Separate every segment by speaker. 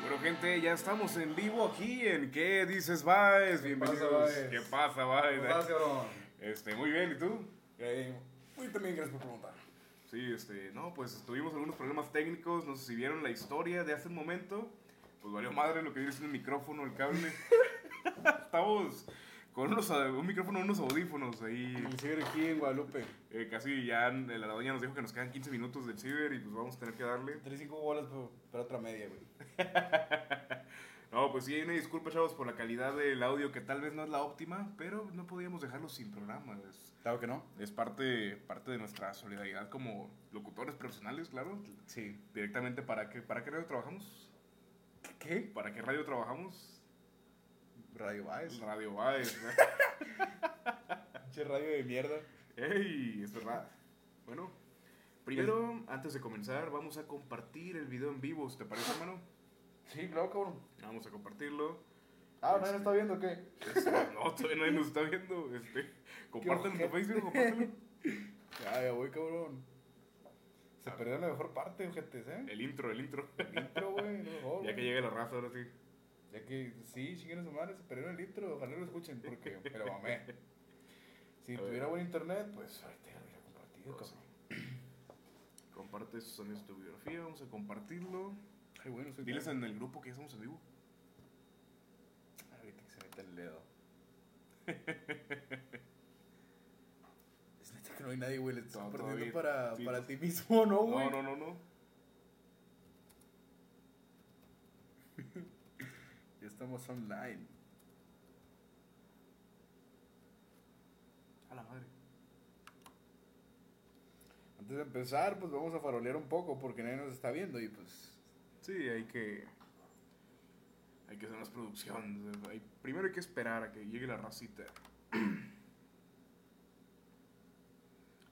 Speaker 1: Bueno, gente, ya estamos en vivo aquí en ¿Qué dices, Baez? Bienvenidos.
Speaker 2: Baez?
Speaker 1: ¿Qué pasa, Baez?
Speaker 2: ¿Cómo estás, cabrón?
Speaker 1: Este, muy bien, ¿y tú?
Speaker 2: Eh, muy también gracias por preguntar.
Speaker 1: Sí, este, no, pues tuvimos algunos problemas técnicos, no sé si vieron la historia de hace un momento. Pues valió madre lo que dice el micrófono, el cable. Estamos con unos, a- un micrófono, unos audífonos ahí.
Speaker 2: El ciber aquí en Guadalupe.
Speaker 1: Eh, casi ya eh, la doña nos dijo que nos quedan 15 minutos del ciber y pues vamos a tener que darle.
Speaker 2: 3-5 bolas por, para otra media, güey.
Speaker 1: No, pues sí, hay una disculpa, chavos, por la calidad del audio que tal vez no es la óptima, pero no podíamos dejarlo sin programa. Es,
Speaker 2: Claro que no.
Speaker 1: es parte, parte de nuestra solidaridad como locutores profesionales, claro.
Speaker 2: Sí.
Speaker 1: Directamente, ¿para qué, para qué radio trabajamos?
Speaker 2: ¿Qué?
Speaker 1: ¿Para qué radio trabajamos?
Speaker 2: Radio Baez.
Speaker 1: Radio Baez. ¿no?
Speaker 2: Pinche radio de mierda.
Speaker 1: ¡Ey! Es verdad. Bueno, primero, antes de comenzar, vamos a compartir el video en vivo, ¿te parece, hermano?
Speaker 2: Sí, claro, cabrón.
Speaker 1: Vamos a compartirlo.
Speaker 2: Ah,
Speaker 1: Este.
Speaker 2: ¿nadie lo está viendo o qué?
Speaker 1: Este, no, todavía nadie nos está viendo. Este, compártelo en tu
Speaker 2: ojete.
Speaker 1: Facebook, compártelo.
Speaker 2: Ya, ya voy, cabrón. Se perdieron la mejor parte, ojetes, Ah. ¿eh?
Speaker 1: El intro, el intro.
Speaker 2: El intro, güey, lo mejor.
Speaker 1: Ya que
Speaker 2: güey.
Speaker 1: llegue la raza, ahora sí.
Speaker 2: Ya que, sí, chinguen a su madre, se perdieron el intro. Ojalá lo escuchen, porque me lo mamé. Si
Speaker 1: A ver.
Speaker 2: tuviera buen internet, pues ahorita ya lo hubiera compartido,
Speaker 1: Pues sí.
Speaker 2: cabrón.
Speaker 1: Comparte sus sonidos de tu biografía, vamos a compartirlo.
Speaker 2: Ay, bueno, soy
Speaker 1: Diles en el grupo que ya estamos en vivo.
Speaker 2: Ahorita que se mete el dedo. es neta que no hay nadie, güey. Le estás
Speaker 1: No, todavía.
Speaker 2: perdiendo para,
Speaker 1: Sí,
Speaker 2: para
Speaker 1: no.
Speaker 2: ti mismo, ¿no, güey?
Speaker 1: No, no, no, no.
Speaker 2: Ya estamos online.
Speaker 1: A la madre.
Speaker 2: Antes de empezar, pues vamos a farolear un poco porque nadie nos está viendo y pues.
Speaker 1: Sí, hay que. Hay que hacer más producción. o sea, hay- primero hay que esperar a que llegue la racita.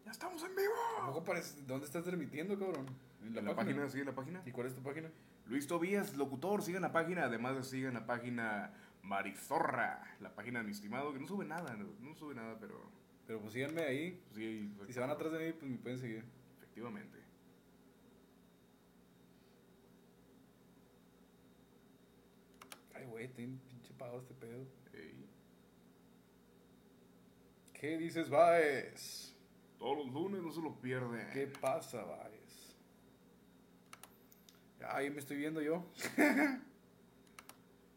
Speaker 1: ¡Ya estamos en vivo!
Speaker 2: Tampoco parece- ¿Dónde estás transmitiendo, cabrón?
Speaker 1: ¿En la, página? ¿Sí, en la página?
Speaker 2: ¿Y cuál es tu página?
Speaker 1: Luis Tobías, locutor, sigan la página. Además de sigan la página Marizorra, la página de mi estimado, que no sube nada, no, no sube nada, pero.
Speaker 2: Pero pues síganme ahí.
Speaker 1: pues, sí,
Speaker 2: Si se van atrás de mí, pues me pueden seguir.
Speaker 1: Efectivamente.
Speaker 2: Ay, güey, tiene pinche pagado este pedo.
Speaker 1: Ey.
Speaker 2: ¿Qué dices, Baez?
Speaker 1: Todos los lunes no se los pierde.
Speaker 2: ¿Qué pasa, Baez? Ahí me estoy viendo yo.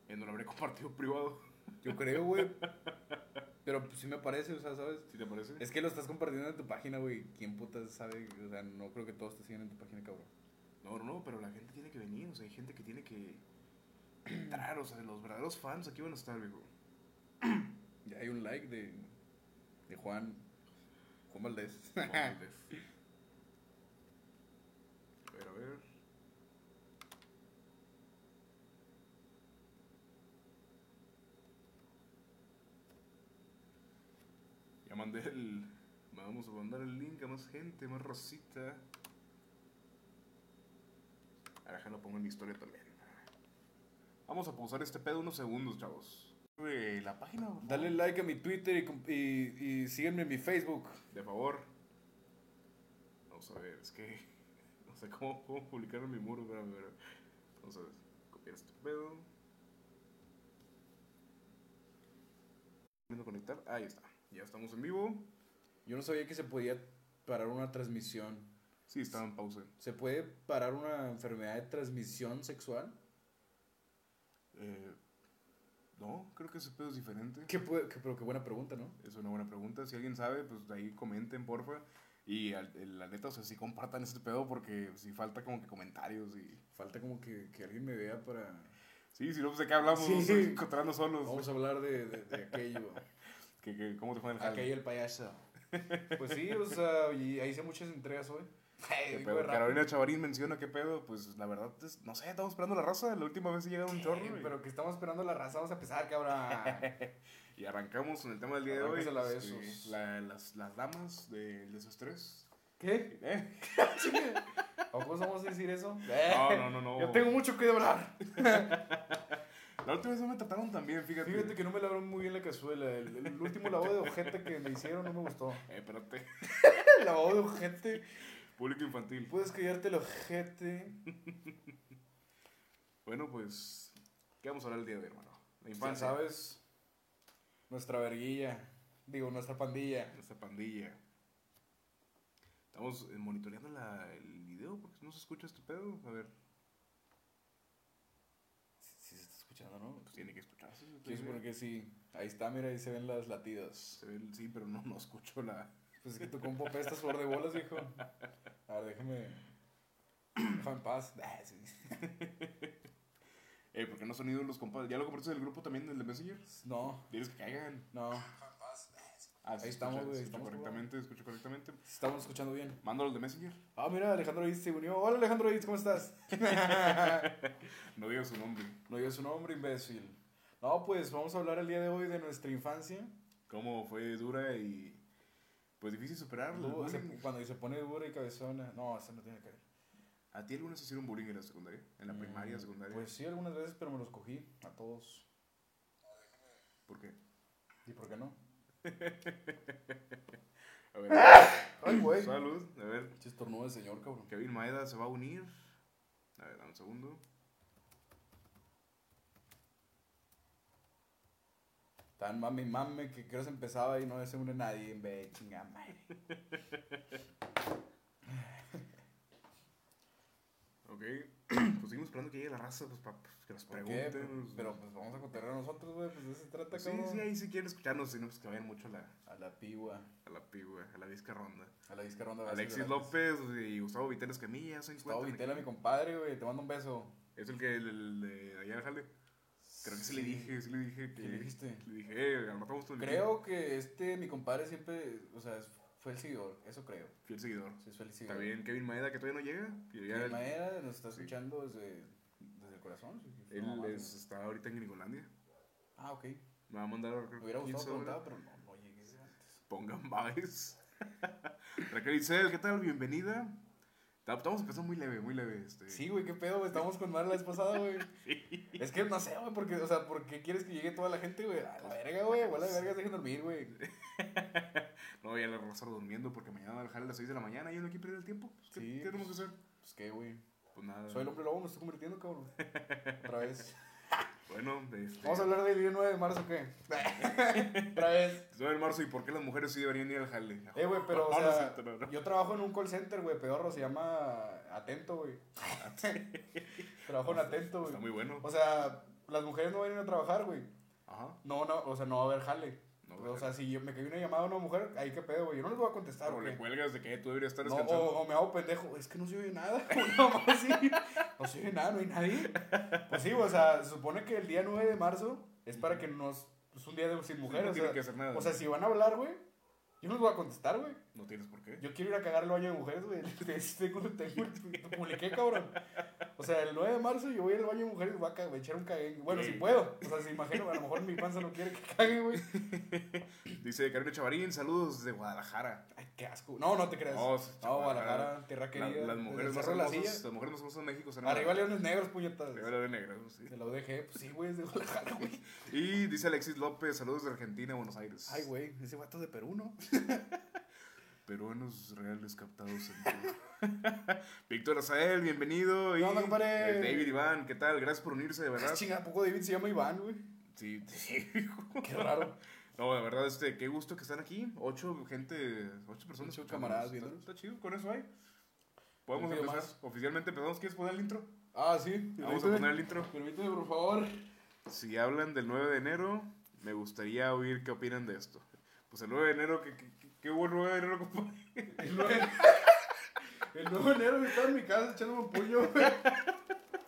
Speaker 1: En donde habré compartido privado.
Speaker 2: Yo creo, güey. Pero pues, sí me parece, o sea, ¿sabes?
Speaker 1: ¿Sí te parece?
Speaker 2: Es que lo estás compartiendo en tu página, güey. ¿Quién putas sabe? O sea, no creo que todos te sigan en tu página, cabrón.
Speaker 1: No, no, no, pero la gente tiene que venir. O sea, hay gente que tiene que entrar. O sea, los verdaderos fans aquí van a estar, viejo.
Speaker 2: Ya hay un like de, de Juan. Juan Valdés.
Speaker 1: Vamos, Def. A ver, a ver. Ya mandé el. Vamos a mandar el link a más gente, más rosita. Ahora déjalo pongo en mi historia también. Vamos a pausar este pedo unos segundos, chavos. Eh, La página, por favor.
Speaker 2: Dale like a mi Twitter y, com- y, y sígueme en mi Facebook.
Speaker 1: De favor. Vamos a ver, es que. No sé cómo puedo publicar en mi muro, espérame, pero. Vamos a ver. Copiar este pedo. Viendo conectar. Ahí está. Ya estamos en vivo.
Speaker 2: Yo no sabía que se podía parar una transmisión.
Speaker 1: Sí, estaba en pausa.
Speaker 2: ¿Se puede parar una enfermedad de transmisión sexual?
Speaker 1: Eh, no, creo que ese pedo es diferente.
Speaker 2: ¿Qué puede, qué- pero qué buena pregunta, ¿no?
Speaker 1: Es una buena pregunta. Si alguien sabe, pues de ahí comenten, porfa. Y al- el- la neta, o sea, sí compartan este pedo porque si falta como que comentarios y.
Speaker 2: Falta como que, que alguien me vea para...
Speaker 1: Sí, si no, pues de qué hablamos,
Speaker 2: Sí.
Speaker 1: Nos encontrando solos.
Speaker 2: Vamos a hablar de, de- de aquello.
Speaker 1: Que- que- ¿Cómo te fue en el jale?
Speaker 2: Aquello el payaso. Pues sí, o sea, y ahí hice muchas entregas hoy.
Speaker 1: ¿Qué
Speaker 2: Ay,
Speaker 1: pedo?
Speaker 2: güey, rápido.
Speaker 1: Carolina Chavarín menciona qué pedo, pues la verdad, es- no sé, estamos esperando la raza, la última vez sí llegaron un chorro.
Speaker 2: Ey,
Speaker 1: y-
Speaker 2: Pero que estamos esperando la raza, vamos a empezar, cabrón.
Speaker 1: Y arrancamos con el tema del día de hoy.
Speaker 2: Arráncasela de
Speaker 1: este,
Speaker 2: esos.
Speaker 1: la- las, las damas del desestrés.
Speaker 2: ¿Qué?
Speaker 1: ¿Eh?
Speaker 2: ¿O cómo vamos a decir eso?
Speaker 1: No, no, no, no.
Speaker 2: Yo tengo mucho que hablar.
Speaker 1: La última vez no me trataron también, fíjate.
Speaker 2: Fíjate que no me lavaron muy bien la cazuela. El, el último lavado de ojete que me hicieron no me gustó.
Speaker 1: Eh, espérate.
Speaker 2: El lavado de ojete.
Speaker 1: Público infantil.
Speaker 2: Puedes callarte el ojete.
Speaker 1: Bueno, pues, ¿qué vamos a hablar el día de hoy, hermano? La
Speaker 2: Ya
Speaker 1: infancia,
Speaker 2: sabes, nuestra verguilla, digo, nuestra pandilla.
Speaker 1: nuestra pandilla. Estamos eh, monitoreando la- el video porque no se escucha este pedo. A ver,
Speaker 2: Sí, sí se está escuchando, ¿no?
Speaker 1: pues tiene que escucharse. yo
Speaker 2: Yo supongo
Speaker 1: creo.
Speaker 2: que sí. Ahí está, mira, ahí se ven las latidas.
Speaker 1: Se ve el sí, pero no, no escucho la...
Speaker 2: Pues es que tu compa pesta sobre de bolas, hijo. A ver, déjame. Déjame en paz. Ah, sí.
Speaker 1: Eh, porque no son ídolos los compadres. ¿Ya lo compartiste del grupo también del de Messenger?
Speaker 2: No,
Speaker 1: Diles que caigan.
Speaker 2: no.
Speaker 1: Ah,
Speaker 2: Ahí estamos,
Speaker 1: escucha,
Speaker 2: güey,
Speaker 1: se
Speaker 2: estamos,
Speaker 1: Escucha
Speaker 2: güey.
Speaker 1: correctamente, se escucha correctamente.
Speaker 2: Estamos escuchando bien.
Speaker 1: Mándalo al de Messenger.
Speaker 2: Ah, mira, Alejandro Itz se unió. Hola, Alejandro Itz, ¿cómo estás?
Speaker 1: No digas su nombre.
Speaker 2: No digas su nombre, imbécil. No, pues vamos a hablar el día de hoy de nuestra infancia.
Speaker 1: Cómo fue dura y... Pues difícil superarlo. el
Speaker 2: Luego, se-
Speaker 1: bullying.
Speaker 2: cuando se pone dura y cabezona. No, eso no tiene que ver.
Speaker 1: ¿A ti alguna vez hicieron bullying en la secundaria? ¿En la primaria,
Speaker 2: Mm,
Speaker 1: secundaria?
Speaker 2: Pues sí, algunas veces, pero me los cogí a todos.
Speaker 1: ¿Por qué?
Speaker 2: ¿Y por qué no?
Speaker 1: A ver,
Speaker 2: Ay, güey.
Speaker 1: salud. A ver,
Speaker 2: Chistornudo de señor, cabrón.
Speaker 1: Kevin Maeda se va a unir. A ver, dame un segundo.
Speaker 2: Tan mame, mame, que creo se empezaba y no se une nadie. En vez de chingada madre.
Speaker 1: Ok. pues seguimos esperando que llegue la raza, pues para que nos
Speaker 2: ¿Por qué?
Speaker 1: pregunten.
Speaker 2: Pero pues vamos a contar a nosotros, güey. Pues de eso se trata,
Speaker 1: Pues sí,
Speaker 2: cabrón.
Speaker 1: sí, ahí sí quieren escucharnos, si no, pues que vayan mucho a la,
Speaker 2: A la piwa.
Speaker 1: a la pigua, a la disca ronda.
Speaker 2: A la disca ronda.
Speaker 1: Alexis López y Gustavo Vitela Escamilla se
Speaker 2: Gustavo
Speaker 1: encuentran.
Speaker 2: Vitela,
Speaker 1: aquí.
Speaker 2: mi compadre, güey. Te mando un beso.
Speaker 1: Es el que, el, el de allá al jale. Creo que sí, le dije, sí le dije que...
Speaker 2: ¿Qué le dijiste?
Speaker 1: Le dije, eh, matamos todo el
Speaker 2: Creo que este, mi compadre siempre, o sea, es- fue el seguidor, eso creo.
Speaker 1: Fiel seguidor.
Speaker 2: Sí, fue el
Speaker 1: Está
Speaker 2: seguidor.
Speaker 1: bien, Kevin Maeda, que todavía no llega. que
Speaker 2: De
Speaker 1: ya el-
Speaker 2: manera, nos está
Speaker 1: Sí.
Speaker 2: escuchando desde, desde el corazón. sí, sí,
Speaker 1: Él
Speaker 2: no, mames.
Speaker 1: es- está ahorita en Gringolandia.
Speaker 2: Ah, ok.
Speaker 1: Me va a mandar creo,
Speaker 2: Me hubiera
Speaker 1: 15
Speaker 2: gustado
Speaker 1: dólares.
Speaker 2: preguntar, pero no, no llegué antes.
Speaker 1: Pongan vibes. Raquel Isel, ¿qué tal? Bienvenida. Ta- Estamos empezando muy leve, muy leve. Este.
Speaker 2: Sí, güey, qué pedo, güey. Estábamos con Mara la vez pasada, güey. Es que no sé, güey, porque, o sea, ¿por qué quieres que llegue toda la gente, güey? A la verga, güey. Huele de verga, dejen dormir, güey.
Speaker 1: No, ya la raza durmiendo porque mañana va a dejar a las 6 de la mañana y yo no quiero perder el tiempo. Pues, ¿Qué,
Speaker 2: Sí,
Speaker 1: qué tenemos que hacer?
Speaker 2: Pues qué, güey.
Speaker 1: Pues nada.
Speaker 2: Soy el hombre lobo, me estoy convirtiendo, cabrón. Otra vez.
Speaker 1: Bueno, este,
Speaker 2: ¿Vamos a hablar del día 9 de marzo o qué? Otra vez.
Speaker 1: Soy el marzo y por qué las mujeres sí deberían ir al jale.
Speaker 2: Eh, güey, pero, o
Speaker 1: No, no es
Speaker 2: sea,
Speaker 1: cierto, no, no.
Speaker 2: yo trabajo en un call center, güey, pedorro, se llama Atento, güey. trabajo en Atento,
Speaker 1: Está
Speaker 2: güey.
Speaker 1: muy bueno.
Speaker 2: O sea, las mujeres no van a ir a trabajar, güey.
Speaker 1: Ajá.
Speaker 2: No, no, o sea, no va a haber jale.
Speaker 1: No,
Speaker 2: o sea, si yo me cae una llamada a una mujer, ahí qué pedo, güey. Yo no les voy a contestar,
Speaker 1: o
Speaker 2: güey.
Speaker 1: le cuelgas de que tú deberías estar
Speaker 2: No,
Speaker 1: descansando.
Speaker 2: o, o me hago pendejo, es que no se oye nada, güey, no, más así. No se oye nada, no hay nadie. Pues sí, o sea, se supone que el día 9 de marzo es para que nos. Es un día de, sin
Speaker 1: Sí,
Speaker 2: mujeres,
Speaker 1: no
Speaker 2: o
Speaker 1: tienes
Speaker 2: sea,
Speaker 1: que hacer nada.
Speaker 2: o sea, si van a hablar, güey, yo no les voy a contestar, güey.
Speaker 1: no tienes por qué.
Speaker 2: Yo quiero ir a cagar el baño de mujeres, güey. este, Te, te, te- te publiqué, cabrón. O sea, el 9 de marzo yo voy al baño de mujeres y voy a, ca- voy a echar un cague. Bueno, si
Speaker 1: Sí.
Speaker 2: puedo. O sea, si imagino, a lo mejor mi panza no quiere que cague, güey.
Speaker 1: Dice Karina Chavarín, saludos de Guadalajara.
Speaker 2: Ay, qué asco. No, no te creas.
Speaker 1: No,
Speaker 2: No,
Speaker 1: sí,
Speaker 2: Guadalajara, tierra
Speaker 1: La-
Speaker 2: querida.
Speaker 1: las
Speaker 2: desde
Speaker 1: mujeres
Speaker 2: el
Speaker 1: más
Speaker 2: Cerro de la
Speaker 1: hermosas,
Speaker 2: Silla. Ah,
Speaker 1: las mujeres más hermosas de México son
Speaker 2: Arriba leones negros, puñetas.
Speaker 1: Arriba leones negros, sí.
Speaker 2: De la UDG, pues sí, güey, es de Guadalajara, güey.
Speaker 1: Y dice Alexis López, saludos de Argentina, Buenos Aires.
Speaker 2: Ay, güey, ese vato es de Perú, ¿no?
Speaker 1: Peruanos reales captados en Perú. Víctor Azael, bienvenido. Y
Speaker 2: onda, compadre?
Speaker 1: eh, David Iván, ¿qué tal? Gracias por unirse, de verdad.
Speaker 2: Ah, Chinga, ¿a poco David se llama Iván, güey?
Speaker 1: Sí, sí, hijo.
Speaker 2: Qué raro.
Speaker 1: No, de verdad, este, qué gusto que están aquí. Ocho gente, ocho personas.
Speaker 2: Ocho
Speaker 1: escuchándonos.
Speaker 2: camaradas
Speaker 1: Está-
Speaker 2: viéndonos.
Speaker 1: Está, chido, con eso hay. Podemos
Speaker 2: Un video
Speaker 1: empezar.
Speaker 2: más.
Speaker 1: Oficialmente empezamos. ¿Quieres poner el intro?
Speaker 2: Ah, sí.
Speaker 1: Vamos a
Speaker 2: permíteme.
Speaker 1: poner el intro.
Speaker 2: Permíteme, por favor.
Speaker 1: Si hablan del 9 de enero, me gustaría oír qué opinan de esto. Pues el 9 de enero, ¿qué, qué- qué- qué hubo el 9 de enero, compadre?
Speaker 2: El 9, el 9 de enero estaba en mi casa echándome un puño, güey.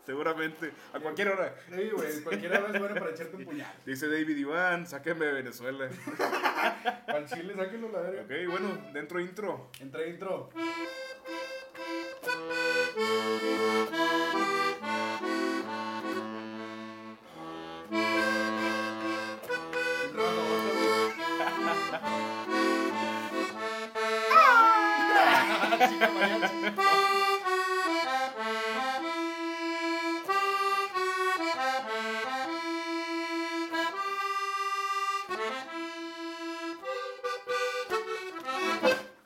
Speaker 1: Seguramente, a cualquier hora.
Speaker 2: Sí, güey, cualquiera hora es bueno para echarte un puñal.
Speaker 1: Dice David Iván, sáquenme de Venezuela.
Speaker 2: Al chile, sáquenlo la verga.
Speaker 1: ok, bueno, dentro intro.
Speaker 2: Entra intro. A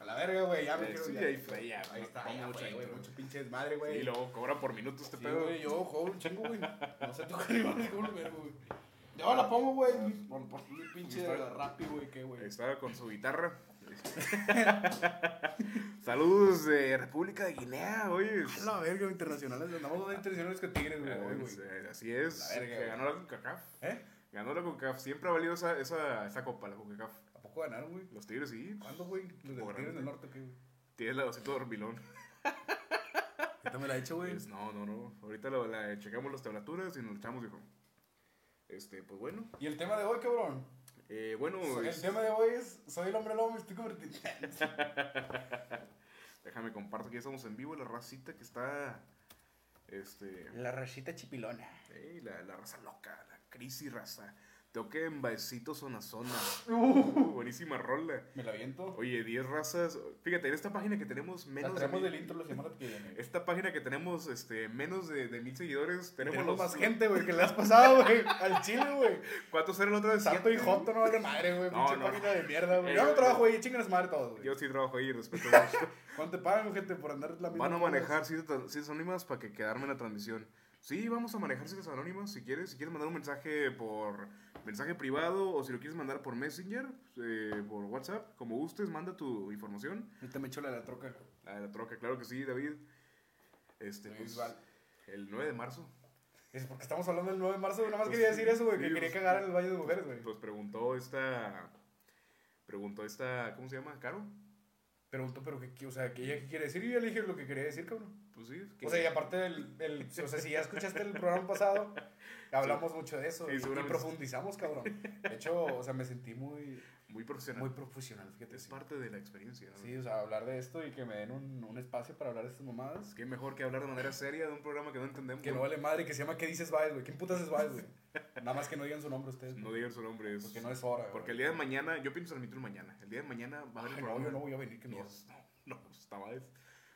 Speaker 2: la verga, güey, ya me quiero
Speaker 1: Sí,
Speaker 2: ya.
Speaker 1: ahí Play, ya,
Speaker 2: Ahí
Speaker 1: no
Speaker 2: está,
Speaker 1: pongo
Speaker 2: ya,
Speaker 1: mucho
Speaker 2: güey, güey,
Speaker 1: intro.
Speaker 2: mucho pinche desmadre, güey.
Speaker 1: Y luego cobra por minutos este
Speaker 2: Sí,
Speaker 1: pedo.
Speaker 2: güey, yo juego un chingo, güey. No sé tú qué le vas a volver, güey. Ah. Yo la pongo, güey. Por, por mi pinche
Speaker 1: Está-
Speaker 2: rapi, güey, qué, güey.
Speaker 1: Estaba con su guitarra. Saludos de República de Guinea, oye.
Speaker 2: A la verga, internacionales. Andamos más internacionales que tigres, güey.
Speaker 1: Eh,
Speaker 2: hoy, Ah, güey.
Speaker 1: eh, Así es.
Speaker 2: La verga,
Speaker 1: que
Speaker 2: güey.
Speaker 1: ganó la CONCACAF.
Speaker 2: ¿Eh?
Speaker 1: Ganó la CONCACAF. Siempre ha valido esa, esa, esa copa, la CONCACAF.
Speaker 2: ¿A poco ganaron, güey?
Speaker 1: Los Tigres sí.
Speaker 2: ¿Cuándo, güey? ¿Los de
Speaker 1: Por grande.
Speaker 2: tigres del norte, qué, güey?
Speaker 1: Tienes la osito dormilón.
Speaker 2: Esta me la he hecho, güey.
Speaker 1: Pues, no, no, no. Ahorita la, la- checamos las tablaturas y nos echamos, hijo. Este, pues bueno.
Speaker 2: Y el tema de hoy, cabrón.
Speaker 1: Eh, bueno,
Speaker 2: El
Speaker 1: es-
Speaker 2: tema de hoy es: soy el hombre lobo, me estoy convirtiendo.
Speaker 1: déjame comparto que ya estamos en vivo. La racita que está. Este.
Speaker 2: La rachita chipilona.
Speaker 1: Ey, la, la raza loca, la crisis raza. Tengo que en baecito zona zona. Uh, buenísima rola.
Speaker 2: Me la aviento.
Speaker 1: Oye, 10 razas. Fíjate, en esta página que tenemos
Speaker 2: La
Speaker 1: menos de
Speaker 2: traemos
Speaker 1: mil-
Speaker 2: del intro la semana que viene.
Speaker 1: Esta página que tenemos este, menos de, de mil seguidores, tenemos,
Speaker 2: Tenemos
Speaker 1: los-
Speaker 2: más gente, güey, que le has pasado, güey, al chile, güey.
Speaker 1: ¿Cuántos eran la otra vez?
Speaker 2: Santo y
Speaker 1: Siete.
Speaker 2: Joto no vale madre, güey.
Speaker 1: No,
Speaker 2: Pinche
Speaker 1: no.
Speaker 2: página de mierda, güey.
Speaker 1: Eh,
Speaker 2: Yo no
Speaker 1: güey.
Speaker 2: trabajo ahí, chingan las madres todos,
Speaker 1: Yo
Speaker 2: güey.
Speaker 1: sí trabajo ahí, respeto mucho.
Speaker 2: ¿Cuánto te pagan, gente, por andar la misma?
Speaker 1: Van a
Speaker 2: cosa?
Speaker 1: manejar citas citas anónimas para que quedarme en la transmisión. Sí, vamos a manejar citas anónimas si quieres. Si quieres mandar un mensaje por mensaje privado o si lo quieres mandar por Messenger, eh, por WhatsApp, como gustes, manda tu información.
Speaker 2: Ahorita me echo la de la troca.
Speaker 1: A la troca, claro que sí, David. Este, pues,
Speaker 2: Igual.
Speaker 1: el 9 de marzo,
Speaker 2: Es porque estamos hablando del 9 de marzo, güey. Nada más
Speaker 1: Pues
Speaker 2: quería
Speaker 1: sí,
Speaker 2: decir eso, güey,
Speaker 1: sí,
Speaker 2: que quería
Speaker 1: pues,
Speaker 2: cagar en el baño de mujeres, güey.
Speaker 1: pues preguntó esta. Preguntó esta. ¿Cómo se llama? ¿Caro?
Speaker 2: Preguntó, pero qué, qué- o sea, que ella qué quiere decir. Y yo le dije lo que quería decir, cabrón.
Speaker 1: Pues sí. que-
Speaker 2: O sea, y aparte del, del- o sea, si ya escuchaste el programa pasado, hablamos mucho de eso
Speaker 1: Sí,
Speaker 2: y- y,
Speaker 1: seguramente.
Speaker 2: profundizamos, cabrón. De hecho, o sea, me sentí muy,
Speaker 1: muy profesional.
Speaker 2: muy profesional, fíjate.
Speaker 1: es
Speaker 2: sí.
Speaker 1: parte de la experiencia. ¿no?
Speaker 2: Sí, o sea, hablar de esto y que me den un, un espacio para hablar de estas mamadas.
Speaker 1: Es que mejor que hablar de manera seria de un programa que no entendemos.
Speaker 2: Que no vale madre, que se llama ¿Qué dices Baez, güey? ¿Quién putas es Baez, güey? Nada más que no digan su nombre ustedes.
Speaker 1: No
Speaker 2: güey,
Speaker 1: digan su nombre. es-
Speaker 2: Porque no es hora, güey.
Speaker 1: porque el día de mañana, yo pienso transmitir mañana. El día de mañana va a haber
Speaker 2: Ay,
Speaker 1: el
Speaker 2: no,
Speaker 1: programa.
Speaker 2: yo no voy a venir, qué
Speaker 1: No,
Speaker 2: mierda.
Speaker 1: no, no, está mal.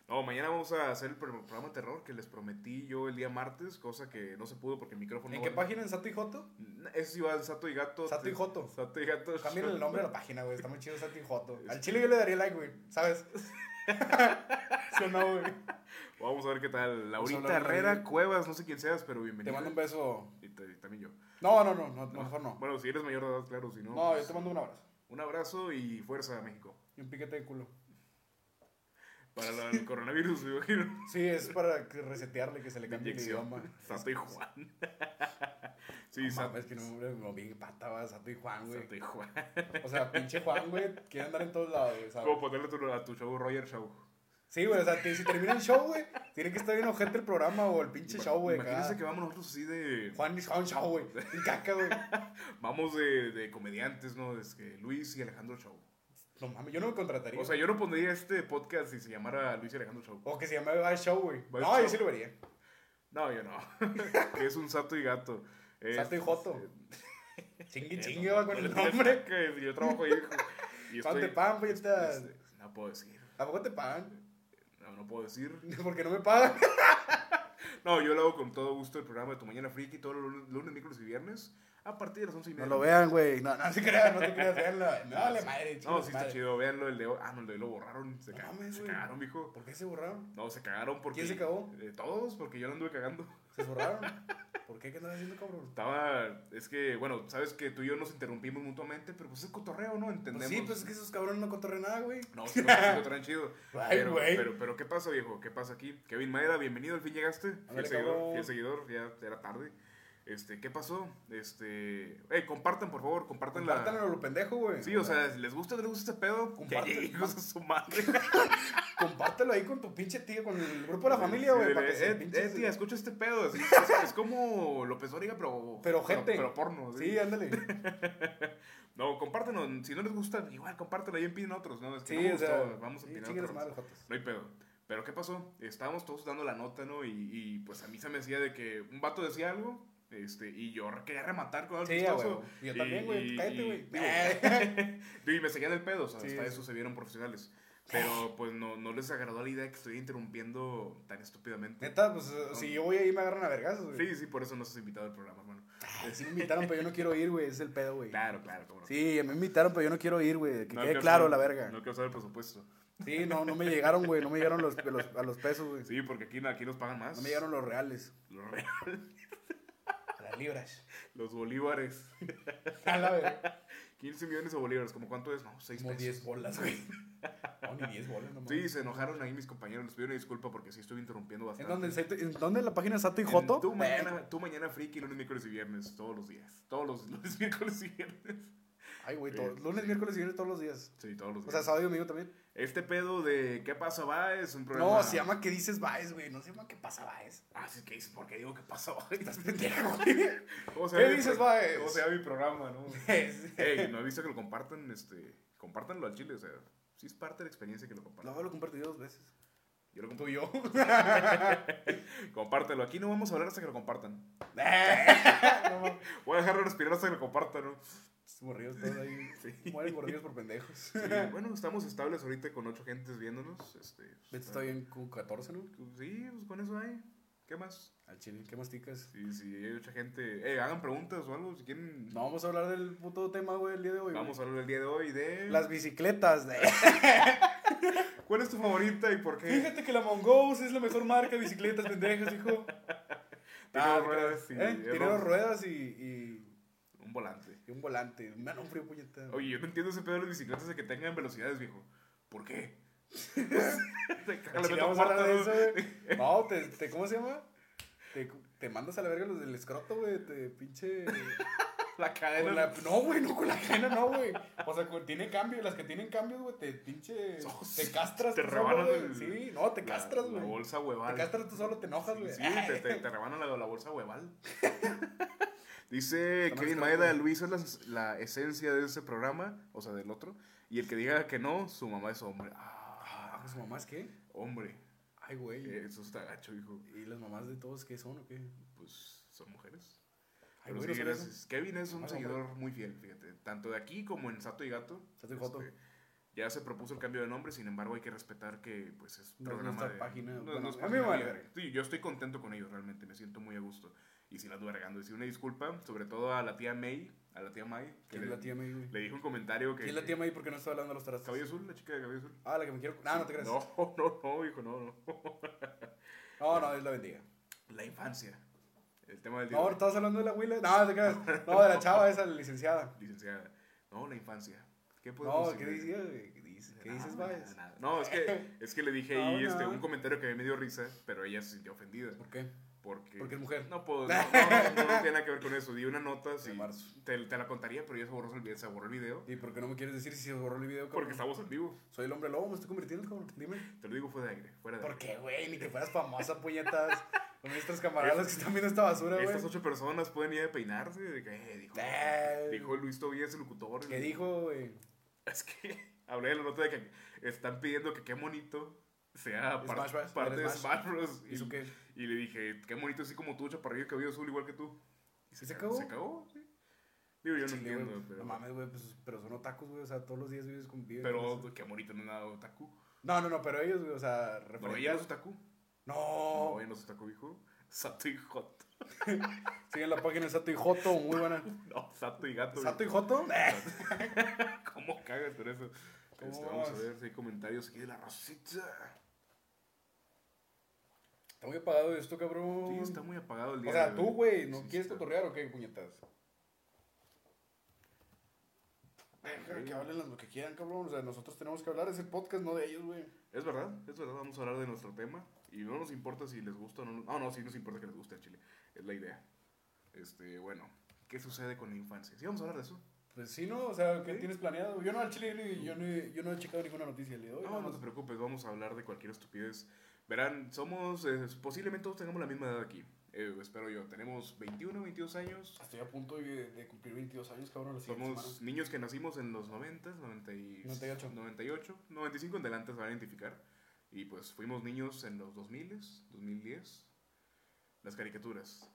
Speaker 1: No, mañana vamos a hacer el pro- programa de terror que les prometí yo el día martes, cosa que no se pudo porque el micrófono.
Speaker 2: ¿En
Speaker 1: no
Speaker 2: qué
Speaker 1: vale.
Speaker 2: página? ¿En Sato y Joto?
Speaker 1: Eso iba al Sato y Gato.
Speaker 2: Sato y Joto.
Speaker 1: Sato y Gato.
Speaker 2: Cambien el nombre a la página, güey. Está muy chido Sato y Joto. Al chile yo le daría like, güey. ¿Sabes? Eso no, güey.
Speaker 1: Vamos a ver qué tal.
Speaker 2: Vamos
Speaker 1: Laurita
Speaker 2: a hablar de-
Speaker 1: Herrera, Cuevas, no sé quién seas, pero
Speaker 2: Te
Speaker 1: bienvenido.
Speaker 2: mando un beso.
Speaker 1: Y, ta- y también yo.
Speaker 2: No, no, no, no, mejor no.
Speaker 1: Bueno, si eres mayor de edad, claro, si no.
Speaker 2: No, yo
Speaker 1: pues,
Speaker 2: te mando un abrazo.
Speaker 1: Un abrazo y fuerza, México.
Speaker 2: Y un piquete de culo.
Speaker 1: Para la- el coronavirus, me imagino.
Speaker 2: Sí, es para que- resetearle, que se le cambie el
Speaker 1: Inyección.
Speaker 2: idioma.
Speaker 1: Sato y Juan. sí,
Speaker 2: No
Speaker 1: Sato,
Speaker 2: mames, que no me lo vi pata, va, Sato y Juan, güey.
Speaker 1: Sato y Juan.
Speaker 2: O sea, pinche Juan, güey, quiere andar en todos lados, güey, ¿sabes?
Speaker 1: Como ponerle tu- a tu show Roger Show.
Speaker 2: Sí, güey, o sea, que si termina el show, güey, tiene que estar bien ojete el programa o el pinche show, güey.
Speaker 1: Imagínense
Speaker 2: acá.
Speaker 1: que vamos nosotros así de.
Speaker 2: Juan Juan Show, güey. Y caca, güey.
Speaker 1: Vamos de, de comediantes, ¿no? Es que Luis y Alejandro Show.
Speaker 2: No mames, yo no me contrataría.
Speaker 1: O sea, yo no pondría este podcast si se llamara Luis y Alejandro Show.
Speaker 2: O que se llame Vice Show, güey.
Speaker 1: Vice
Speaker 2: No,
Speaker 1: Show.
Speaker 2: yo sí lo vería.
Speaker 1: No, yo no. que es un sato y gato. Eh,
Speaker 2: Sato y joto. Chingue, chingue, va con
Speaker 1: no
Speaker 2: el
Speaker 1: le tires
Speaker 2: nombre.
Speaker 1: caca, si yo trabajo ahí. hijo. Y
Speaker 2: ¿Cuánto te
Speaker 1: estoy-
Speaker 2: pagan, puñetas?
Speaker 1: este, No puedo decir.
Speaker 2: ¿A poco te pagan?
Speaker 1: No, no puedo decir.
Speaker 2: Porque no me pagan.
Speaker 1: No, yo lo hago con todo gusto el programa de Tu Mañana Friki todos los lunes, lunes, miércoles y viernes a partir de las once y media.
Speaker 2: vean, güey. No, no te creas, no te creas, véanlo. No, vale madre,
Speaker 1: No, sí
Speaker 2: chingue
Speaker 1: está
Speaker 2: madre.
Speaker 1: chido. Veanlo, el de. Ah, no, el de lo borraron. Se,
Speaker 2: No
Speaker 1: cagaron,
Speaker 2: mames,
Speaker 1: se
Speaker 2: güey.
Speaker 1: cagaron, mijo.
Speaker 2: ¿Por qué se borraron?
Speaker 1: No, se cagaron porque.
Speaker 2: ¿Quién se cagó?
Speaker 1: Eh, todos, porque yo lo anduve cagando.
Speaker 2: ¿Se borraron? ¿Por qué? ¿Qué andas haciendo, cabrón?
Speaker 1: Estaba. Es que, bueno, sabes que tú y yo nos interrumpimos mutuamente, pero pues es cotorreo, ¿no? Entendemos.
Speaker 2: Pues sí, pues es que esos cabrones no contorren nada, güey.
Speaker 1: No, sí, no, sí, lo traen chido.
Speaker 2: Ay,
Speaker 1: pero,
Speaker 2: güey.
Speaker 1: pero, pero, ¿qué pasa, viejo? ¿Qué pasa aquí? Kevin Maeda, bienvenido, al fin llegaste. Fiel
Speaker 2: Ándale,
Speaker 1: seguidor,
Speaker 2: cabrón.
Speaker 1: fiel seguidor, ya era tarde. Este, ¿qué pasó? Este, hey, compartan, por favor, compartan la...
Speaker 2: Compártanlo a lo pendejo, güey.
Speaker 1: Sí, o sea, si les gusta, les gusta este pedo,
Speaker 2: Compartan.
Speaker 1: que hijos de su madre.
Speaker 2: Compártelo ahí con tu pinche tío, con el grupo de la familia,
Speaker 1: Sí,
Speaker 2: güey.
Speaker 1: dile,
Speaker 2: para que se
Speaker 1: eh,
Speaker 2: pinche-
Speaker 1: eh, tía, escucha este pedo. así, es, es como López Origa, pero...
Speaker 2: Pero gente.
Speaker 1: Pero, porno.
Speaker 2: Sí, ándale.
Speaker 1: No, compártanlo. Si no les gusta, igual compártanlo y opinen otros, ¿no? Es que
Speaker 2: Sí,
Speaker 1: no me
Speaker 2: o sea.
Speaker 1: gustó, vamos a
Speaker 2: sí,
Speaker 1: opinar
Speaker 2: chingue
Speaker 1: otros.
Speaker 2: su madre, jotos.
Speaker 1: No hay pedo. Pero ¿qué pasó? Estábamos todos dando la nota, ¿no? Y, y, pues a mí se me decía de que un vato decía algo, este, y yo re- quería rematar con algo
Speaker 2: Sí,
Speaker 1: chistoso.
Speaker 2: güey. Yo también, güey.
Speaker 1: Y-
Speaker 2: Cállate,
Speaker 1: y-
Speaker 2: güey.
Speaker 1: digo, digo, y me seguían el pedo, o sea,
Speaker 2: Sí,
Speaker 1: hasta
Speaker 2: sí.
Speaker 1: eso se vieron profesionales. Pero pues no, no les agradó la idea que estoy interrumpiendo tan estúpidamente.
Speaker 2: Neta, pues eh, si yo voy ahí me agarran a vergazos, güey.
Speaker 1: Sí, sí, por eso nos has invitado al programa, hermano.
Speaker 2: Sí. me invitaron, pero yo no quiero ir, güey. Es el pedo, güey.
Speaker 1: Claro, claro, cómo no.
Speaker 2: Sí, me invitaron, pero yo no quiero ir, güey. Que
Speaker 1: No
Speaker 2: quede
Speaker 1: quiero
Speaker 2: claro
Speaker 1: saber-
Speaker 2: la verga.
Speaker 1: No quiero saber el presupuesto.
Speaker 2: Sí, no, no me llegaron, güey. No me llegaron los, los- a los pesos, güey.
Speaker 1: Sí, porque aquí, aquí nos pagan más.
Speaker 2: No me llegaron los reales.
Speaker 1: Los, re-
Speaker 2: Las libras.
Speaker 1: los bolívares.
Speaker 2: A la verga.
Speaker 1: 15 millones de bolívares. ¿Cómo cuánto es? No, 6
Speaker 2: Como
Speaker 1: pesos.
Speaker 2: 10 bolas, güey. No, ni 10 bolas, nomás.
Speaker 1: Sí, se enojaron ahí mis compañeros. Les pido una disculpa porque sí estuve interrumpiendo
Speaker 2: ¿En
Speaker 1: bastante.
Speaker 2: dónde, el Saito- en dónde la página Sato y
Speaker 1: En
Speaker 2: Joto?
Speaker 1: Tu mañana, tu mañana friki, lunes, miércoles y viernes. Todos los días. Todos los lunes, miércoles y viernes.
Speaker 2: Ay, güey, todo- lunes, miércoles y viernes todos los días.
Speaker 1: Sí, todos los
Speaker 2: O
Speaker 1: días.
Speaker 2: sea, sábado y domingo también.
Speaker 1: este pedo de ¿Qué pasa, va? Es un programa.
Speaker 2: No, se llama que dices Baez, güey. No se llama que pasa Baez.
Speaker 1: Ah, sí, ¿qué dices? ¿Por qué digo qué pasa, va?
Speaker 2: Estás pendejo, güey.
Speaker 1: O
Speaker 2: ¿Qué
Speaker 1: mi
Speaker 2: dices,
Speaker 1: pro-
Speaker 2: Baez?
Speaker 1: O sea, mi programa, ¿no?
Speaker 2: Es-
Speaker 1: Ey, no he visto que lo compartan, este. Compártanlo al chile, o sea. Sí es parte de la experiencia que lo compartan.
Speaker 2: No, lo compartí dos veces.
Speaker 1: Yo lo
Speaker 2: Tú
Speaker 1: comp-
Speaker 2: y yo.
Speaker 1: Compártelo. Aquí no vamos a hablar hasta que lo compartan.
Speaker 2: Ah, no, mames.
Speaker 1: Voy a dejarlo respirar hasta que lo compartan, ¿no?
Speaker 2: Morridos todos ahí. Mueren morridos por pendejos.
Speaker 1: Sí, bueno, estamos estables ahorita con ocho gentes viéndonos. Este,
Speaker 2: Vete,
Speaker 1: está-
Speaker 2: estoy en Q14, ¿no?
Speaker 1: Sí, pues con eso hay. ¿Qué más?
Speaker 2: Al chile, ¿qué masticas?
Speaker 1: Sí, sí, hay mucha gente. Eh, hagan preguntas o algo si quieren.
Speaker 2: No, vamos a hablar del puto tema, güey, el día de hoy.
Speaker 1: Vamos a hablar el día de hoy de.
Speaker 2: güey. Las bicicletas. de-
Speaker 1: ¿Cuál es tu favorita y por qué?
Speaker 2: Fíjate que la Mongoose es la mejor marca de bicicletas, pendejas, hijo.
Speaker 1: Tiene
Speaker 2: Ah,
Speaker 1: dos ruedas y-
Speaker 2: ¿eh?
Speaker 1: y
Speaker 2: Tiene
Speaker 1: dos-
Speaker 2: dos ruedas y, y,
Speaker 1: Un volante.
Speaker 2: y un volante. Me dan un frío puñetero.
Speaker 1: Oye, yo no entiendo ese pedo de las bicicletas de que tengan velocidades, viejo. ¿Por qué? Te caga la
Speaker 2: Al chile
Speaker 1: meta
Speaker 2: vamos a hablar
Speaker 1: cuarta,
Speaker 2: de
Speaker 1: ¿no?
Speaker 2: eso, güey. No, te, te- ¿cómo se llama? Te, te mandas a la verga los del escroto, güey. Te pinche.
Speaker 1: La cadena.
Speaker 2: con la- no, güey, no con la cadena, no, güey. O sea, con- tiene cambio. Las que tienen cambios, güey, te pinche.
Speaker 1: Sos.
Speaker 2: Te castras.
Speaker 1: Oh, Te
Speaker 2: tú
Speaker 1: rebanan
Speaker 2: güey.
Speaker 1: el-
Speaker 2: Sí, no, te
Speaker 1: la-
Speaker 2: castras,
Speaker 1: La
Speaker 2: güey.
Speaker 1: bolsa
Speaker 2: Te
Speaker 1: hueval.
Speaker 2: castras tú solo, te enojas, güey.
Speaker 1: Sí, te, te, te rebanan la, la bolsa hueval. Dice
Speaker 2: Está
Speaker 1: Kevin
Speaker 2: más
Speaker 1: Maeda,
Speaker 2: caro.
Speaker 1: Luis es la, la esencia de ese programa, o sea, del otro. Y el que diga que no, su mamá es hombre.
Speaker 2: Ah,
Speaker 1: Ah,
Speaker 2: ¿Las mamás qué?
Speaker 1: hombre.
Speaker 2: Ay, güey.
Speaker 1: Eh, Eso está gacho, hijo.
Speaker 2: ¿Y las mamás de todos qué son o qué?
Speaker 1: Pues son mujeres.
Speaker 2: Ay,
Speaker 1: Pero
Speaker 2: güey,
Speaker 1: sí,
Speaker 2: no sabía eso.
Speaker 1: gracias. Kevin es un
Speaker 2: Mamá es
Speaker 1: seguidor muy fiel, fíjate. Tanto de aquí como en Sato y Gato. este,
Speaker 2: Sato y Joto.
Speaker 1: ya se propuso el cambio de nombre, sin embargo hay que respetar que pues es
Speaker 2: No es nuestra
Speaker 1: de-
Speaker 2: página,
Speaker 1: no es
Speaker 2: bueno,
Speaker 1: nuestra
Speaker 2: a mí me
Speaker 1: página
Speaker 2: vale
Speaker 1: de-
Speaker 2: verga.
Speaker 1: Sí, yo estoy contento con ellos realmente, me siento muy a gusto. Y si la ando regando, decir una disculpa, sobre todo a la tía May, a la tía May, que
Speaker 2: ¿Quién
Speaker 1: le,
Speaker 2: es la tía May, güey?
Speaker 1: le dijo un comentario que...
Speaker 2: ¿Quién es la tía May? Porque no estoy hablando de los trastes.
Speaker 1: Cabello azul, la chica de cabello azul.
Speaker 2: Ah, la que me quiero. Ah, no te creas. No,
Speaker 1: No, no, no, hijo, no, no.
Speaker 2: no, Dios la bendiga.
Speaker 1: La infancia. El tema del día.
Speaker 2: No,
Speaker 1: de hoy.
Speaker 2: estabas hablando de la abuela. No, te creas. No, de la chava esa, la licenciada.
Speaker 1: Licenciada. No, la infancia. ¿Qué podemos
Speaker 2: No, ¿qué
Speaker 1: decir?
Speaker 2: decías, güey? ¿Qué dices, ¿Qué dices,
Speaker 1: Nada, nada,
Speaker 2: Baez?
Speaker 1: nada. pues, Ah, No, es que, es que le dije ahí
Speaker 2: No,
Speaker 1: este,
Speaker 2: no.
Speaker 1: un comentario que a mí me dio risa, pero ella se sintió ofendida.
Speaker 2: ¿Por qué?
Speaker 1: Porque,
Speaker 2: Porque es mujer.
Speaker 1: No puedo. No, no, no, no tiene nada que ver con eso. Di una nota, sí.
Speaker 2: De marzo.
Speaker 1: Te, te la contaría, pero ya se borró el, video- se borró el video.
Speaker 2: ¿Y por qué no me quieres decir si se borró el video, cabrón?
Speaker 1: Porque estamos en vivo.
Speaker 2: Soy el hombre lobo, me estoy convirtiendo, cabrón. Dime.
Speaker 1: Te lo digo fuera de aire. Fuera de
Speaker 2: ¿Por
Speaker 1: aire.
Speaker 2: qué, güey? Ni que fueras famosa, puñetas. Con nuestros camaradas que están viendo esta basura, güey.
Speaker 1: Estas ocho personas pueden ir a peinarse. De que, eh, dijo,
Speaker 2: Eh.
Speaker 1: dijo Luis Tobías, el locutor.
Speaker 2: ¿Qué dijo, güey?
Speaker 1: Es que hablé de la nota de que están pidiendo que qué bonito sea par-
Speaker 2: Smash Bros,
Speaker 1: parte
Speaker 2: del
Speaker 1: de
Speaker 2: Smash.
Speaker 1: Smash Bros.
Speaker 2: ¿Hizo qué?
Speaker 1: Y le dije, qué bonito, así como tú, chaparrillo, cabello azul, igual que tú. Y
Speaker 2: ¿Se
Speaker 1: ca-
Speaker 2: cagó?
Speaker 1: Se cagó, sí. Digo, yo no
Speaker 2: Chile,
Speaker 1: entiendo,
Speaker 2: güey. No
Speaker 1: pero.
Speaker 2: mames, güey, pues, pero son otakus, güey. O sea, todos los días vives con viven con eso.
Speaker 1: pero qué bonito no es nada otaku.
Speaker 2: No, no, no, pero ellos, güey, o sea,
Speaker 1: No,
Speaker 2: referente-
Speaker 1: ella no es otaku.
Speaker 2: No,
Speaker 1: No, ella no es otaku, hijo. Sato y Joto.
Speaker 2: siguen la página de Sato y Joto, muy buena.
Speaker 1: No, Sato y Gato.
Speaker 2: ¿Sato y Joto?
Speaker 1: hijo. ¿Cómo cagas por eso?
Speaker 2: ¿Cómo
Speaker 1: Este, vamos a
Speaker 2: vas?
Speaker 1: ver si hay comentarios aquí de la rosita.
Speaker 2: Está muy apagado esto, cabrón.
Speaker 1: Sí, está muy apagado el día
Speaker 2: O sea,
Speaker 1: de
Speaker 2: tú,
Speaker 1: hoy.
Speaker 2: güey, ¿no
Speaker 1: Sí, sí
Speaker 2: quieres
Speaker 1: está.
Speaker 2: cotorrear o qué, puñetas? Deja que hablen lo que quieran, cabrón. O sea, nosotros tenemos que hablar, es el podcast, no de ellos, güey.
Speaker 1: Es verdad, es verdad, vamos a hablar de nuestro tema y no nos importa si les gusta o no. No, no, sí nos importa que les guste el chile, es la idea. Este, bueno, ¿qué sucede con la infancia? Sí, vamos a hablar de eso.
Speaker 2: Pues sí, ¿no? O sea, ¿qué tienes planeado? Yo no al chile, ni- yo no, yo no he checado ninguna noticia el día de hoy.
Speaker 1: No,
Speaker 2: nada
Speaker 1: no
Speaker 2: más.
Speaker 1: te preocupes, vamos a hablar de cualquier estupidez. Verán, somos, eh, posiblemente todos tengamos la misma edad aquí, eh, espero yo. Tenemos 21, 22 años.
Speaker 2: Estoy a punto de, de cumplir 22 años, cabrón, la siguiente
Speaker 1: Somos niños que nacimos en los 90, 90 y-
Speaker 2: 98.
Speaker 1: 98, 95 en adelante se van a identificar. Y pues fuimos niños en los 2000, 2010. Las caricaturas.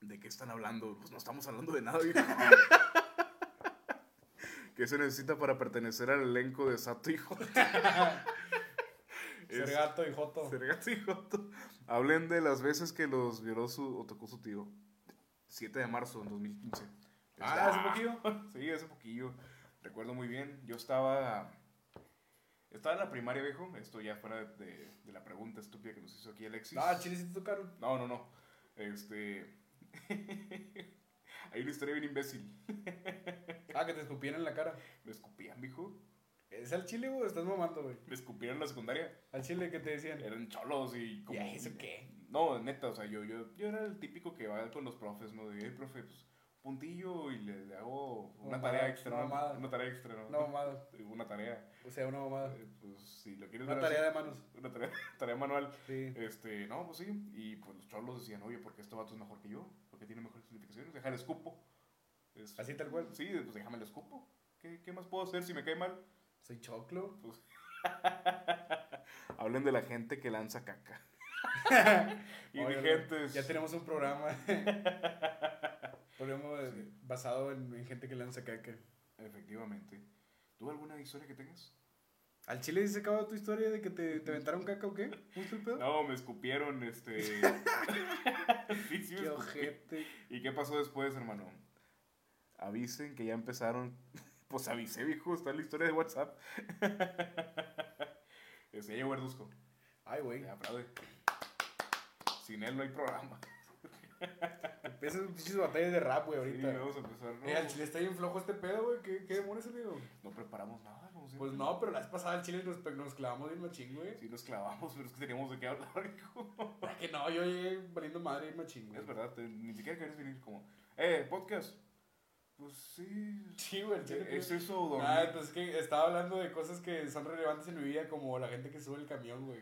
Speaker 1: ¿De qué están hablando? Pues no estamos hablando de nada, viejo. ¿Qué se necesita para pertenecer al elenco de Sato y Joto?
Speaker 2: semana.
Speaker 1: Es-
Speaker 2: Ser gato y Joto.
Speaker 1: Ser gato y Joto. Hablen de las veces que los violó su, o tocó su tío. 7 de marzo de 2015.
Speaker 2: Ah, hace poquillo.
Speaker 1: Sí, hace poquillo. Recuerdo muy bien. Yo estaba. Estaba en la primaria, viejo. Esto ya fuera de, de- de la pregunta estúpida que nos hizo aquí Alexis.
Speaker 2: Ah, chile sí te tocaron.
Speaker 1: No, no, no. Este. Hay una historia bien imbécil.
Speaker 2: Ah, que te escupieran en la cara.
Speaker 1: Me escupían, viejo.
Speaker 2: ¿Es al chile, güey? Estás mamando, güey.
Speaker 1: Me escupieron en la secundaria.
Speaker 2: Al chile que te decían.
Speaker 1: Eran cholos y como.
Speaker 2: Ya, ¿eso qué?
Speaker 1: No, neta, o sea, yo, yo, yo era el típico que va con los profes, ¿no? De, "Ey, profe, pues puntillo y le, le hago una
Speaker 2: Mamada,
Speaker 1: tarea extra.
Speaker 2: una
Speaker 1: ¿no?
Speaker 2: mamada.
Speaker 1: Una tarea extra, ¿no?
Speaker 2: Una mamada.
Speaker 1: Una tarea.
Speaker 2: O sea, una mamada.
Speaker 1: Eh, Pues si lo quieres
Speaker 2: Una
Speaker 1: ver así-
Speaker 2: tarea de manos.
Speaker 1: Una tarea, tarea manual.
Speaker 2: Sí.
Speaker 1: Este, no, pues sí. Y pues los cholos decían, oye, porque este vato es mejor que yo, porque tiene mejores calificaciones, deja el escupo. Es-
Speaker 2: Así tal cual.
Speaker 1: Sí, pues déjame el escupo. ¿Qué, qué más puedo hacer si me cae mal?
Speaker 2: Soy choclo.
Speaker 1: Pues. Hablen de la gente que lanza caca.
Speaker 2: Oye,
Speaker 1: Indigentes.
Speaker 2: Ya tenemos un programa. programa de- basado en, en gente que lanza caca.
Speaker 1: Efectivamente. ¿Tú alguna historia que tengas?
Speaker 2: ¿Al chile dice acaba tu historia de que te, te aventaron caca o qué? ¿Justo el pedo?
Speaker 1: No, me escupieron, este. Sí, sí, me
Speaker 2: Qué
Speaker 1: escupieron.
Speaker 2: ojete.
Speaker 1: ¿Y qué pasó después, hermano? Avisen que ya empezaron. Pues avisé, viejo, está en la historia de WhatsApp. Este, ya llegó Verduzco.
Speaker 2: Ay, güey.
Speaker 1: Ya, aplaude. Sin él no hay programa.
Speaker 2: Empiezan pinches batallas de rap, güey,
Speaker 1: Sí,
Speaker 2: ahorita.
Speaker 1: vamos a empezar. ¿no?
Speaker 2: Eh, al chile está bien flojo este pedo, güey. ¿Qué, qué demonios, amigo?
Speaker 1: No preparamos nada, como siempre.
Speaker 2: Pues no, pero la vez pasada al chile nos, pe- nos clavamos bien machín, güey.
Speaker 1: Sí, nos clavamos, pero es que teníamos de qué hablar, hijo.
Speaker 2: ¿Para que no? Yo llegué valiendo madre bien machín, güey.
Speaker 1: Es verdad, te- ni siquiera querías venir como, eh, podcast. Pues sí.
Speaker 2: Sí, güey, al chile.
Speaker 1: Es eso, o dormir.
Speaker 2: Ah, pues es que estaba hablando de cosas que son relevantes en mi vida, como la gente que sube el camión, güey.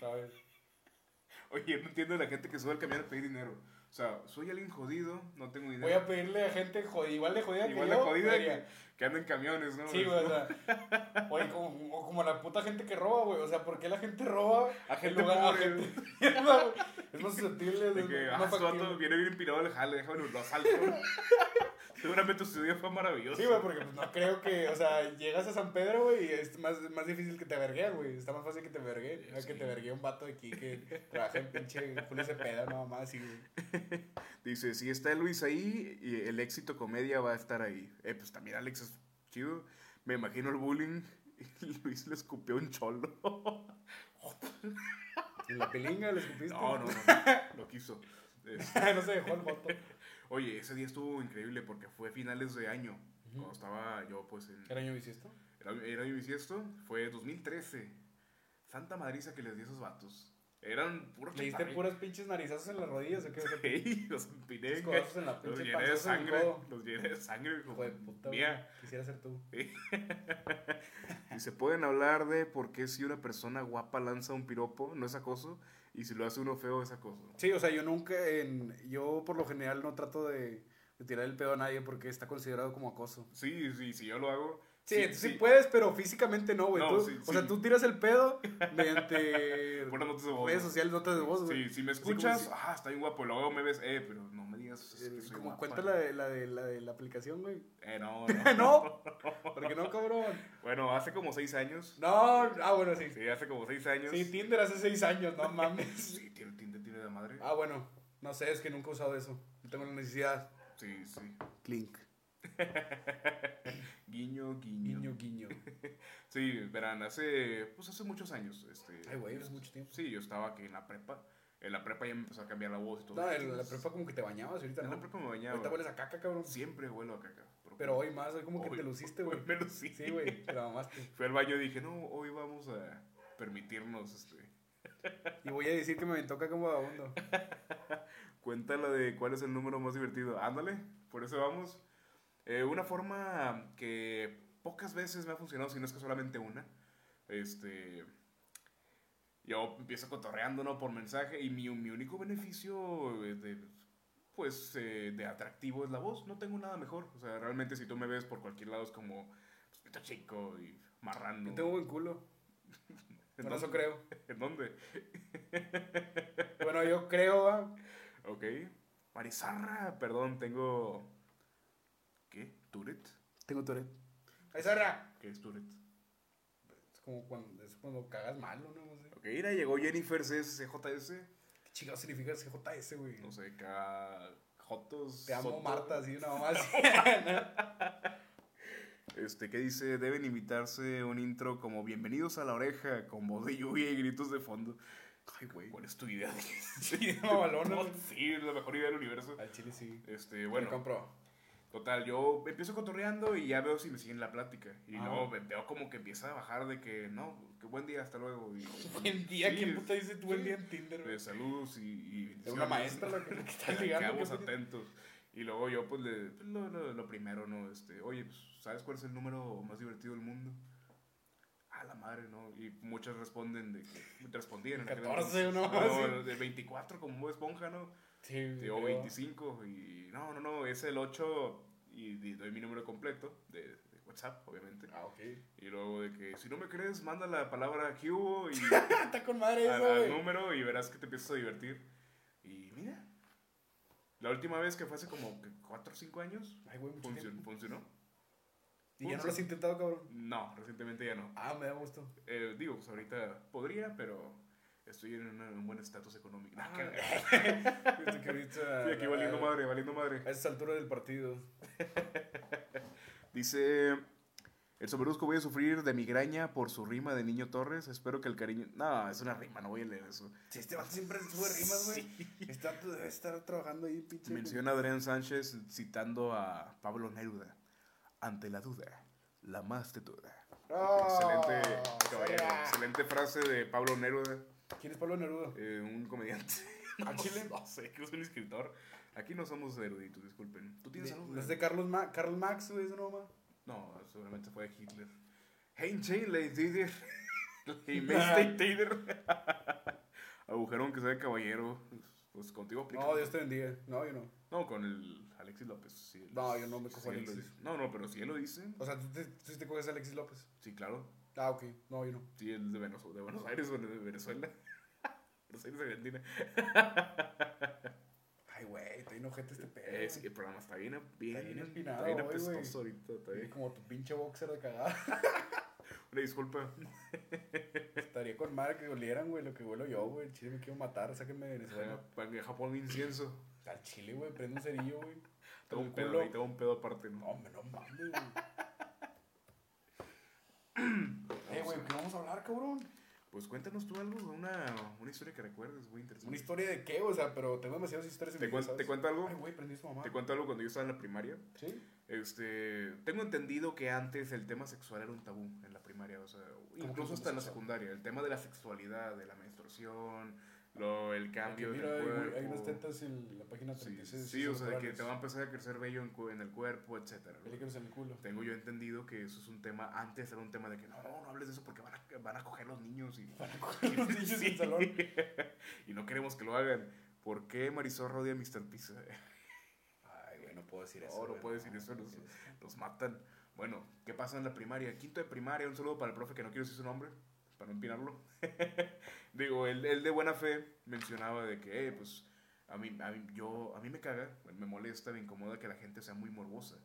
Speaker 2: ¿Sabes?
Speaker 1: Oye, no entiendo a la gente que sube al camión a pedir dinero. O sea, soy alguien jodido, no tengo dinero.
Speaker 2: Voy a pedirle a gente jodida, igual de jodida
Speaker 1: Igual
Speaker 2: que
Speaker 1: de
Speaker 2: yo.
Speaker 1: jodida
Speaker 2: feria.
Speaker 1: que, que anda en camiones, ¿no?
Speaker 2: Sí, güey, o sea. Oye, como, o como la puta gente que roba, güey. O sea, ¿por qué la gente roba
Speaker 1: A
Speaker 2: en
Speaker 1: gente
Speaker 2: lugar- a
Speaker 1: pobre,
Speaker 2: gente mierda, güey? Es más susceptible
Speaker 1: De que, ah,
Speaker 2: más
Speaker 1: este
Speaker 2: factible.
Speaker 1: vato viene bien inspirado del jale, déjame lo asalto. Seguramente su día fue maravilloso.
Speaker 2: Sí, güey, porque pues, no creo que, o sea, llegas a San Pedro, güey, y es más, más difícil que te vergueen, güey. Está más fácil que te vergueen.
Speaker 1: Sí.
Speaker 2: ¿no? Que te verguee un vato de aquí que trabaja en pinche Julio Cepeda, no mamá, así, güey.
Speaker 1: Dice, si está Luis ahí, y el éxito comedia va a estar ahí. Eh, pues también Alex es chido. Me imagino el bullying. Luis le escupió un cholo.
Speaker 2: En la pelinga le escupiste.
Speaker 1: No, no, no, no, lo quiso. Es-
Speaker 2: no se dejó el voto.
Speaker 1: oye, ese día estuvo increíble porque fue finales de año. Cuando estaba yo, pues, en...
Speaker 2: ¿Era año bisiesto?
Speaker 1: Era, era mi bisiesto, fue 2013. Santa madriza que les di a esos vatos. Eran puro
Speaker 2: ¿Le diste
Speaker 1: chatarra.
Speaker 2: puros pinches narizazos en las rodillas o qué? O sea,
Speaker 1: Sí, los empiné,
Speaker 2: pinches codazos en la
Speaker 1: Los
Speaker 2: pinche
Speaker 1: llené de
Speaker 2: panzazo en el
Speaker 1: sangre.
Speaker 2: codo.
Speaker 1: Los llené de sangre.
Speaker 2: Hijo de puta, güey.
Speaker 1: Mía.
Speaker 2: Quisiera ser tú.
Speaker 1: Y se pueden hablar de por qué si una persona guapa lanza un piropo, no es acoso, y si lo hace uno feo, es acoso.
Speaker 2: Sí, o sea, yo nunca, en, yo por lo general no trato de, de tirar el pedo a nadie porque está considerado como acoso.
Speaker 1: Sí, sí, si yo lo hago.
Speaker 2: Sí, tú sí, puedes, pero físicamente no, güey.
Speaker 1: No,
Speaker 2: Tú-
Speaker 1: sí,
Speaker 2: o sea,
Speaker 1: sí.
Speaker 2: tú tiras el pedo mediante
Speaker 1: Por las notas de voz.
Speaker 2: redes sociales, notas de voz, güey.
Speaker 1: Sí, si me
Speaker 2: Así como
Speaker 1: escuchas,
Speaker 2: si-
Speaker 1: ah, está bien guapo, y luego me ves, eh, pero no me digas. es que
Speaker 2: Eh,
Speaker 1: soy
Speaker 2: Como
Speaker 1: guapa.
Speaker 2: cuenta la de, la, de, la de la aplicación, güey.
Speaker 1: Eh, no,
Speaker 2: no, porque no, cabrón.
Speaker 1: Bueno, hace como seis años.
Speaker 2: No, ah, bueno, sí.
Speaker 1: Sí, hace como seis años.
Speaker 2: Sí, Tinder hace seis años, no mames.
Speaker 1: Sí, tiene Tinder, tiene de madre.
Speaker 2: Ah, bueno, no sé, es que nunca he usado eso. No tengo la necesidad.
Speaker 1: Sí, sí.
Speaker 2: Clink.
Speaker 1: Guiño, guiño.
Speaker 2: Guiño, guiño.
Speaker 1: Sí, verán, hace, pues hace muchos años. Este,
Speaker 2: Ay, güey, es mucho tiempo.
Speaker 1: Sí, yo estaba aquí en la prepa. En la prepa ya me empezó a cambiar la voz y todo.
Speaker 2: No, en la prepa como que te bañabas ahorita,
Speaker 1: En
Speaker 2: ¿no?
Speaker 1: la prepa me bañaba.
Speaker 2: Ahorita hueles a caca, cabrón.
Speaker 1: Siempre huelo a caca.
Speaker 2: Pero hoy más, hoy como que
Speaker 1: Hoy.
Speaker 2: te luciste, güey.
Speaker 1: Menos sí.
Speaker 2: Sí, güey, te la mamaste.
Speaker 1: Fui al baño y dije, no, hoy vamos a permitirnos, este...
Speaker 2: Y voy a decir que me aventó caca un vagabundo.
Speaker 1: Cuéntala de cuál es el número más divertido. Ándale, por eso vamos. Eh, una forma que pocas veces me ha funcionado, si no es que solamente una. Este. Yo empiezo cotorreando, ¿no? Por mensaje. Y mi, mi único beneficio eh, de, pues, eh, de atractivo es la voz. No tengo nada mejor. O sea, realmente si tú me ves por cualquier lado es como. Pues, pito chico y marrano.
Speaker 2: Yo tengo buen culo.
Speaker 1: ¿En,
Speaker 2: Por eso
Speaker 1: dónde?
Speaker 2: creo.
Speaker 1: ¿En dónde?
Speaker 2: Bueno, yo creo, va.
Speaker 1: Ok. Marizarra, perdón, tengo. ¿Qué? ¿Turet?
Speaker 2: Tengo Tourette. ¡Ay, Sarra!
Speaker 1: ¿Qué es Tourette?
Speaker 2: Es como cuando, es cuando cagas malo, ¿no? No sé.
Speaker 1: Ok, mira, llegó Jennifer CSJS.
Speaker 2: ¿Qué chingado significa CJS, güey?
Speaker 1: No sé, K. Jotos.
Speaker 2: Te amo,
Speaker 1: Soto.
Speaker 2: Marta, así una mamá así.
Speaker 1: Este, que dice, deben imitarse un intro como bienvenidos a la oreja, con voz de lluvia y gritos de fondo. Ay, güey, ¿cuál es tu idea?
Speaker 2: Sí, mamalona, güey.
Speaker 1: sí, es la mejor idea del universo.
Speaker 2: Al chile sí.
Speaker 1: Este, bueno.
Speaker 2: Bueno. Me compró.
Speaker 1: Total, yo empiezo cotorreando y ya veo si me siguen la plática. Y
Speaker 2: Ah.
Speaker 1: luego ve- veo como que empieza a bajar de que, no, que buen día, hasta luego. Y,
Speaker 2: Buen día,
Speaker 1: Sí,
Speaker 2: ¿qué puta dice tu buen
Speaker 1: sí.
Speaker 2: día en Tinder, güey?
Speaker 1: de saludos y... y
Speaker 2: Es una
Speaker 1: bendiciones.
Speaker 2: maestra la que, la que está
Speaker 1: Acá
Speaker 2: ligando.
Speaker 1: quedamos
Speaker 2: ¿qué puta?
Speaker 1: atentos. Y luego yo, pues, le, pues, lo, lo- lo primero, ¿no? Este, oye, pues, ¿sabes cuál es el número más divertido del mundo? A la madre, ¿no? Y muchas responden de que... Respondían. en aquel
Speaker 2: 14,
Speaker 1: entonces.
Speaker 2: ¿no?
Speaker 1: No, de 24, como Bob esponja, ¿no?
Speaker 2: Sí, güey.
Speaker 1: o 25 y no, no, no, es el 8 y, y doy mi número completo de, de WhatsApp, obviamente.
Speaker 2: Ah, ok.
Speaker 1: Y luego de que si no me crees, manda la palabra que hubo y
Speaker 2: Está con madre
Speaker 1: al, al
Speaker 2: eso, güey.
Speaker 1: número y verás que te empiezas a divertir. Y mira, la última vez que fue hace como 4 o 5 años,
Speaker 2: Ay, güey, mucho
Speaker 1: funcionó,
Speaker 2: tiempo.
Speaker 1: funcionó.
Speaker 2: ¿Y ya no lo has intentado, cabrón?
Speaker 1: No, recientemente ya no.
Speaker 2: Ah, me da gusto.
Speaker 1: Eh, digo, pues ahorita podría, pero estoy en, una- en un buen estatus económico.
Speaker 2: Ah,
Speaker 1: Nah, que-
Speaker 2: Fíjate que ahorita.
Speaker 1: Estoy aquí valiendo madre, valiendo madre.
Speaker 2: A esta altura del partido.
Speaker 1: Dice, el sobrehusco voy a sufrir de migraña por su rima de Niño Torres. Espero que el cariño... No, es una rima, no voy a leer eso.
Speaker 2: Si este vato siempre sube rimas, güey. Está, debe estar trabajando ahí, pinche.
Speaker 1: Menciona a Adrián Sánchez citando a Pablo Neruda. Ante la duda, la más de duda.
Speaker 2: ¡Oh!
Speaker 1: excelente, caballero,
Speaker 2: Será.
Speaker 1: excelente frase de Pablo Neruda,
Speaker 2: ¿Quién es Pablo Neruda?
Speaker 1: eh, un comediante.
Speaker 2: ¿A Chile?
Speaker 1: No sé, que es un escritor. Aquí no somos eruditos, disculpen. ¿Tú tienes
Speaker 2: De-
Speaker 1: algo?
Speaker 2: ¿No es de Carlos, Ma Carlos Max, güey, eso no va.
Speaker 1: No, seguramente fue de Hitler. Heinchen, Leidider. Leidider. Agujerón que sea de caballero. Pues contigo aplica.
Speaker 2: No, Dios te bendiga. No, yo no.
Speaker 1: No, con el Alexis López. sí, él-
Speaker 2: No, yo no me cojo
Speaker 1: sí, él lo
Speaker 2: Alexis.
Speaker 1: dice. No, no, pero si él lo dice.
Speaker 2: O sea, tú, te, tú sí te coges a Alexis López.
Speaker 1: Sí, claro.
Speaker 2: Ah, ok. No, yo no.
Speaker 1: Sí, él es de Venezuela, de Buenos Aires o de Venezuela. Buenos Aires, Argentina.
Speaker 2: Ay, güey, está enojete este pedo.
Speaker 1: Eh, sí, el programa está bien, bien,
Speaker 2: Está bien
Speaker 1: Está
Speaker 2: empinado
Speaker 1: bien
Speaker 2: hoy, güey.
Speaker 1: apestoso ahorita. Está
Speaker 2: güey.
Speaker 1: bien.
Speaker 2: Como tu pinche boxer de cagada.
Speaker 1: Una disculpa.
Speaker 2: Estaría con madre que olieran, güey, lo que huelo yo, güey. El Chile me quiero matar, sáquenme de Venezuela.
Speaker 1: Para que Japón incienso.
Speaker 2: Al Chile, güey, prende un cerillo, güey.
Speaker 1: Tengo
Speaker 2: El
Speaker 1: un pedo
Speaker 2: culo.
Speaker 1: ahí, tengo un pedo aparte. ¿no?
Speaker 2: No, hombre, no mames, güey. Eh, güey, ¿qué vamos a hablar, cabrón?
Speaker 1: Pues cuéntanos tú algo, una, una historia que recuerdes, güey,
Speaker 2: ¿Una
Speaker 1: interesante.
Speaker 2: historia de qué? O sea, pero tengo demasiadas historias en
Speaker 1: ¿Te,
Speaker 2: mi vida,
Speaker 1: cuen-
Speaker 2: ¿sabes?
Speaker 1: te cuento algo?
Speaker 2: Ay, güey, prendí su mamá.
Speaker 1: Te cuento algo cuando yo estaba en la primaria.
Speaker 2: ¿Sí?
Speaker 1: Este, tengo entendido que antes el tema sexual era un tabú en la primaria, o sea, incluso
Speaker 2: tabú
Speaker 1: hasta en la
Speaker 2: sexual?
Speaker 1: secundaria, el tema de la sexualidad, de la menstruación, lo, el
Speaker 2: Porque
Speaker 1: cambio
Speaker 2: mira,
Speaker 1: Ah, del
Speaker 2: hay,
Speaker 1: cuerpo.
Speaker 2: hay unas tetas en la página
Speaker 1: sí,
Speaker 2: 36.
Speaker 1: sí, o sea, de que
Speaker 2: corporales.
Speaker 1: te va a empezar a crecer vello en, cu- en el cuerpo, etcétera. ¿no?
Speaker 2: Pelícanos en el culo.
Speaker 1: Tengo yo entendido que eso es un tema, antes era un tema de que no, no hables de eso porque van a, van a coger los niños y
Speaker 2: Para coger los niños
Speaker 1: Sí.
Speaker 2: en el salón.
Speaker 1: y no queremos que lo hagan. ¿Por qué Marisol odia a Mr. Pizza?
Speaker 2: Ay, güey, no puedo decir
Speaker 1: No,
Speaker 2: eso.
Speaker 1: no
Speaker 2: güey,
Speaker 1: puedo decir eso, no
Speaker 2: puedo
Speaker 1: sé.
Speaker 2: decir eso.
Speaker 1: Los matan. Bueno, ¿qué pasa en la primaria? Quinto de primaria, un saludo para el profe que no quiero decir su nombre, para no empinarlo. Digo, él, él de buena fe mencionaba de que, eh, pues, a mí, a mí- yo, a mí me caga, me molesta, me incomoda que la gente sea muy morbosa.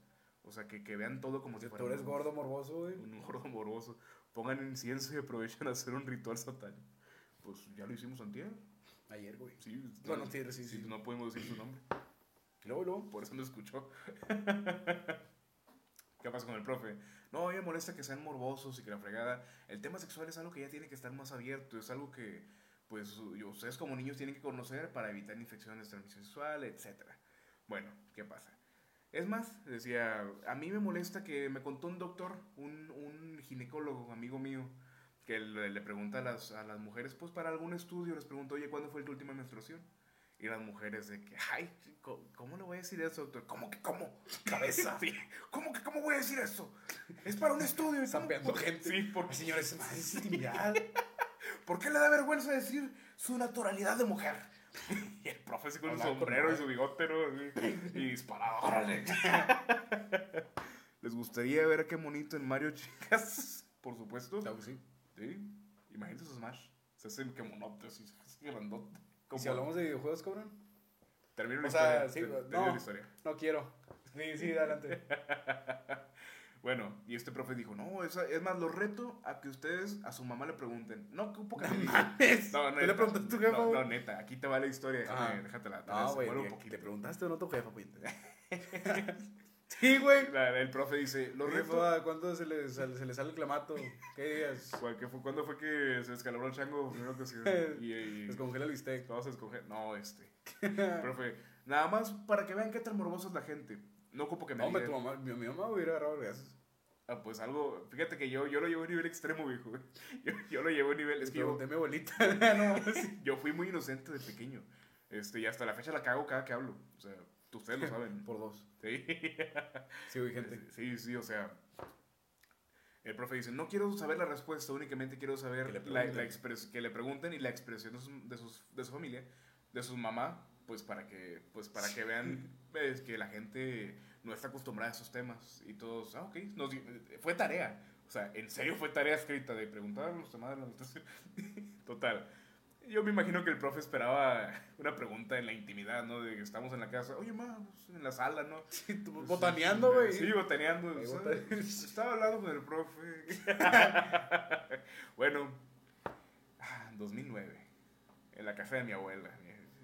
Speaker 1: O sea, que, que vean todo como si
Speaker 2: Porque
Speaker 1: fuera
Speaker 2: Tú eres
Speaker 1: un-
Speaker 2: gordo, morboso, güey.
Speaker 1: un gordo morboso. Pongan incienso y aprovechen a hacer un ritual satánico. Pues ya lo hicimos antier.
Speaker 2: Ayer, güey.
Speaker 1: Sí,
Speaker 2: Bueno,
Speaker 1: no-
Speaker 2: sí, sí, sí.
Speaker 1: No podemos decir su nombre.
Speaker 2: Y luego, luego.
Speaker 1: Por eso no escuchó. ¿Qué pasa con el profe? No, a mí me molesta que sean morbosos y que la fregada. El tema sexual es algo que ya tiene que estar más abierto. Es algo que, pues, u- ustedes como niños tienen que conocer para evitar infecciones de transmisión sexual, etc. Bueno, ¿qué pasa? Es más, decía, a mí me molesta que me contó un doctor, un, un ginecólogo, amigo mío, que le, le pregunta a las, a las mujeres, pues para algún estudio, les preguntó, oye, ¿cuándo fue tu última menstruación? Y las mujeres de que, ay, co- ¿cómo le voy a decir eso, doctor? ¿Cómo que cómo? Cabeza. Sí. ¿Cómo que cómo voy a decir eso? Es para un estudio. ¿y cómo-
Speaker 2: Zampeando
Speaker 1: por-
Speaker 2: gente.
Speaker 1: Sí, por,
Speaker 2: Ay, señores, más es intimidad.
Speaker 1: ¿por qué le da vergüenza decir su naturalidad de mujer? Y el profe así con su
Speaker 2: Hablaba con
Speaker 1: sombrero y
Speaker 2: madre.
Speaker 1: su bigote, ¿no? Así, Y disparaba. ¡Órale! ¿Les gustaría ver qué monito en Mario, chicas? Por supuesto.
Speaker 2: Claro que pues sí.
Speaker 1: Sí. Imagínate su Smash. Se hace el monote así, se hace grandote.
Speaker 2: ¿Y
Speaker 1: Como-
Speaker 2: si hablamos de videojuegos, cabrón?
Speaker 1: Termino la
Speaker 2: o sea,
Speaker 1: historia.
Speaker 2: sí,
Speaker 1: te-
Speaker 2: no.
Speaker 1: termino la historia.
Speaker 2: No quiero. Sí, sí, adelante.
Speaker 1: Bueno, y este profe dijo, no, esa- es más, lo reto a que ustedes a su mamá le pregunten. No, ocupo que me digan. No,
Speaker 2: ¿Qué le preguntaste a tu jefa,
Speaker 1: No,
Speaker 2: güey? Ah,
Speaker 1: no, neta, aquí te va la historia,
Speaker 2: Ajá.
Speaker 1: déjate, déjatela. te
Speaker 2: No,
Speaker 1: desenvuelvo un
Speaker 2: güey, que-
Speaker 1: poquito.
Speaker 2: te preguntaste o no tu jefa, güey. pues? Sí, güey.
Speaker 1: La- el profe dice, los
Speaker 2: Oye,
Speaker 1: retos...
Speaker 2: pa, ¿Cuándo se le, sal- se le sale el clamato? ¿Qué días?
Speaker 1: ¿Cuál- qué fue- ¿Cuándo fue que se descalabró el chango? Primero que se... Y, y-
Speaker 2: Les congela el bistec.
Speaker 1: Vamos a escoger. No, este. Profe, nada más para que vean qué tan morbosa es la gente. No ocupo que me
Speaker 2: Hombre, tu
Speaker 1: digan.
Speaker 2: mamá, mi, mi mamá hubiera agarrado vergazos.
Speaker 1: Ah, pues algo. Fíjate que yo, yo lo llevo a un nivel extremo, viejo. Yo, yo lo llevo a un nivel. Es que
Speaker 2: Le
Speaker 1: yo,
Speaker 2: pregunté a mi abuelita. no, sí.
Speaker 1: yo fui muy inocente de pequeño. Este, y hasta la fecha la cago cada que hablo. O sea, ustedes lo saben.
Speaker 2: Por dos.
Speaker 1: Sí.
Speaker 2: Sí, güey, gente.
Speaker 1: Sí, sí, o sea. El profe dice, no quiero saber la respuesta, únicamente quiero saber
Speaker 2: Que le
Speaker 1: la, la
Speaker 2: pregunten.
Speaker 1: expres- que le pregunten y la expresión de, sus- de, sus- de su familia, de su mamá, pues para que, pues para que vean pues, que la gente no está acostumbrada a esos temas. Y todos, ah, ok, nos di- fue tarea. O sea, en serio fue tarea escrita de preguntar a los temas de la administración. Total. Yo me imagino que el profe esperaba una pregunta en la intimidad, ¿no? De que estamos en la casa, oye, ma, pues, en la sala, ¿no?
Speaker 2: Sí, tú
Speaker 1: Pues,
Speaker 2: botaneando,
Speaker 1: sí,
Speaker 2: güey.
Speaker 1: Sí, botaneando.
Speaker 2: Ahí
Speaker 1: ¿sabes?
Speaker 2: botan-
Speaker 1: Estaba hablando con el profe. bueno, ah, 2009. En la casa de mi abuela.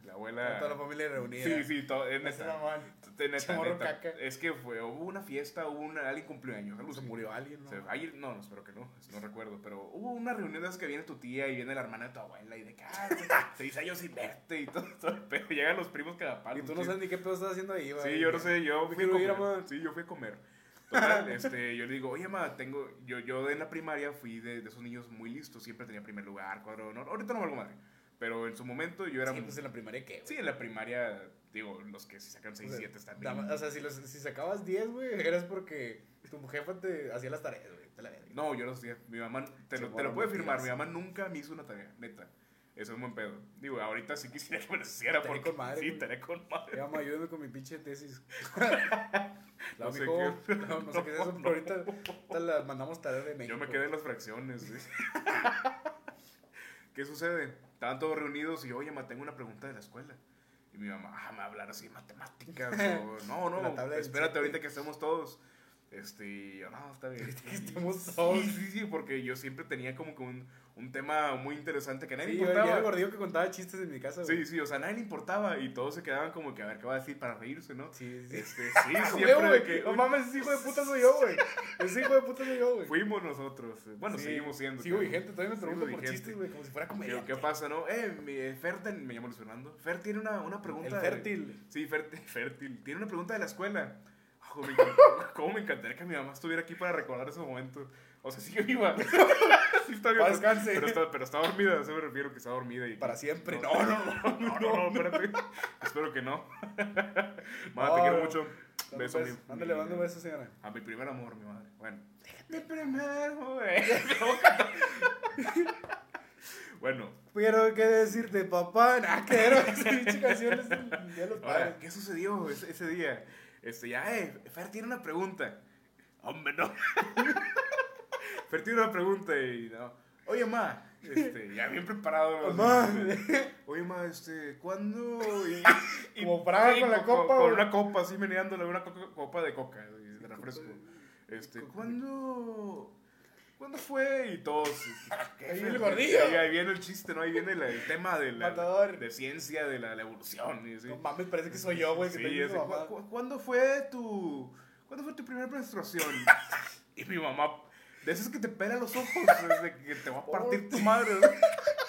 Speaker 1: La abuela.
Speaker 2: Toda la familia reunida.
Speaker 1: Ah. Sí, sí, todo, es
Speaker 2: Esa
Speaker 1: neta.
Speaker 2: mamá.
Speaker 1: es neta,
Speaker 2: chamorro
Speaker 1: neta.
Speaker 2: caca.
Speaker 1: Es que fue, hubo una fiesta, hubo una, alguien cumpleaños, algo
Speaker 2: Se
Speaker 1: así.
Speaker 2: murió alguien, ¿no?
Speaker 1: O sea, ahí- no, no, espero que no, no recuerdo, pero hubo una reunión de esas que viene tu tía y viene la hermana de tu abuela y de que, ah, seis años sin verte y todo, todo el pedo. Llegan los primos cada palo.
Speaker 2: y tú
Speaker 1: un
Speaker 2: no
Speaker 1: chingo.
Speaker 2: sabes ni qué pedo estás haciendo ahí, güey.
Speaker 1: Sí, yo no sé, yo
Speaker 2: Me
Speaker 1: fui a
Speaker 2: quiero ir,
Speaker 1: comer.
Speaker 2: mamá.
Speaker 1: Sí, yo fui a comer. Total, este, yo le digo, oye, ma, tengo, yo, yo en la primaria fui de, de esos niños muy listos, siempre tenía primer lugar, cuadro de honor. Ahorita no valgo madre, pero en su momento yo era.
Speaker 2: Sí,
Speaker 1: muy-
Speaker 2: pues en la primaria, ¿qué, güey?
Speaker 1: sí, en la primaria, digo, los que si sacan 6,
Speaker 2: O sea,
Speaker 1: 7 están bien.
Speaker 2: dama- O sea, si, los- si sacabas 10, güey, eras porque tu jefa te hacía las tareas, güey. Te la verga.
Speaker 1: No, yo lo hacía. Mi mamá, te,
Speaker 2: Sí,
Speaker 1: lo, te
Speaker 2: bueno,
Speaker 1: lo puedo
Speaker 2: mentiras.
Speaker 1: firmar, mi mamá nunca me hizo una tarea, neta. Eso es un buen pedo. Digo, ahorita sí quisiera que me lo hiciera
Speaker 2: Estaría
Speaker 1: porque.
Speaker 2: con madre,
Speaker 1: sí,
Speaker 2: güey.
Speaker 1: estaría con madre.
Speaker 2: Ya, mamá, ayúdame con mi pinche tesis. La
Speaker 1: No sé
Speaker 2: mijo,
Speaker 1: qué-
Speaker 2: no, no sé qué es eso, pero ahorita, ahorita la mandamos tarea de
Speaker 1: Yo
Speaker 2: México.
Speaker 1: me quedé en las fracciones. güey. ¿Qué sucede? Estaban todos reunidos y yo, oye, ma, tengo una pregunta de la escuela. Y mi mamá, ah, me va a hablar así de matemáticas. o, no,
Speaker 2: La
Speaker 1: no,
Speaker 2: tabla del
Speaker 1: espérate
Speaker 2: siete".
Speaker 1: ahorita que estemos todos. Este, y yo, no, está bien.
Speaker 2: Ahorita que estemos todos.
Speaker 1: Sí, sí, sí, porque yo siempre tenía como que un, un tema muy interesante que a nadie
Speaker 2: Sí, yo, yo
Speaker 1: importaba.
Speaker 2: era el gordillo que contaba chistes en mi casa, güey.
Speaker 1: sí, sí, o sea, a nadie le importaba y todos se quedaban como que a ver qué va a decir para reírse, ¿no?
Speaker 2: Sí, sí.
Speaker 1: Este, sí, siempre
Speaker 2: Güey,
Speaker 1: de
Speaker 2: güey,
Speaker 1: que
Speaker 2: No mames, ese hijo de puta soy yo, güey. Ese hijo de puta soy yo, güey.
Speaker 1: fuimos nosotros. Bueno,
Speaker 2: Sí,
Speaker 1: seguimos siendo.
Speaker 2: Sigo
Speaker 1: claro.
Speaker 2: vigente, todavía me
Speaker 1: Sigo
Speaker 2: pregunto por
Speaker 1: vigente.
Speaker 2: chistes, güey, como si fuera
Speaker 1: Digo,
Speaker 2: comediante.
Speaker 1: ¿Qué pasa, no? Eh, mi, eh, Fer ten- me llamo Luis Fernando. Fer tiene una, una pregunta.
Speaker 2: El
Speaker 1: de-
Speaker 2: fértil.
Speaker 1: sí, Fer, fértil. Tiene una pregunta de la escuela. Oh, me encan- ¿Cómo me encantaría que mi mamá estuviera aquí para recordar esos momentos? O sea, sigue viva. sí, está viva.
Speaker 2: Paz, descanse.
Speaker 1: Pero está, pero está dormida, a eso me refiero que está dormida. Y,
Speaker 2: Para siempre.
Speaker 1: No, no, no, no, no, espérate. Espero que no. Mamá, te
Speaker 2: No,
Speaker 1: quiero
Speaker 2: no.
Speaker 1: mucho.
Speaker 2: Dale
Speaker 1: Beso,
Speaker 2: pues,
Speaker 1: mi-
Speaker 2: Ándale,
Speaker 1: mi-
Speaker 2: mando besos, señora.
Speaker 1: A mi primer amor, mi madre. Bueno. Mi primer amor. bueno,
Speaker 2: Quiero que decirte, papá. Nah, que era esa pinche canción es el día de los padres.
Speaker 1: Ahora, ¿qué sucedió ese, ese día? Este, ya, eh, Fer tiene una pregunta. Hombre, no. Fer tiene una pregunta y no. Oye, ma, este, ya bien preparado.
Speaker 2: Mamá.
Speaker 1: Oye, ma, este, ¿cuándo? Y,
Speaker 2: Como Fraga con la copa,
Speaker 1: Con,
Speaker 2: güey.
Speaker 1: una copa, así meneándola, una co- copa de coca, de refresco. Este,
Speaker 2: coca de-
Speaker 1: ¿cuándo? ¿Cuándo fue? Y todos. ¿qué?
Speaker 2: Ahí viene el gordillo.
Speaker 1: Ahí, ahí viene el chiste, ¿no? Ahí viene la- el tema de la.
Speaker 2: Matador.
Speaker 1: De ciencia, de la, la evolución. Y, así.
Speaker 2: No mames, parece que soy yo, güey, que
Speaker 1: Sí,
Speaker 2: te
Speaker 1: ese,
Speaker 2: dice
Speaker 1: "¿Cu-
Speaker 2: mamá.
Speaker 1: cu- ¿Cuándo fue tu cuándo fue tu primera menstruación? y mi mamá de esas que te pela los ojos, desde que te va a partir tu madre.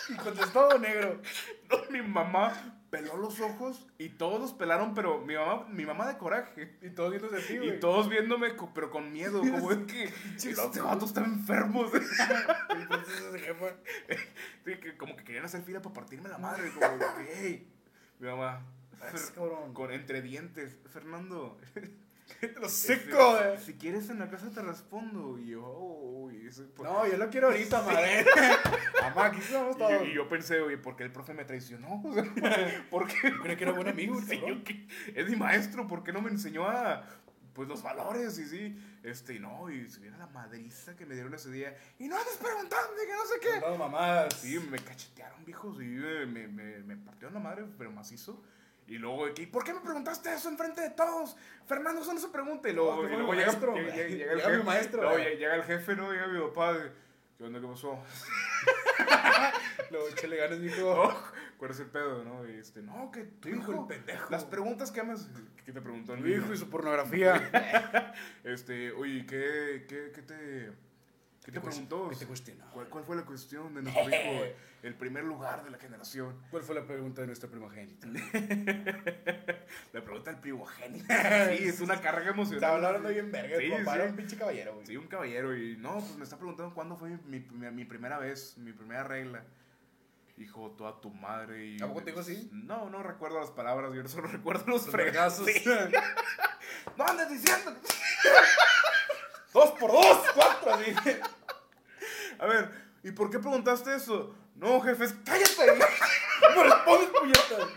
Speaker 2: Y contestó negro.
Speaker 1: No, mi mamá peló los ojos y todos los pelaron, pero mi mamá mi mamá de coraje.
Speaker 2: Y todos viéndose así, güey.
Speaker 1: Y todos viéndome, co- pero con miedo, como es que
Speaker 2: Pinche
Speaker 1: este
Speaker 2: loco.
Speaker 1: vato está enfermo.
Speaker 2: Y entonces ese jefa.
Speaker 1: Sí, que como que querían hacer fila para partirme la madre, como, "Ey". Mi mamá,
Speaker 2: "Vas, "Ah, cabrón.
Speaker 1: con entre dientes, Fernando,
Speaker 2: Los
Speaker 1: Este,
Speaker 2: seco, güey.
Speaker 1: Si quieres en la casa te respondo. Y yo, oh, y, eso, pues,
Speaker 2: No, yo lo quiero ahorita, madre. Mamá, aquí estamos
Speaker 1: y yo-
Speaker 2: todos.
Speaker 1: y yo pensé, oye, ¿por qué el profe me traicionó? O sea, ¿Por qué?
Speaker 2: Yo creía que era buen amigo,
Speaker 1: Sí,
Speaker 2: cabrón.
Speaker 1: yo que- es mi maestro, ¿por qué no me enseñó a pues los valores? Y sí, este, y no, y si viera la madriza que me dieron ese día, y no andes preguntando, y que no sé qué.
Speaker 2: Todos mamadas.
Speaker 1: Sí, me cachetearon, viejos, y me, me, me, me partieron la madre, pero macizo. Y luego, de que, ¿y por qué me preguntaste eso enfrente de todos? Fernando, eso no se pregunta. Y luego,
Speaker 2: No, que
Speaker 1: y
Speaker 2: fue mi
Speaker 1: luego llega,
Speaker 2: maestro.
Speaker 1: llega- llega- llega el
Speaker 2: Llega mi
Speaker 1: jefe.
Speaker 2: maestro,
Speaker 1: Luego
Speaker 2: eh.
Speaker 1: llega- llega el jefe, ¿no? Llega mi papá. de, ¿Qué onda? ¿Qué pasó?
Speaker 2: Luego, échale ganas, mijo.
Speaker 1: Oh, ¿Cuál es el pedo, no? Y este, no, que tu hijo,
Speaker 2: el pendejo.
Speaker 1: las preguntas que amas, que te preguntó el
Speaker 2: Tu
Speaker 1: niño.
Speaker 2: hijo y su pornografía.
Speaker 1: Este, oye, ¿qué, qué, qué te, qué te preguntó?
Speaker 2: ¿Qué te cuestionó?
Speaker 1: ¿Cuál, cuál fue la cuestión de nuestro hijo? El primer lugar de la generación.
Speaker 2: ¿Cuál fue la pregunta de nuestra primogénita?
Speaker 1: La pregunta del primogénito. Sí, es una carga emocional.
Speaker 2: Estaba hablando bien verga.
Speaker 1: Sí,
Speaker 2: tu papá
Speaker 1: sí.
Speaker 2: era un pinche caballero, güey.
Speaker 1: Sí, un caballero y no, pues me está preguntando cuándo fue mi, mi- mi primera vez, mi primera regla. Hijo, toda tu madre y... pues,
Speaker 2: ¿A poco te dijo así?
Speaker 1: No, no recuerdo las palabras, yo solo recuerdo los
Speaker 2: Los
Speaker 1: fregazos.
Speaker 2: vergazos.
Speaker 1: Sí. ¡No andes diciendo!
Speaker 2: Dos por dos, cuatro, así.
Speaker 1: A ver, ¿y por qué preguntaste eso? No, jefes, cállate.
Speaker 2: No respondes, puñetas.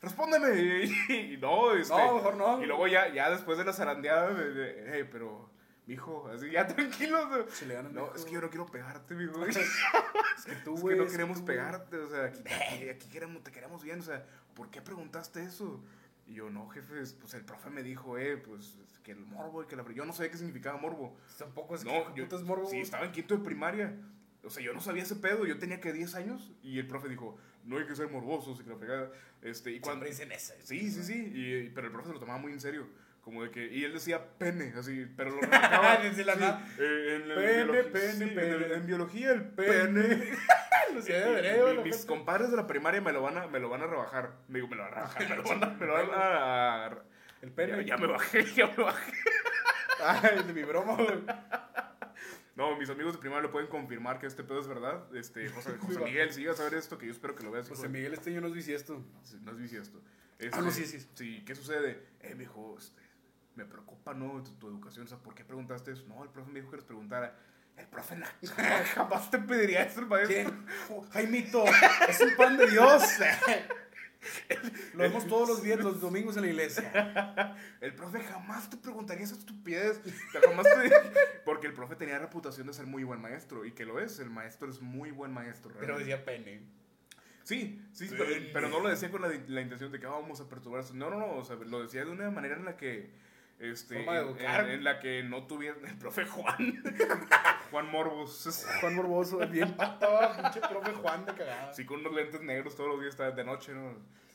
Speaker 1: Respóndeme. Y, y no, este...
Speaker 2: No, mejor no.
Speaker 1: Y luego ya, ya después de la zarandeada, de, de, hey, pero, mijo, así ya tranquilo. de-
Speaker 2: Se le ganan,
Speaker 1: No,
Speaker 2: mijo.
Speaker 1: es que yo no quiero pegarte, mijo.
Speaker 2: Es que tú,
Speaker 1: Es
Speaker 2: güey.
Speaker 1: que no
Speaker 2: es
Speaker 1: queremos
Speaker 2: tú.
Speaker 1: pegarte, o sea, aquí, aquí- aquí queremos, te queremos bien, o sea, ¿por qué preguntaste eso? Y yo, no, jefe, es- pues el profe me dijo, eh, pues que el morbo y que la... fre- Yo no sabía qué significaba morbo.
Speaker 2: Tampoco es
Speaker 1: no,
Speaker 2: que putas morbo.
Speaker 1: Sí, estaba en quinto de primaria. O sea, yo no sabía ese pedo, yo tenía que 10 años y el profe dijo, no hay que ser morbosos y que la fregada. Este, y cuando...
Speaker 2: Siempre dicen eso.
Speaker 1: Sí, sí, sí, y, y- pero el profe se lo tomaba muy en serio. Como de que, y él decía pene, así, pero lo relajaba.
Speaker 2: Desde la
Speaker 1: Sí,
Speaker 2: nada.
Speaker 1: eh, en, la- en
Speaker 2: Pene,
Speaker 1: biología-
Speaker 2: pene,
Speaker 1: sí, en
Speaker 2: pene.
Speaker 1: el- en biología el pene.
Speaker 2: Los
Speaker 1: Sí,
Speaker 2: de
Speaker 1: mi-
Speaker 2: derecho,
Speaker 1: mi-
Speaker 2: la
Speaker 1: mis
Speaker 2: gente.
Speaker 1: compadres de la primaria me lo van a, me lo van a rebajar. Me digo, me lo van a rebajar, me lo van a, me lo van a- a-
Speaker 2: El pene.
Speaker 1: Ya, ya me bajé, ya me bajé.
Speaker 2: Ay, de mi broma, güey.
Speaker 1: No, mis amigos de primaria lo pueden confirmar que este pedo es verdad. Este, José, José
Speaker 2: Muy
Speaker 1: Miguel, si llegas a ver esto, que yo espero que lo veas. hijo
Speaker 2: José
Speaker 1: de-
Speaker 2: Miguel este año nos dice esto.
Speaker 1: Sí, No es bisiesto. Este,
Speaker 2: Ah, no, sí, sí, sí.
Speaker 1: Sí, ¿qué sucede? Eh, me dijo, este, me preocupa, ¿no? Tu, tu educación, o sea, ¿por qué preguntaste eso? No, el profe me dijo que les preguntara. El profe na- jamás te pediría eso, el maestro.
Speaker 2: ¿Quién? Jaimito, es un pan de Dios. Lo vemos todos los días, los domingos en la iglesia.
Speaker 1: El profe jamás te preguntaría esa estupidez. O sea, jamás te- Porque el profe tenía reputación de ser muy buen maestro. Y que lo es. El maestro es muy buen maestro.
Speaker 2: Pero
Speaker 1: realmente.
Speaker 2: decía pene.
Speaker 1: Sí, sí, pero,
Speaker 2: Pene.
Speaker 1: pero no lo decía con la, la intención de que "Ah, vamos a perturbar. eso". No, no, no. O sea, lo decía de una manera en la que. Este,
Speaker 2: Forma de
Speaker 1: en,
Speaker 2: educar.
Speaker 1: en- en la que no tuviera. El profe Juan. Juan Morbos.
Speaker 2: Juan Morboso, bien pataba, pinche profe Juan de cagada.
Speaker 1: Sí, con unos lentes negros todos los días estaba de noche, ¿no?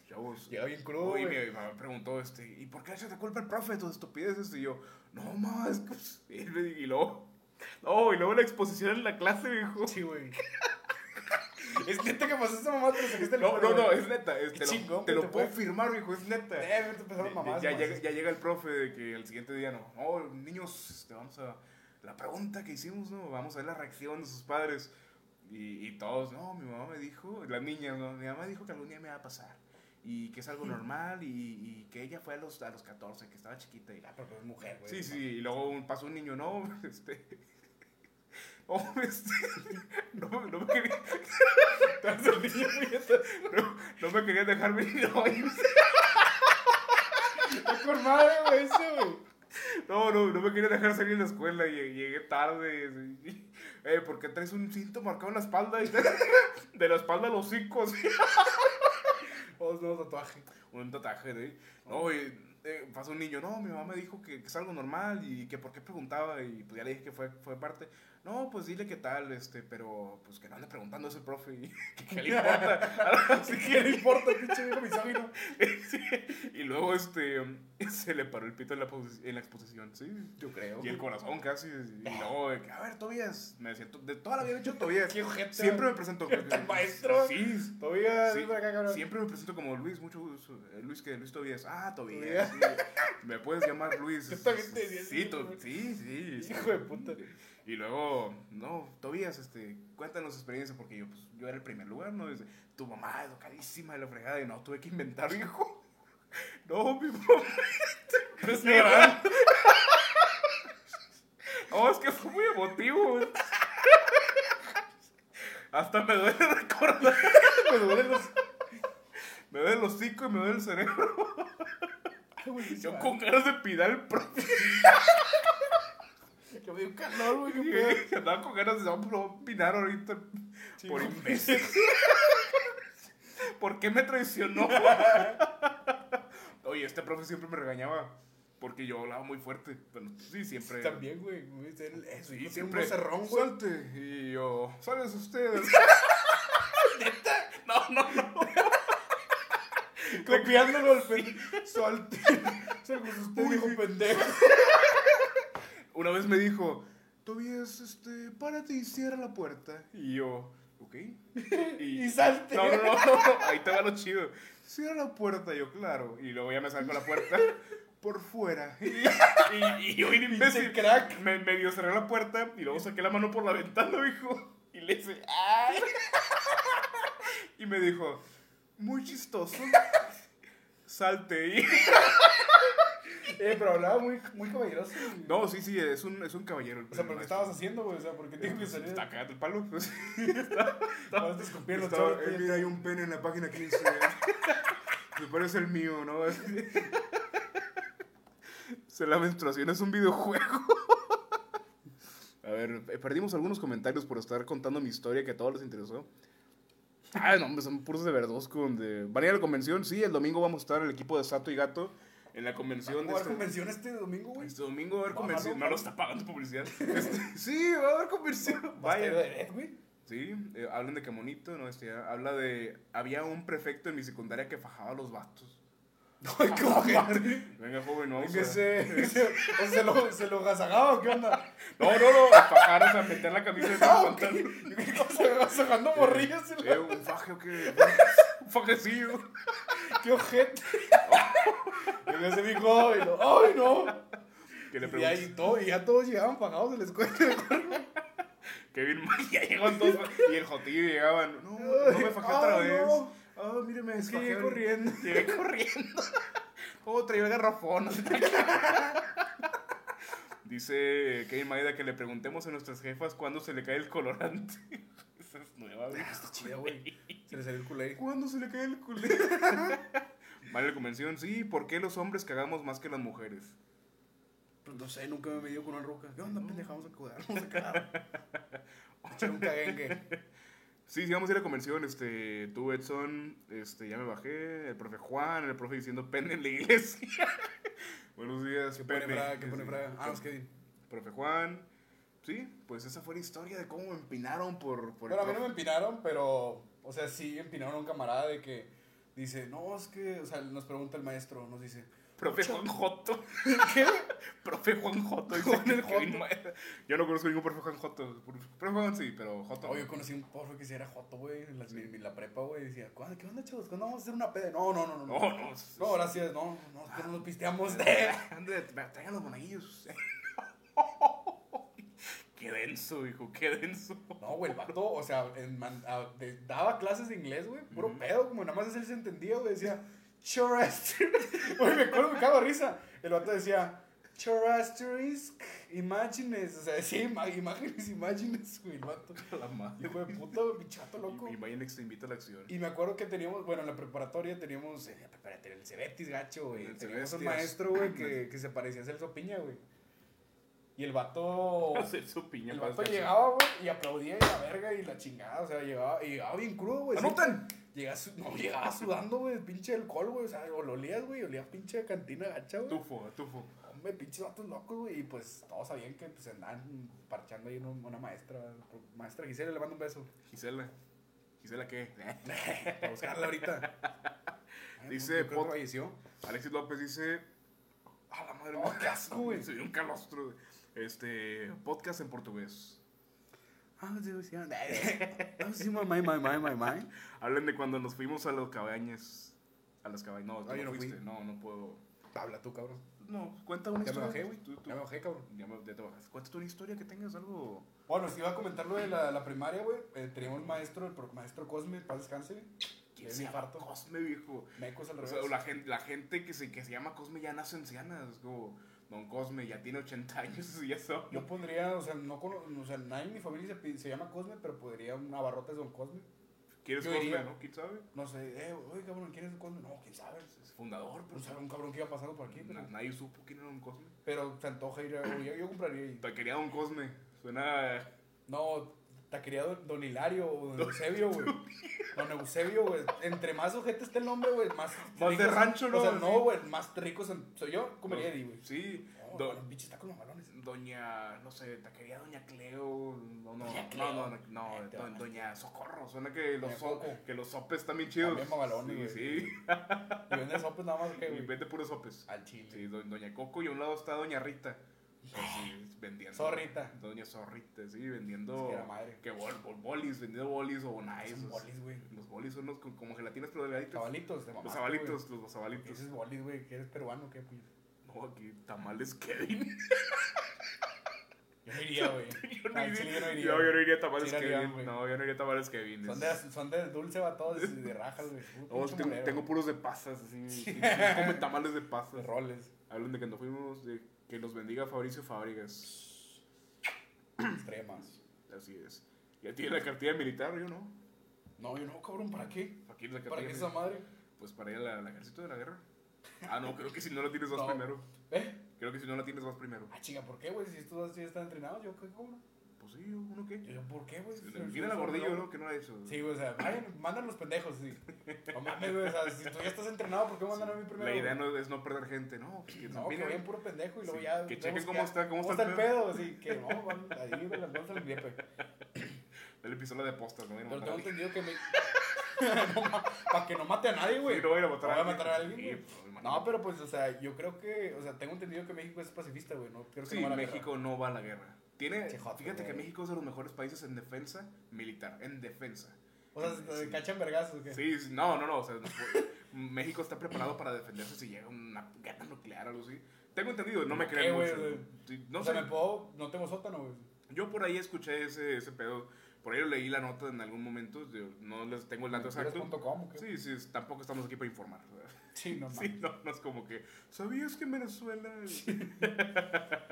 Speaker 1: Chavos.
Speaker 2: Llega bien crudo.
Speaker 1: Uy,
Speaker 2: güey.
Speaker 1: mi mamá me preguntó, este, ¿y por qué le echaste culpa al profe de tus estupideces? Y yo, no, más es que... pues", Y, le- y luego, no, y luego la exposición en la clase, viejo.
Speaker 2: Sí, güey. Es neta que pasó esa mamá, te lo sacaste el
Speaker 1: No, no,
Speaker 2: culo,
Speaker 1: no,
Speaker 2: güey.
Speaker 1: es neta, es-
Speaker 2: Qué
Speaker 1: te,
Speaker 2: chingón,
Speaker 1: lo, te
Speaker 2: güey,
Speaker 1: lo
Speaker 2: te
Speaker 1: puedo
Speaker 2: puedes-
Speaker 1: firmar, viejo, es neta.
Speaker 2: Eh, vete a empezar a mamar,
Speaker 1: ya,
Speaker 2: mamás.
Speaker 1: llega, ya llega el profe de que el siguiente día no, no, niños, este, vamos a la pregunta que hicimos, ¿no? Vamos a ver la reacción de sus padres. Y, y todos, no, mi mamá me dijo, las niñas, ¿no? Mi mamá dijo que algún día me va a pasar. Y que es algo normal y, y que ella fue a los, a los 14, que estaba chiquita y la...
Speaker 2: Ah, pero es mujer, güey.
Speaker 1: Sí, sí, y luego un- pasó un niño, no, este... No, este... No, me- no me quería...
Speaker 2: Entonces, el niño, puñeta,
Speaker 1: No, no me quería dejar venir hoy.
Speaker 2: está con madre, güey, Ah, ese, güey.
Speaker 1: No, no, no me quería dejar salir de la escuela, lle- llegué tarde. sí. Eh, porque traes un cinto marcado en la espalda y de la espalda a los cinco, así.
Speaker 2: Todos nuevos tatuajes.
Speaker 1: Un tatuaje de ahí. No, y, eh, pasa un niño, no, mi mamá me dijo que, que es algo normal y que por qué preguntaba y pues ya le dije que fue, fue parte. No, pues dile qué tal, este, pero pues que no ande preguntando ese profe y que, que le importa.
Speaker 2: Así que no importa, pinche viejo misógino.
Speaker 1: Sí, y luego este se le paró el pito en la, posi- en la exposición, sí.
Speaker 2: Yo creo.
Speaker 1: Y el corazón casi. Y luego, de que, a ver, Tobías. Me decía, "Tú- de toda la vida he dicho Tobías.
Speaker 2: Qué ojete,
Speaker 1: Siempre
Speaker 2: güey.
Speaker 1: me presento.
Speaker 2: Tan maestro.
Speaker 1: Sí.
Speaker 2: Todavía,
Speaker 1: sí,
Speaker 2: ven para acá, cabrón.
Speaker 1: siempre me presento como Luis, mucho gusto. Eh, Luis, que Luis Tobías. Ah, Tobías.
Speaker 2: Tobías.
Speaker 1: sí. Me puedes llamar Luis.
Speaker 2: Yo también te decía
Speaker 1: sí,
Speaker 2: así,
Speaker 1: to-
Speaker 2: güey.
Speaker 1: sí, sí, sí.
Speaker 2: Hijo de puta.
Speaker 1: Y luego, no, Tobías, este, cuéntanos experiencia, porque yo, pues, yo era el primer lugar, ¿no? Dice, tu mamá educadísima de la fregada, y no, tuve que inventar, hijo. No, mi mamá.
Speaker 2: Estás llorando.
Speaker 1: No, es que fue muy emotivo. güey. Hasta me duele recordar.
Speaker 2: Me duelen los.
Speaker 1: Me duele el hocico y me duele el cerebro.
Speaker 2: Ay, güey,
Speaker 1: Yo
Speaker 2: se
Speaker 1: con ganas de pidar el profe.
Speaker 2: va. Que me dio calor, güey, qué pedo.
Speaker 1: Yo andaba con ganas de vamos, lo voy a pinar ahorita.
Speaker 2: Chingo.
Speaker 1: Por
Speaker 2: pues,
Speaker 1: imbécil. ¿Por qué me traicionó? Oye, este profe siempre me regañaba. Porque yo hablaba muy fuerte. Bueno, sí, siempre.
Speaker 2: También, güey. güey, es el- es-
Speaker 1: Sí,
Speaker 2: tiene un
Speaker 1: siempre.
Speaker 2: vocerrón, güey.
Speaker 1: Salte. Y yo, sales ustedes.
Speaker 2: No,
Speaker 1: no, no.
Speaker 2: Copiándolo al pendejo. Salte. Se usted dijo pendejo.
Speaker 1: Una vez me dijo, Tobías, este, párate y cierra la puerta. Y yo, ok.
Speaker 2: Y salte.
Speaker 1: No, no, no, no, ahí te va lo chido. Cierra la puerta, yo, claro. Y luego ya me salgo a la puerta por fuera. Y, y- y yo, bien
Speaker 2: Pinche
Speaker 1: imbécil,
Speaker 2: crack.
Speaker 1: me medio cerré la puerta y luego saqué la mano por la ventana, hijo. Y le hice, ¡ay! Y me dijo, muy chistoso. Salte y...
Speaker 2: Eh, pero hablaba muy, muy caballeroso. güey.
Speaker 1: No, sí, sí, es un, es un caballero.
Speaker 2: O sea, ¿pero qué estabas haciendo, güey? O sea, ¿por qué
Speaker 1: Eh,
Speaker 2: tengo que salir?
Speaker 1: Está cagando el palo. pues.
Speaker 2: Ahora te escupí en los
Speaker 1: Estaba,
Speaker 2: chavos,
Speaker 1: eh,
Speaker 2: güey.
Speaker 1: mira, hay un pene en la página eh, 15. Me parece el mío, ¿no? Se la menstruación es un videojuego. A ver, eh, perdimos algunos comentarios por estar contando mi historia que a todos les interesó. Ah, no, hombre, son puros de verdosco. Donde... ¿Van a ir a la convención? Sí, el domingo vamos a estar el equipo de Sato y Gato en la convención de
Speaker 2: ¿Hubo
Speaker 1: este...
Speaker 2: convención este domingo, güey?
Speaker 1: Este domingo va a haber
Speaker 2: Ojalá,
Speaker 1: convención. No
Speaker 2: ojalá.
Speaker 1: lo está pagando publicidad. Este, sí, va a haber convención.
Speaker 2: Vaya.
Speaker 1: Vaya.
Speaker 2: güey?
Speaker 1: Sí, eh, hablan de Camonito, ¿no? Este, ya habla de. Había un prefecto en mi secundaria que fajaba a los vatos.
Speaker 2: Ay, cómo gente.
Speaker 1: Venga, joven, no. vamos
Speaker 2: Que
Speaker 1: a-
Speaker 2: se, se, o se lo, se lo gasagaba, ¿qué onda?
Speaker 1: No, no, no. a Fajar, o sea, meter la camisa en el
Speaker 2: Ah, ok.
Speaker 1: pantalón.
Speaker 2: Yo creí que se gasagando morrillas. y
Speaker 1: Eh,
Speaker 2: la-
Speaker 1: un faje o qué. Un fajecillo.
Speaker 2: ¡Qué ojete! Y me se dijo, y lo, ¡ay, no!
Speaker 1: Que le
Speaker 2: y, ahí
Speaker 1: pregunté.
Speaker 2: todo, y ya todos llegaban pagados de la escuela.
Speaker 1: Kevin May, ya llegaban todos. Y el Jotillo llegaban. No, no me fajé otra
Speaker 2: Ay,
Speaker 1: vez.
Speaker 2: no.
Speaker 1: Ah, míreme,
Speaker 2: Es que
Speaker 1: desfajé
Speaker 2: llegué
Speaker 1: ahorita.
Speaker 2: corriendo.
Speaker 1: Llegué corriendo. Oh, traía el garrafón. Dice Kevin Maida que le preguntemos a nuestras jefas cuándo se le cae el colorante. Esa es nueva, güey.
Speaker 2: Ah, Está chida, güey. Se le salió el culé. Pues,
Speaker 1: ¿Cuándo se le cae el culo? Vale, la convención, sí. ¿Por qué los hombres cagamos más que las mujeres?
Speaker 2: No sé, nunca me he medido con una roca. ¿Qué onda, pendeja? Vamos a cuidar, vamos a cagar. Echar un caguengue.
Speaker 1: Sí, sí, vamos a ir a la convención. Este, tú, Edson, este, ya me bajé. El profe Juan, el profe diciendo pene en la iglesia. Buenos días,
Speaker 2: Que pone
Speaker 1: pene.
Speaker 2: fraga, que
Speaker 1: Sí,
Speaker 2: pone
Speaker 1: sí.
Speaker 2: fraga. Ah, no, es Kevin.
Speaker 1: Profe Juan. Sí, pues esa fue la historia de cómo me empinaron por, por el
Speaker 2: Bueno, a mí no me
Speaker 1: profe.
Speaker 2: empinaron, pero, o sea, sí empinaron a un camarada de que dice, no, es que, o sea, nos pregunta el maestro, nos dice,
Speaker 1: Profe Juan Joto.
Speaker 2: ¿qué?
Speaker 1: Profe Juan Joto. dice
Speaker 2: Juan
Speaker 1: que
Speaker 2: el
Speaker 1: Kevin
Speaker 2: Joto.
Speaker 1: Maeda. Yo no conozco ningún profe Juan Joto. Profe Juan sí, pero Joto.
Speaker 2: Oh, yo conocí un profe que sí era joto, güey, en la, en la prepa, güey, decía, "¿Cuándo- ¿qué onda, chavos? ¿Cuándo vamos a hacer una peda? No, no, no, no.
Speaker 1: no, no. es-
Speaker 2: No, gracias, no, no, es que no nos pisteamos de...
Speaker 1: Ande, traigan los monaguillos. Qué denso, hijo, qué denso.
Speaker 2: No, güey, el vato, o sea, en man- a- de- daba clases de inglés, güey, puro pedo, como nada más él se entendía, güey, decía, Chorasturisk, güey, me acuerdo, me cago de risa, el vato decía, Chorasturisk, imágenes, o sea, decía ima- imágenes, imágenes, güey, el vato,
Speaker 1: A la madre.
Speaker 2: hijo de puta, güey, pinche vato loco.
Speaker 1: Y, y Mayenex te invita a la acción.
Speaker 2: Y me acuerdo que teníamos, bueno, en la preparatoria teníamos, eh, espérate, el Cebetis gacho, güey.
Speaker 1: El
Speaker 2: Teníamos un
Speaker 1: Cebetis.
Speaker 2: maestro, güey, que, que se parecía a Celso Piña, güey. Y el vato...
Speaker 1: Hacer su piña
Speaker 2: El
Speaker 1: para
Speaker 2: vato
Speaker 1: descansar.
Speaker 2: llegaba, güey, y aplaudía y la verga y la chingada, o sea, llegaba, y llegaba bien crudo, güey. pues, sí.
Speaker 1: ¡Anotan!
Speaker 2: Llega su- no, llegaba sudando, güey, pinche alcohol, güey, o sea, o lo olías, güey, olía a pinche cantina gacha, güey.
Speaker 1: Tufo, tufo.
Speaker 2: Hombre, pinches vatos locos, güey, y pues todos sabían que pues andaban parchando ahí en un- una maestra, maestra Gisela, le mando un beso,
Speaker 1: Gisela. ¿Gisela qué?
Speaker 2: para buscarla ahorita. Ay,
Speaker 1: Dice,
Speaker 2: yo creo que
Speaker 1: pod-
Speaker 2: falleció.
Speaker 1: Alexis López dice. A la madre,
Speaker 2: Oh,
Speaker 1: me-
Speaker 2: qué asco, güey.
Speaker 1: Se dio un calostro. güey. Este. Podcast en portugués.
Speaker 2: Ah, sí, sí, ah, sí, my, my, my, my, my, my.
Speaker 1: Hablen de cuando nos fuimos a las cabañas. A las cabañas. No, tú
Speaker 2: Ah,
Speaker 1: no
Speaker 2: yo no fui.
Speaker 1: fuiste. No, no puedo.
Speaker 2: Habla tú, cabrón.
Speaker 1: No, cuenta una
Speaker 2: Ya me
Speaker 1: historia.
Speaker 2: bajé, güey.
Speaker 1: Tú- tú-
Speaker 2: Ya me bajé, cabrón.
Speaker 1: Ya me- ya te bajas. Cuéntate una historia que tengas algo.
Speaker 2: Bueno, si iba a comentar lo de la, la primaria, güey. eh, teníamos un maestro, el pro- maestro Cosme, paz descanse.
Speaker 1: ¿Quién
Speaker 2: Es
Speaker 1: se llama
Speaker 2: infarto.
Speaker 1: Cosme, viejo?
Speaker 2: Mecos al
Speaker 1: O
Speaker 2: revés.
Speaker 1: sea, la gente, la gente que, se, que se llama Cosme ya nace anciana. Es como, don Cosme ya tiene 80 años y ya son.
Speaker 2: Yo pondría, o sea, no cono- o sea, nadie en mi familia se, pi- se llama Cosme, pero podría un abarrote de Don Cosme.
Speaker 1: ¿Quieres
Speaker 2: yo
Speaker 1: Cosme,
Speaker 2: diría-
Speaker 1: no? ¿Quién sabe?
Speaker 2: No sé, eh, oye, cabrón, ¿quién es Don Cosme? No, quién sabe.
Speaker 1: Es fundador, pero
Speaker 2: O sea, un cabrón que iba pasando por aquí,
Speaker 1: na-
Speaker 2: pero,
Speaker 1: nadie supo quién era don Cosme.
Speaker 2: pero se antoja ir a. o Yo, yo compraría ahí.
Speaker 1: Te quería don Cosme. Suena.
Speaker 2: No, Taquería Don- Don Hilario o Don Eusebio, güey. Don Eusebio, güey. Entre más ojete esté el nombre, güey, más.
Speaker 1: Más
Speaker 2: rico
Speaker 1: de
Speaker 2: son-
Speaker 1: rancho, ¿no?
Speaker 2: O sea,
Speaker 1: Así.
Speaker 2: no, güey, más rico son- soy yo. Comería Eddie, güey.
Speaker 1: Sí.
Speaker 2: Oh,
Speaker 1: Do-
Speaker 2: los pinches tacos mamalones.
Speaker 1: Doña, no sé, taquería Doña Cleo, no, no,
Speaker 2: Doña Cleo.
Speaker 1: no, no, no,
Speaker 2: Vete,
Speaker 1: do-
Speaker 2: mamá.
Speaker 1: Doña Socorro, suena que los,
Speaker 2: Doña
Speaker 1: so-
Speaker 2: Coco.
Speaker 1: que los sopes están bien chidos.
Speaker 2: También mamalones,
Speaker 1: sí,
Speaker 2: güey.
Speaker 1: sí,
Speaker 2: Y venden sopes nada más, ¿qué,
Speaker 1: y
Speaker 2: güey?
Speaker 1: vende puros sopes.
Speaker 2: Al chile.
Speaker 1: Sí, do- Doña Coco y a un lado está Doña Rita. pues, sí, vendiendo.
Speaker 2: Zorrita.
Speaker 1: Doña Zorrita, sí,
Speaker 2: Es
Speaker 1: vendiendo.
Speaker 2: que era madre.
Speaker 1: Que bol, bol- bolis, vendiendo bolis o bonais.
Speaker 2: Son bolis, güey.
Speaker 1: Los bolis son los co- como gelatinas pero delgaditas.
Speaker 2: Cabalitos de mamá.
Speaker 1: Los sabalitos, los sabalitos.
Speaker 2: Dices bolis, güey, que eres peruano, ¿qué, pues? puñet?
Speaker 1: No, aquí tamales Kevin.
Speaker 2: Yo no iría, güey.
Speaker 1: yo, no
Speaker 2: Al
Speaker 1: iría,
Speaker 2: chile yo no iría,
Speaker 1: yo- yo no
Speaker 2: güey.
Speaker 1: iría a tamales
Speaker 2: Sí, iría,
Speaker 1: Kevin.
Speaker 2: güey.
Speaker 1: No, yo no iría a tamales Kevin.
Speaker 2: Son
Speaker 1: es-
Speaker 2: de, son de dulce, va todos y de rajas, güey. Puro
Speaker 1: No,
Speaker 2: pinche
Speaker 1: tengo,
Speaker 2: molero,
Speaker 1: tengo
Speaker 2: güey.
Speaker 1: puros de pasas, así. sí, sí, Come tamales de
Speaker 2: De
Speaker 1: pasas.
Speaker 2: roles.
Speaker 1: Hablan de que nos fuimos, de que los bendiga Fabricio Fábregas.
Speaker 2: Extremas.
Speaker 1: Así es. Ya tiene la cartilla militar, yo no.
Speaker 2: No, yo no, cabrón, ¿para qué?
Speaker 1: Aquí la
Speaker 2: ¿Para
Speaker 1: cartilla
Speaker 2: qué esa
Speaker 1: militar.
Speaker 2: madre?
Speaker 1: Pues para ir al al ejército de la guerra. Ah, no, creo que si no la tienes vas
Speaker 2: No.
Speaker 1: primero.
Speaker 2: ¿Eh?
Speaker 1: Creo que si no la tienes vas primero.
Speaker 2: Ah, chinga, ¿por qué, güey? Si estos dos ya están entrenados, yo qué cobro.
Speaker 1: Pues sí, uno qué.
Speaker 2: Yo, yo, ¿por qué, güey?
Speaker 1: Mira la gordillo, ¿no? Que no la hizo.
Speaker 2: Sí, güey, o sea, vayan, mandan los pendejos, sí. No mames, güey, o sea, si tú ya estás entrenado, ¿por qué mandan a mí primero?
Speaker 1: La idea
Speaker 2: güey?
Speaker 1: no es no perder gente, ¿no. Pues que
Speaker 2: No, que
Speaker 1: mira,
Speaker 2: vayan puro pendejo y luego
Speaker 1: Sí,
Speaker 2: ya.
Speaker 1: que
Speaker 2: vemos
Speaker 1: chequen cómo está- cómo está
Speaker 2: el
Speaker 1: el
Speaker 2: pedo. sí, que no, van ahí, güey, las manos al liepe.
Speaker 1: el episodio de postas, no voy a
Speaker 2: Pero
Speaker 1: matar a
Speaker 2: tengo
Speaker 1: alguien.
Speaker 2: entendido que me. Para que no mate a nadie, güey.
Speaker 1: Sí, no voy a ir a matar
Speaker 2: No voy a matar a
Speaker 1: Sí,
Speaker 2: alguien,
Speaker 1: pues,
Speaker 2: No,
Speaker 1: imagínate.
Speaker 2: pero pues, o sea, yo creo que, o sea, tengo entendido que México es pacifista, güey, ¿no? Creo que
Speaker 1: Sí,
Speaker 2: no va a la guerra.
Speaker 1: México no va a la guerra. Tiene,
Speaker 2: Qué joto,
Speaker 1: fíjate que
Speaker 2: güey.
Speaker 1: México es de los mejores países en defensa militar, en defensa.
Speaker 2: O sea, se
Speaker 1: Sí.
Speaker 2: cachan vergazos, ¿qué?
Speaker 1: Sí, sí, no, no, no. O sea, no puede- México está preparado para defenderse si llega una guerra nuclear o algo así. Tengo entendido, no me
Speaker 2: Ok,
Speaker 1: creen
Speaker 2: güey,
Speaker 1: mucho.
Speaker 2: güey.
Speaker 1: Sí, No
Speaker 2: No o
Speaker 1: sé,
Speaker 2: sea, me puedo, no tengo sótano, güey.
Speaker 1: yo por ahí escuché ese, ese pedo. Por ahí lo leí la nota en algún momento. yo no les tengo el dato exacto.
Speaker 2: Mentiras.com, ¿o qué?
Speaker 1: Sí, sí, es- tampoco estamos aquí para informar. o sea,
Speaker 2: Sí, no
Speaker 1: Sí,
Speaker 2: mames.
Speaker 1: no, no es como que, ¿sabías que en Venezuela?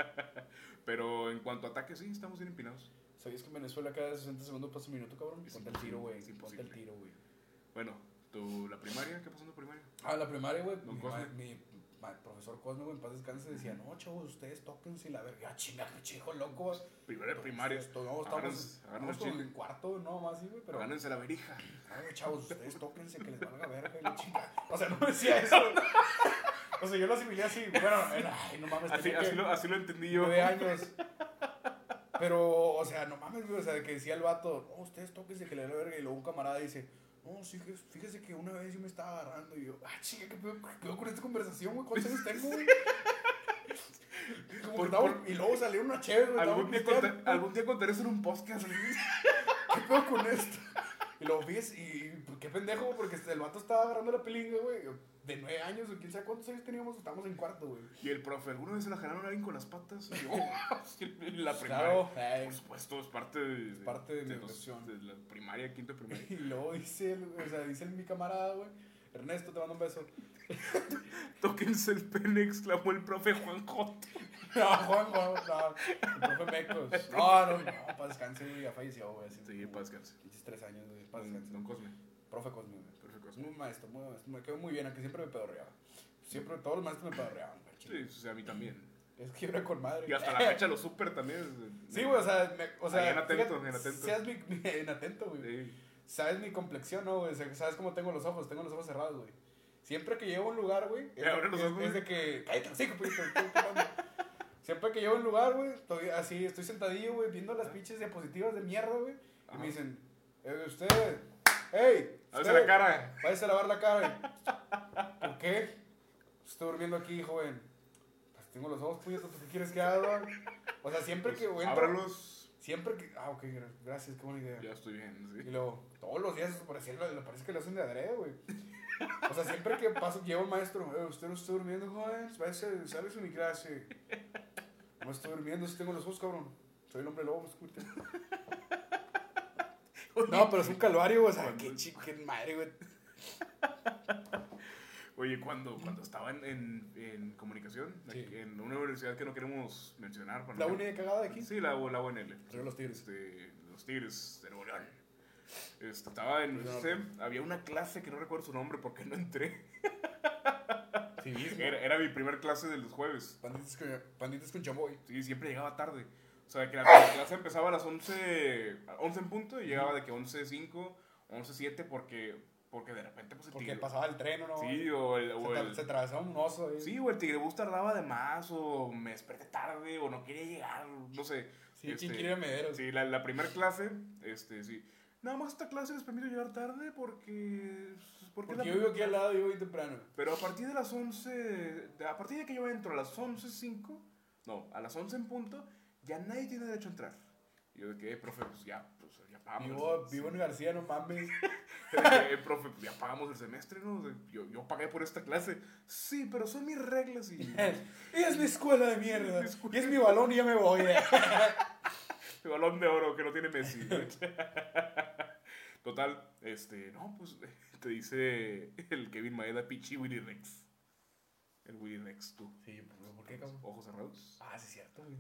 Speaker 1: Pero en cuanto a ataque, sí, estamos bien empinados.
Speaker 2: ¿Sabías que en Venezuela cada 60 segundos pasa un minuto, cabrón?
Speaker 1: Es
Speaker 2: Ponte el tiro, güey.
Speaker 1: imposible, es
Speaker 2: Ponte el
Speaker 1: imposible.
Speaker 2: tiro, güey.
Speaker 1: Bueno, ¿tú, la primaria? ¿Qué pasó en tu primaria?
Speaker 2: Ah, la primaria, güey.
Speaker 1: Don
Speaker 2: Mi,
Speaker 1: Cosme.
Speaker 2: ma- mi ma- profesor Cosme, güey, en paz descanse, decía, no, chavos, ustedes tóquense y la verga. Ah, chinga, qué chico loco, güey.
Speaker 1: Primaria de primaria.
Speaker 2: Entonces, No, estamos,
Speaker 1: Agárrense-
Speaker 2: estamos
Speaker 1: agárrense
Speaker 2: como
Speaker 1: chile.
Speaker 2: en cuarto, no, más así, güey, pero...
Speaker 1: Gánense la verija.
Speaker 2: Ay, chavos, ustedes tóquense que les valga verga y la chingada. O sea, no me decía eso. O sea, yo lo asimilé así. Bueno, era, ay, no mames,
Speaker 1: Así,
Speaker 2: tenía
Speaker 1: así,
Speaker 2: que
Speaker 1: lo, así lo entendí yo.
Speaker 2: nueve años. Pero, o sea, no mames, güey. O sea, que decía el vato, no, ustedes tóquense que les valga verga. Y luego un camarada dice, no, sí, que- fíjese que una vez yo me estaba agarrando. Y yo, ah, chica, ¿qué pedo, qué pedo con esta conversación, güey? ¿Cuántos años tengo, güey? Como que
Speaker 1: Por-
Speaker 2: estábamos-
Speaker 1: por-
Speaker 2: y luego salieron una chévere, güey.
Speaker 1: Algún
Speaker 2: estábamos
Speaker 1: día,
Speaker 2: pisteando.
Speaker 1: contar- algún día contaré eso en un podcast.
Speaker 2: ¿qué pedo con esto? Y lo ves y pues, qué pendejo, güey, porque el vato estaba agarrando la pilinga, güey. De nueve años o quién sabe cuántos años teníamos, estábamos en cuarto, güey.
Speaker 1: Y el profe, ¿alguna vez se la jalaron a alguien con las patas? Y yo, "Oh, en la primaria.
Speaker 2: Claro.
Speaker 1: Por supuesto, es parte de,
Speaker 2: parte de mi
Speaker 1: los-
Speaker 2: educación.
Speaker 1: de la primaria, quinto de primaria.
Speaker 2: Y luego dice, el- o sea, dice el- mi camarada, güey. Ernesto, te mando un beso.
Speaker 1: Tóquense el pene, exclamó el profe Juan J.
Speaker 2: No, Juan, Juan, no. El profe Mecos. No, no, no, para descanse, güey. Ya falleció, güey. hace
Speaker 1: Sí,
Speaker 2: como
Speaker 1: paz, descanse. Mm,
Speaker 2: 23 años, güey. Para descanse.
Speaker 1: Don Cosme.
Speaker 2: Profe Cosme, güey.
Speaker 1: Profe
Speaker 2: Es
Speaker 1: Cosme.
Speaker 2: muy maestro, muy maestro. Me quedó muy bien, aunque siempre me pedorreaba. Siempre, todos los maestros me pedorreaban, güey.
Speaker 1: Sí, o sea, a mí también.
Speaker 2: Es que yo era con madre.
Speaker 1: Y hasta la fecha lo super también.
Speaker 2: Sí, güey, o sea, me, o sea
Speaker 1: Ahí en atento,
Speaker 2: fíjate,
Speaker 1: en atento.
Speaker 2: Seas mi, mi- en atento, güey.
Speaker 1: Sí.
Speaker 2: Sabes mi complexión, ¿no, güey? O sea, Sabes cómo tengo los ojos, tengo los ojos cerrados, güey. Siempre que llego a un lugar, güey, es,
Speaker 1: Y abre los
Speaker 2: es-
Speaker 1: ojos,
Speaker 2: es de que... Cállate, sí, Siempre que llego a un lugar, güey, estoy así, estoy sentadillo, güey, viendo las pinches diapositivas de mierda, güey. Y
Speaker 1: Ah. Ajá.
Speaker 2: me dicen, eh, usted, hey,
Speaker 1: A veces la
Speaker 2: usted,
Speaker 1: cara.
Speaker 2: váyase a lavar la cara. ¿Por qué? Estoy durmiendo aquí, joven. Pues tengo los ojos puñetos, ¿qué quieres que haga? O sea, siempre que... güey, entro-
Speaker 1: Pues, Ábralos.
Speaker 2: Siempre que. Ah, ok, gra- gracias, qué buena idea.
Speaker 1: Ya estoy bien,
Speaker 2: Y
Speaker 1: sí.
Speaker 2: luego, todos los días eso parecía, lo, lo- parece que lo hacen de adrede, güey. O sea, siempre que paso, llevo al maestro, "Eh, usted no está durmiendo, joven, váyase, sálvese de mi clase. No estoy durmiendo, si tengo los ojos, cabrón. Soy el hombre lobo, escúchate. No, pero es un calvario, güey. O sea, qué chi- qué madre, güey.
Speaker 1: Oye, cuando, cuando estaba en, en, en comunicación,
Speaker 2: Sí.
Speaker 1: aquí en una universidad que no queremos mencionar. para
Speaker 2: La
Speaker 1: no-
Speaker 2: única cagada de aquí.
Speaker 1: Sí, la, la UNL.
Speaker 2: Pero los tigres.
Speaker 1: Este, los Tigres, de Nuevo León. Este, estaba en
Speaker 2: Nuevo
Speaker 1: SEM, había una clase que no recuerdo su nombre porque no entré.
Speaker 2: Sí, mismo.
Speaker 1: Era, era mi primer clase de los jueves.
Speaker 2: Panditas con, panditas con chamboy.
Speaker 1: Sí, siempre llegaba tarde. O O sea, que la clase empezaba a las 11, 11 en punto y llegaba de que 11.05, 11.07 porque, porque de repente pues el
Speaker 2: Porque
Speaker 1: tigre...
Speaker 2: pasaba el tren o no.
Speaker 1: Sí, o el...
Speaker 2: se,
Speaker 1: o
Speaker 2: tra-
Speaker 1: el-
Speaker 2: se atravesaba un oso. ahí.
Speaker 1: sí, o el tigrebús tardaba de más o me desperté tarde o no quería llegar, no sé.
Speaker 2: Sí, ¿quién
Speaker 1: este,
Speaker 2: quiere ir a Mederos?
Speaker 1: Sí, la, la primera clase, este, sí. Nada más esta clase les permito llegar tarde porque... pues, Porque, es la
Speaker 2: Porque yo vivo aquí al lado, yo voy temprano.
Speaker 1: Pero a partir de las 11, de- a partir de que yo entro a las 11.05, no, a las 11 en punto, ya nadie tiene derecho a entrar. Y yo de que, "Eh, profe, pues ya, pues ya pagamos.
Speaker 2: Vivo,
Speaker 1: Sí.
Speaker 2: vivo en García, no mames.
Speaker 1: De que, "Eh, profe, pues ya pagamos el semestre, ¿no? De- Yo, yo pagué por esta clase. Sí, pero son mis reglas y
Speaker 2: Y es mi escuela de mierda.
Speaker 1: Es mi escuela.
Speaker 2: Y es mi balón y ya me voy. eh.
Speaker 1: el balón de oro que no tiene Messi. Total, este, no, pues te dice el Kevin Maeda, pichi Willy Rex. El Willy Rex, tú.
Speaker 2: Sí,
Speaker 1: pues,
Speaker 2: pero ¿por qué, cabrón?
Speaker 1: Ojos cerrados.
Speaker 2: Ah, sí, es cierto, güey.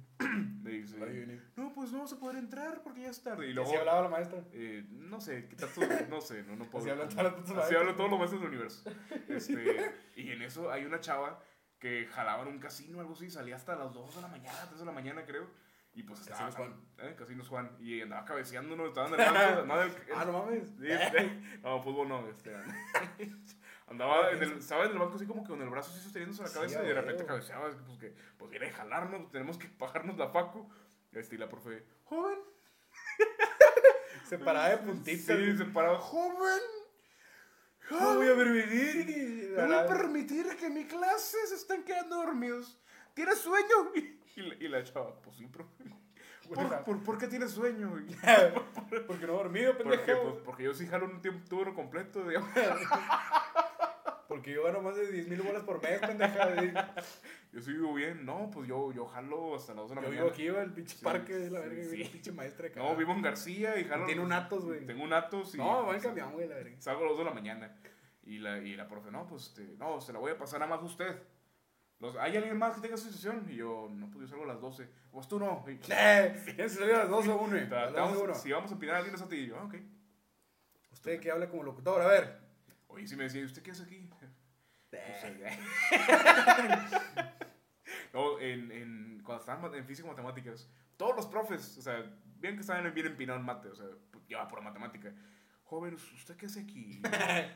Speaker 1: Le dice,
Speaker 2: No lo vi venir.
Speaker 1: No, pues no vamos a poder entrar porque ya es tarde. Y
Speaker 2: Y
Speaker 1: luego,
Speaker 2: así hablaba la maestra.
Speaker 1: eh, no sé, qué tanto, no sé, no, no puedo.
Speaker 2: Así hablan
Speaker 1: hablar.
Speaker 2: todas las putas
Speaker 1: Así
Speaker 2: maestras.
Speaker 1: hablan todos los maestros del universo. Este, y en eso hay una chava que jalaba en un casino o algo así, salía hasta las 2 de la mañana, 3 de la mañana creo. Y pues estaba.
Speaker 2: Casinos Juan.
Speaker 1: Eh, Casinos Juan. Y andaba cabeceando, no, estaban andando. andaba del-
Speaker 2: Ah, no mames.
Speaker 1: Sí, este, no, fútbol no, este. Andaba en el, estaba en el banco así como que con el brazo así sosteniéndose la
Speaker 2: Sí,
Speaker 1: cabeza
Speaker 2: a
Speaker 1: y de repente
Speaker 2: huevo.
Speaker 1: cabeceaba, es que, pues que, pues viene a jalarnos, tenemos que pagarnos la facu. Este, y la profe, joven.
Speaker 2: Se paraba de puntita.
Speaker 1: Sí, se paraba, joven.
Speaker 2: No voy
Speaker 1: Joven,
Speaker 2: a permitir que...
Speaker 1: no voy a permitir que mi clase se estén quedando dormidos. ¿Tienes sueño? Y, la, y la chava, pues sí, profe. ¿Por, por, por qué tienes sueño? Y-
Speaker 2: Porque no he dormido,
Speaker 1: Porque, pues,
Speaker 2: pendejo.
Speaker 1: porque yo sí jalo un tiempo turno completo, digamos.
Speaker 2: Porque yo gano más de 10 mil bolas por mes, pendeja. güey.
Speaker 1: Yo sí vivo bien. No, pues yo, yo jalo hasta las 2 de la
Speaker 2: Yo
Speaker 1: mañana.
Speaker 2: vivo aquí, va, el pinche
Speaker 1: Sí,
Speaker 2: parque de la
Speaker 1: sí,
Speaker 2: verga, güey.
Speaker 1: sí.
Speaker 2: El pinche maestra de
Speaker 1: No, vivo en García y jalo.
Speaker 2: Tiene un Atos, güey.
Speaker 1: Tengo un Atos y.
Speaker 2: No, va en camión, güey, la verga.
Speaker 1: Salgo a las 2 de la mañana. Y la, y la profe, no, pues este, no, se la voy a pasar nada más a usted. Los, ¿Hay alguien más que tenga esa situación? Y yo, no, pues yo salgo a las 12. Pues tú no. Y-
Speaker 2: Eh, Ya se salió a las 12 1,
Speaker 1: Ta-
Speaker 2: güey. A
Speaker 1: ta-
Speaker 2: las
Speaker 1: vamos-
Speaker 2: 12 uno.
Speaker 1: si vamos a opinar a alguien es a ti. Y yo, ah, ok.
Speaker 2: Usted que habla como locutor, a ver.
Speaker 1: Oye, si me decía, ¿y usted qué hace aquí? Pues, eh, no, en, en, cuando estaban mat- en físico matemáticas, todos los profes, o sea, bien que estaban bien empinados en mate, o sea, pu- ya va por la matemática. Joven, ¿usted qué hace aquí?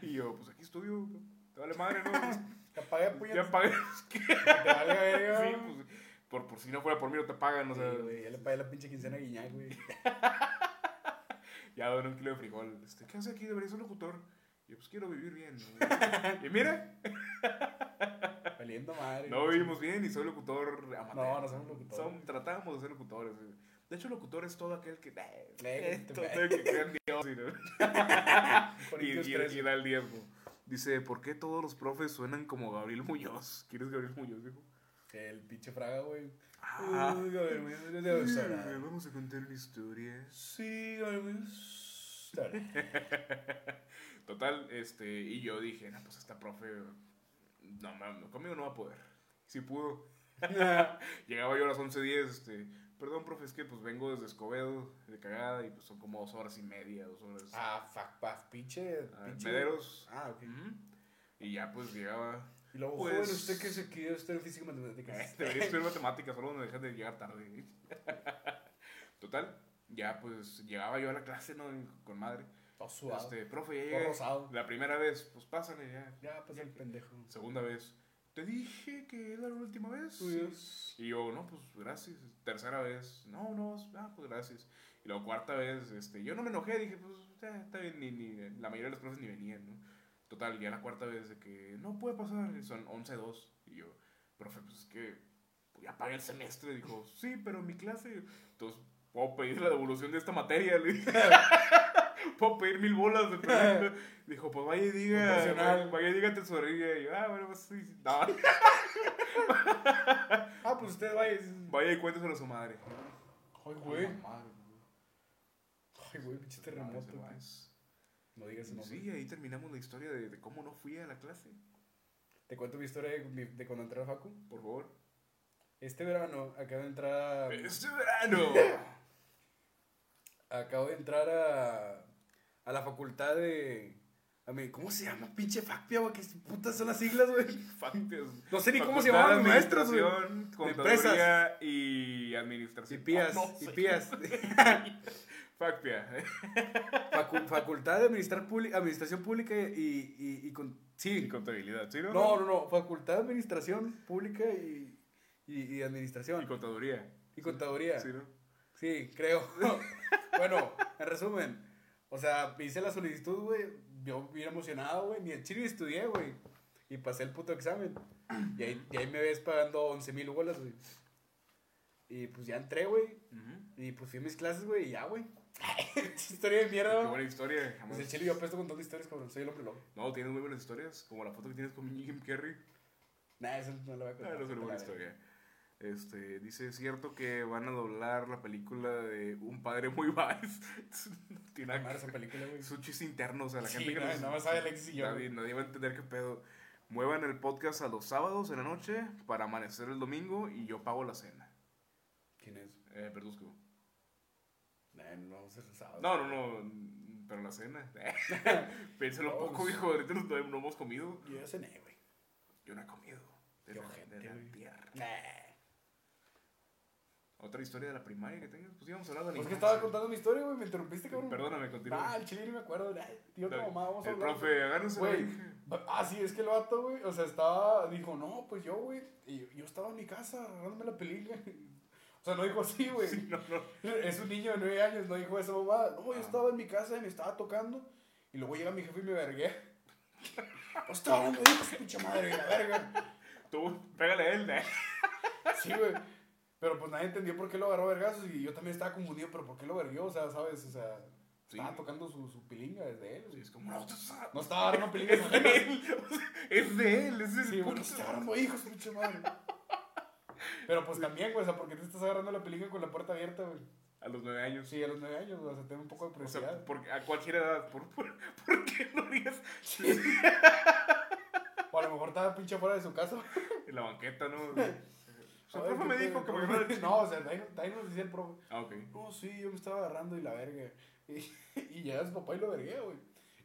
Speaker 1: Y yo, pues aquí estudio, te vale madre, ¿no? Pues,
Speaker 2: Te apagué, puñet.
Speaker 1: ya pagué. Sí,
Speaker 2: Te vale verga. Sí,
Speaker 1: pues, por, por si no fuera por mí, no te pagan, o sea,
Speaker 2: güey, ya le pagué la pinche quincena a Guiñac, güey.
Speaker 1: ya doy un kilo de frijol. Este, ¿Qué hace aquí? Debería ser locutor. Y yo, pues quiero vivir bien. ¿no? Y mira,
Speaker 2: Valiendo madre.
Speaker 1: no vivimos bien y soy locutor amateur.
Speaker 2: No, no somos locutores.
Speaker 1: Son, tratábamos de ser locutores. güey. De hecho, locutor es todo aquel que.
Speaker 2: Negro,
Speaker 1: todo aquel que cree en Dios y, no- y-
Speaker 2: Corintios
Speaker 1: y-
Speaker 2: 13.
Speaker 1: y da el diezmo. Dice, ¿por qué todos los profes suenan como Gabriel Muñoz? ¿Quién es Gabriel Muñoz, hijo?
Speaker 2: El pinche fraga, güey.
Speaker 1: Ah.
Speaker 2: Uy, Gabriel, me duele de ah.
Speaker 1: Sí,
Speaker 2: abrazar.
Speaker 1: vamos a contar una historia.
Speaker 2: Sí, Gabriel, me duele.
Speaker 1: Total, este, y yo dije, no, pues esta profe, no, no, conmigo no va a poder. Si pudo. Llegaba yo a las 11.10, este, perdón, profe, es que pues vengo desde Escobedo, de cagada, y pues son como dos horas y media, dos horas.
Speaker 2: Ah, fuck, paf, pinche.
Speaker 1: Ah,
Speaker 2: pinche-
Speaker 1: Mederos.
Speaker 2: Ah, ok.
Speaker 1: Ujú. Y ya pues llegaba.
Speaker 2: Y luego,
Speaker 1: Pues-
Speaker 2: joven, usted que se quiere estar en física y
Speaker 1: Eh,
Speaker 2: matemáticas.
Speaker 1: Debería estudiar matemáticas, solo me dejan de llegar tarde. Total, ya pues llegaba yo a la clase, ¿no? Y Con madre.
Speaker 2: Todo suave.
Speaker 1: Este, profe, ya
Speaker 2: Todo
Speaker 1: llegué.
Speaker 2: rosado.
Speaker 1: La primera vez, pues pásale ya.
Speaker 2: Ya, pues el pendejo.
Speaker 1: Segunda vez, te dije que era la última vez.
Speaker 2: Suyos.
Speaker 1: Y yo, no, pues gracias. Tercera vez, no, no, ah, pues gracias. Y la cuarta vez, este, yo no me enojé, dije, pues eh, está bien, ni, ni, la mayoría de los profes ni venían, ¿no? Total, ya la cuarta vez de que no puede pasar, son 11-2. Y yo, profe, pues es que pues, ya pagué el semestre. Dijo, sí, pero mi clase. Entonces, puedo pedir la devolución de esta materia. Le dije, puedo pedir mil bolas de perdido?". Dijo, pues vaya y diga,
Speaker 2: Profesional.
Speaker 1: vaya y diga a tesorería. Y yo, ah, bueno, pues sí, sí". No,
Speaker 2: Ah, pues usted vaya.
Speaker 1: vaya y cuénteselo a su madre.
Speaker 2: Ay, güey.
Speaker 1: Madre,
Speaker 2: Ay, güey, pinche terremoto.
Speaker 1: Ah, Madre,
Speaker 2: güey.
Speaker 1: es-
Speaker 2: No digas ese nombre.
Speaker 1: Pues, Sí, ahí terminamos la historia de, de cómo no fui a la clase.
Speaker 2: Te cuento mi historia de, mi- de cuando entré a la facu.
Speaker 1: Por favor.
Speaker 2: Este verano acabo de entrar a,
Speaker 1: ¡Este verano!
Speaker 2: acabo de entrar a, a la facultad de A mí, ¿cómo se llama pinche FACPIA, güey? ¿Qué putas son las siglas, güey?
Speaker 1: Factes.
Speaker 2: No sé ni cómo
Speaker 1: Facultad
Speaker 2: se llamaban los
Speaker 1: de
Speaker 2: maestros, güey.
Speaker 1: Administración, Contaduría
Speaker 2: Empresas.
Speaker 1: y
Speaker 2: Y
Speaker 1: administración.
Speaker 2: pías,
Speaker 1: Ah, no eh.
Speaker 2: y
Speaker 1: sé.
Speaker 2: pías.
Speaker 1: Facpia.
Speaker 2: Facu- facultad de administrar Publi- Administración Pública y, y, y con-
Speaker 1: Y
Speaker 2: Sí.
Speaker 1: contabilidad, ¿sí, no?
Speaker 2: No, no, no. Facultad de Administración Pública y, y, y
Speaker 1: Y
Speaker 2: Administración.
Speaker 1: contaduría.
Speaker 2: Y Contaduría.
Speaker 1: ¿Sí, no?
Speaker 2: Sí, creo. bueno, en resumen, o sea, hice la solicitud, güey. Yo bien emocionado, güey. Ni en Chile estudié, güey. Y pasé el puto examen. Y ahí, y ahí me ves pagando 11 mil bolas, güey. Y pues ya entré, güey. Y pues fui a mis clases, güey. Y ya, güey. Historia de mierda,
Speaker 1: Qué
Speaker 2: güey.
Speaker 1: buena historia. jamás.
Speaker 2: Desde el chile yo apuesto contando historias, cabrón. Soy el hombre lobo.
Speaker 1: No, tienes muy buenas historias. Como la foto que tienes con Jim Carrey.
Speaker 2: Nah, eso no lo voy a contar.
Speaker 1: Ah, no es una buena
Speaker 2: Vete a la verga.
Speaker 1: historia. Este, dice, es cierto que van a doblar la película de Un Padre Muy Vals. No tiene nada que
Speaker 2: Amar esa película, güey.
Speaker 1: Son chistes internos, o sea, la
Speaker 2: Sí,
Speaker 1: gente que
Speaker 2: no,
Speaker 1: nos-
Speaker 2: nada más sabe Alexis y yo,
Speaker 1: Nadie, nadie va a entender qué pedo. Muevan el podcast a los sábados en la noche para amanecer el domingo y yo pago la cena.
Speaker 2: ¿Quién es?
Speaker 1: Eh, Verduzco.
Speaker 2: Nah, no vamos a hacer el sábado.
Speaker 1: No, no, no. mm, Pero la cena. Piénsalo
Speaker 2: No,
Speaker 1: un poco,
Speaker 2: pues-
Speaker 1: hijo. Ahorita no, no hemos comido.
Speaker 2: Yo ya cené, güey.
Speaker 1: Yo no he comido. De
Speaker 2: Qué
Speaker 1: la-
Speaker 2: ojete,
Speaker 1: de la
Speaker 2: güey.
Speaker 1: tierra.
Speaker 2: Nah.
Speaker 1: Otra historia de la primaria que tengas. Pues íbamos a hablar de la
Speaker 2: Pues que
Speaker 1: infancia.
Speaker 2: estaba contando mi historia, güey, me interrumpiste, cabrón.
Speaker 1: Perdóname, continúa.
Speaker 2: Ah, el chile ni me acuerdo, ay, tío,
Speaker 1: Está
Speaker 2: como
Speaker 1: bien.
Speaker 2: mamá, vamos a
Speaker 1: El
Speaker 2: hablar.
Speaker 1: profe, agárrense.
Speaker 2: Güey.
Speaker 1: güey.
Speaker 2: Ah, sí, es que el vato, güey, o sea, estaba, dijo, no, pues yo, güey, y yo estaba en mi casa agarrándome la película. O sea, no dijo así, güey.
Speaker 1: Sí, no, no.
Speaker 2: Es un niño de nueve años, no dijo eso, mamá. No, yo
Speaker 1: Ah.
Speaker 2: estaba en mi casa y me estaba tocando. Y luego llega mi jefe y me vergué. No estaba hablando, dijo su pinche madre, la verga.
Speaker 1: Tú, pégale a él, ¿eh?
Speaker 2: Sí, güey. Pero pues nadie entendió por qué lo agarró a vergazos y yo también estaba confundido, pero por qué lo verguió, o sea, ¿sabes? O sea,
Speaker 1: Sí.
Speaker 2: estaba tocando su, su pilinga desde él.
Speaker 1: Sí,
Speaker 2: güey.
Speaker 1: es como, no, tú sabes.
Speaker 2: No estaba agarrando pilingas.
Speaker 1: Es de él. o sea, Es de él, es el
Speaker 2: Sí,
Speaker 1: puto-
Speaker 2: porque estaba agarrando hijos, pinche madre. Pero pues también, güey, o sea, porque te estás agarrando la pilinga con la puerta abierta, güey.
Speaker 1: A los nueve años.
Speaker 2: Sí, a los nueve años, güey, o sea, tengo un poco de
Speaker 1: O
Speaker 2: curiosidad.
Speaker 1: sea, porque, a cualquier edad. ¿Por, por, por qué lo harías?
Speaker 2: O a lo mejor estaba pinche fuera de su casa.
Speaker 1: En la banqueta, ¿no? O sea, el
Speaker 2: Ay,
Speaker 1: profe me
Speaker 2: qué
Speaker 1: dijo que
Speaker 2: pedo,
Speaker 1: me
Speaker 2: ¿no?
Speaker 1: iba a-
Speaker 2: No, o sea, ahí, ahí nos decía el profe.
Speaker 1: Ah, ok.
Speaker 2: No, Oh, sí, yo me estaba agarrando y la verga. Y, y ya su papá y lo vergué, güey.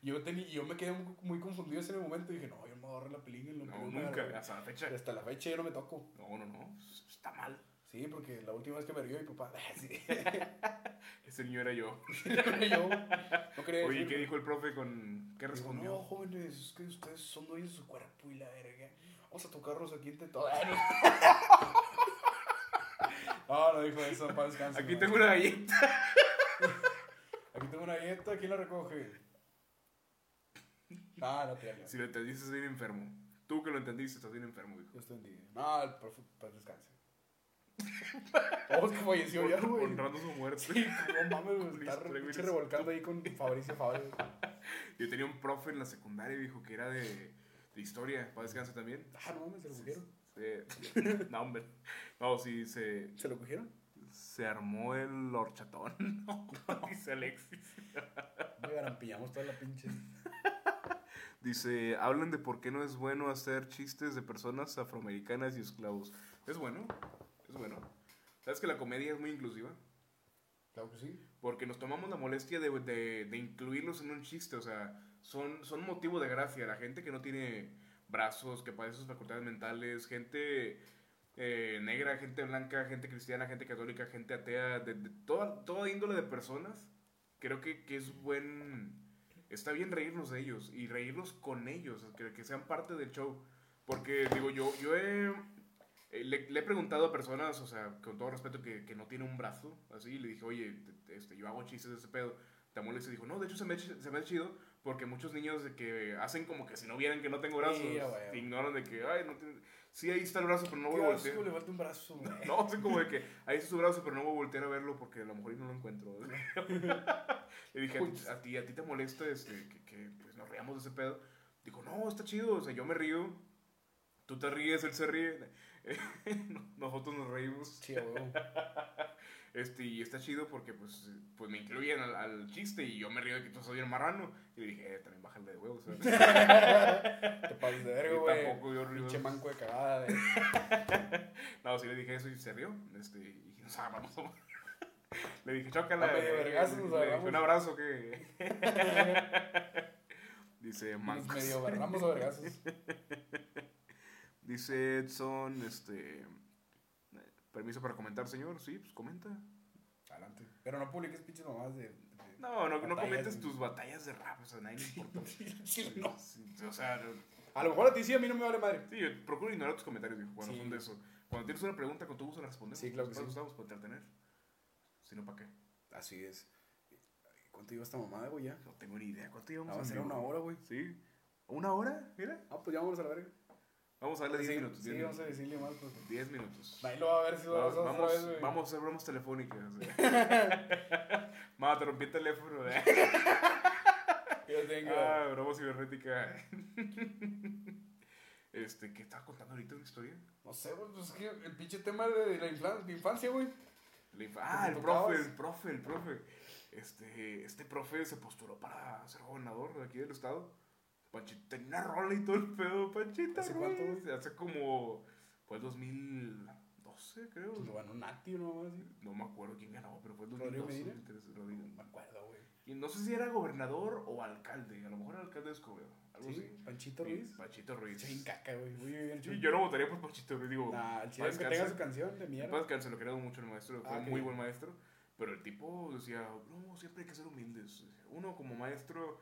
Speaker 2: Y Yo, tenía, y yo me quedé muy, muy confundido en ese momento y dije, no, yo no me agarré la pilinga.
Speaker 1: No,
Speaker 2: puedo
Speaker 1: nunca,
Speaker 2: agarrar".
Speaker 1: hasta la fecha.
Speaker 2: Y Hasta la fecha yo no me toco.
Speaker 1: No, no, no. Está mal.
Speaker 2: Sí, porque la última vez que me vergué mi papá. sí.
Speaker 1: Ese niño era yo.
Speaker 2: yo no quería
Speaker 1: Oye,
Speaker 2: decir,
Speaker 1: ¿qué
Speaker 2: güey.
Speaker 1: dijo el profe con. ¿Qué
Speaker 2: Digo,
Speaker 1: respondió?
Speaker 2: no, jóvenes, es que ustedes son dueños de su cuerpo y la verga. Vamos a tocarlos aquí entre todos. No, no dijo eso, para descansar.
Speaker 1: Aquí tengo una galleta.
Speaker 2: Aquí tengo una dieta, ¿quién la recoge? No, no te hagas.
Speaker 1: Si lo entendiste, estás bien enfermo. Tú que lo entendiste, estás bien enfermo, dijo.
Speaker 2: Yo estoy en día. No, el profe, pues descanse. Vamos que falleció ya, güey.
Speaker 1: Honrando su muerte.
Speaker 2: Sí, no mames, güey. Está
Speaker 1: Listo,
Speaker 2: re-
Speaker 1: güey,
Speaker 2: pinche
Speaker 1: listo.
Speaker 2: revolcando ahí con Fabricio Ah, Fabio.
Speaker 1: Yo tenía un profe en la secundaria, dijo, que era de, de historia. Para descanso también.
Speaker 2: Ah, no mames, se lo cogieron.
Speaker 1: Eh, no, hombre. No, sí, se,
Speaker 2: ¿Se lo cogieron?
Speaker 1: se armó el horchatón. No, dice Alexis.
Speaker 2: Me garampillamos toda la pinche.
Speaker 1: Dice, hablan de por qué no es bueno hacer chistes de personas afroamericanas y esclavos. Es bueno, es bueno. ¿Sabes que la comedia es muy inclusiva?
Speaker 2: Claro que sí.
Speaker 1: Porque nos tomamos la molestia de, de- de incluirlos en un chiste, o sea, son, son motivo de gracia. La gente que no tiene brazos, que padece sus facultades mentales, gente eh, negra, gente blanca, gente cristiana, gente católica, gente atea, de, de toda, toda índole de personas, creo que, que es buen... Está bien reírnos de ellos y reírnos con ellos, que, que sean parte del show. Porque, digo, yo, yo he eh, le, le he preguntado a personas, o sea, con todo respeto, que, que no tiene un brazo, así, y le dije, oye, te- te- este, yo hago chistes de ese pedo. Tamuel se dijo, no, de hecho se me, hace- se me hace chido porque muchos niños de que hacen como que si no vieran que no tengo brazos,
Speaker 2: Sí, a huevo.
Speaker 1: te ignoran de que, ay, no tiene- sí, ahí está el brazo, pero no voy
Speaker 2: Qué
Speaker 1: a
Speaker 2: asco,
Speaker 1: voltear.
Speaker 2: le falta un brazo, güey.
Speaker 1: No, así como de que ahí está su brazo, pero no voy a voltear a verlo porque a lo mejor y no lo encuentro. Le dije, "A ti- a ti, a ti te molesta este, que, que, pues, nos riamos de ese pedo. Dijo, no, está chido, o sea, yo me río, tú te ríes, él se ríe, nosotros nos reímos.
Speaker 2: Sí, güey.
Speaker 1: Este, y está chido porque pues, eh, pues me incluyen al, al chiste y yo me río de que tú soy el marrano. Y le dije, eh, también bájale de huevos. ¿sabes?
Speaker 2: Te pasas de verga,
Speaker 1: Y
Speaker 2: güey.
Speaker 1: tampoco yo río.
Speaker 2: Pinche manco de cagada, güey.
Speaker 1: No, sí le dije eso y se rió. Este, y nos agarramos. le dije, chócala.
Speaker 2: A medio
Speaker 1: eh,
Speaker 2: vergazos nos
Speaker 1: le dije,
Speaker 2: agarramos.
Speaker 1: un abrazo que. Dice
Speaker 2: Nos
Speaker 1: Mancos.
Speaker 2: medio agarramos a vergazos.
Speaker 1: Dice Edson, este. Permiso para comentar, señor. Sí, pues comenta.
Speaker 2: Adelante. Pero no publiques pinches mamadas de. de-
Speaker 1: No, no, no
Speaker 2: Batallas.
Speaker 1: comentes tus batallas de rap, o sea, a nadie le importa.
Speaker 2: Sí, no.
Speaker 1: Sí, O sea, no-
Speaker 2: A lo mejor a ti sí, a mí no me vale madre.
Speaker 1: sí, yo procuro ignorar tus comentarios, viejo, cuando
Speaker 2: Sí.
Speaker 1: son de eso. Cuando tienes una pregunta, con tu gusto la respondemos.
Speaker 2: Sí, claro que
Speaker 1: Para eso
Speaker 2: sí.
Speaker 1: estamos, para entretener. Si no, ¿para qué?
Speaker 2: Así es. ¿Cuánto lleva esta mamada, güey? Ya.
Speaker 1: No tengo ni idea. ¿Cuánto llevamos?
Speaker 2: Ah, va a
Speaker 1: en
Speaker 2: ser
Speaker 1: vivo?
Speaker 2: una hora, güey.
Speaker 1: Sí. ¿Una hora? Mira.
Speaker 2: Ah, pues ya vamos a la verga.
Speaker 1: Vamos a darle 10
Speaker 2: Sí,
Speaker 1: minutos.
Speaker 2: Sí,
Speaker 1: 10
Speaker 2: vamos
Speaker 1: minutos.
Speaker 2: a decirle más. Pues.
Speaker 1: 10 minutos.
Speaker 2: Ahí lo va a ver si lo
Speaker 1: Vamos,
Speaker 2: vamos, otra vez,
Speaker 1: vamos,
Speaker 2: güey.
Speaker 1: vamos a hacer bromas telefónicas. o sea. Mamá, te rompí el teléfono. ¿eh?
Speaker 2: Yo tengo.
Speaker 1: Ah, broma cibernética. Este, ¿qué estaba contando ahorita una historia?
Speaker 2: No sé, güey. Pues es que el pinche tema de la infla- de infancia, güey.
Speaker 1: La infa- ah,
Speaker 2: te
Speaker 1: el
Speaker 2: tocabas?
Speaker 1: profe, el profe, el profe. Este, este profe se postuló para ser gobernador de aquí del estado. Panchita tenía una rola y todo el pedo, Panchita.
Speaker 2: ¿Hace cuánto,
Speaker 1: Ruiz.
Speaker 2: güey?
Speaker 1: Hace como, fue el 2012, creo.
Speaker 2: Pues lo ganó Nati, ¿no? Así.
Speaker 1: No me acuerdo quién ganó, pero fue el
Speaker 2: ¿Rodrigo
Speaker 1: 2012.
Speaker 2: Medina?
Speaker 1: 2013,
Speaker 2: No
Speaker 1: Rodrigo.
Speaker 2: me acuerdo, güey.
Speaker 1: Y no sé si era gobernador o alcalde. A lo mejor era alcalde de Escobedo. Algo
Speaker 2: Sí,
Speaker 1: así.
Speaker 2: Panchito
Speaker 1: Sí,
Speaker 2: Ruiz.
Speaker 1: Panchito Ruiz.
Speaker 2: Pinche bien caca, güey. Muy bien,
Speaker 1: Sí, yo no votaría por Panchito Ruiz. Digo,
Speaker 2: Nah, el chile
Speaker 1: Paz
Speaker 2: es que
Speaker 1: descanse.
Speaker 2: tenga su canción de
Speaker 1: en
Speaker 2: mierda.
Speaker 1: paz descanse, lo quería mucho el maestro. Fue
Speaker 2: Ah,
Speaker 1: un
Speaker 2: qué
Speaker 1: muy
Speaker 2: bien.
Speaker 1: buen maestro. Pero el tipo decía, no, siempre hay que ser humildes. Uno como maestro,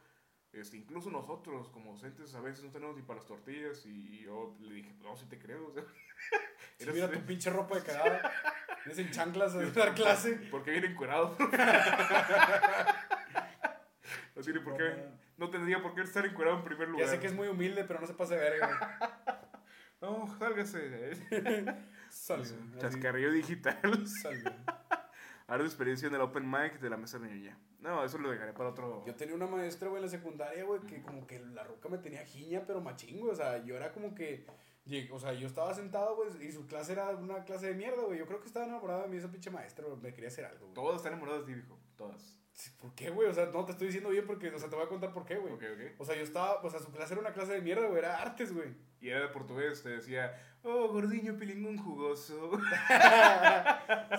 Speaker 1: este, incluso nosotros como docentes a veces no tenemos ni para las tortillas. Y yo le dije, no, si te creo. o sea,
Speaker 2: Sí,
Speaker 1: eres-
Speaker 2: mira tu pinche ropa de cagada. Vienes en chanclas a dar clase.
Speaker 1: ¿Por qué viene encuerado? no tiene por qué. No tendría por qué estar encuerado en primer lugar.
Speaker 2: Ya sé que es muy humilde, pero no se pase de verga.
Speaker 1: No, sálgase.
Speaker 2: Salud.
Speaker 1: Chascarrillo digital.
Speaker 2: Salud.
Speaker 1: Ahora tu experiencia en el open mic de la mesa de ñoña. No, eso lo dejaré para otro.
Speaker 2: Yo tenía una maestra, güey, en la secundaria, güey, que como que la roca me tenía jiña, pero machín, güey. O sea, yo era como que. lleg- O sea, yo estaba sentado, güey, y su clase era una clase de mierda, güey. Yo creo que estaba enamorada de mí esa pinche maestra, güey. Me quería hacer algo, güey.
Speaker 1: Todas están enamoradas de ti, viejo. Todas.
Speaker 2: Sí, ¿Por qué, güey? O sea, no te estoy diciendo bien porque, o sea, te voy a contar por qué, güey.
Speaker 1: Ok, ok.
Speaker 2: O sea, yo estaba, o sea, su clase era una clase de mierda, güey, era artes, güey.
Speaker 1: Y era de portugués, te decía, oh, gordiño pilingón jugoso.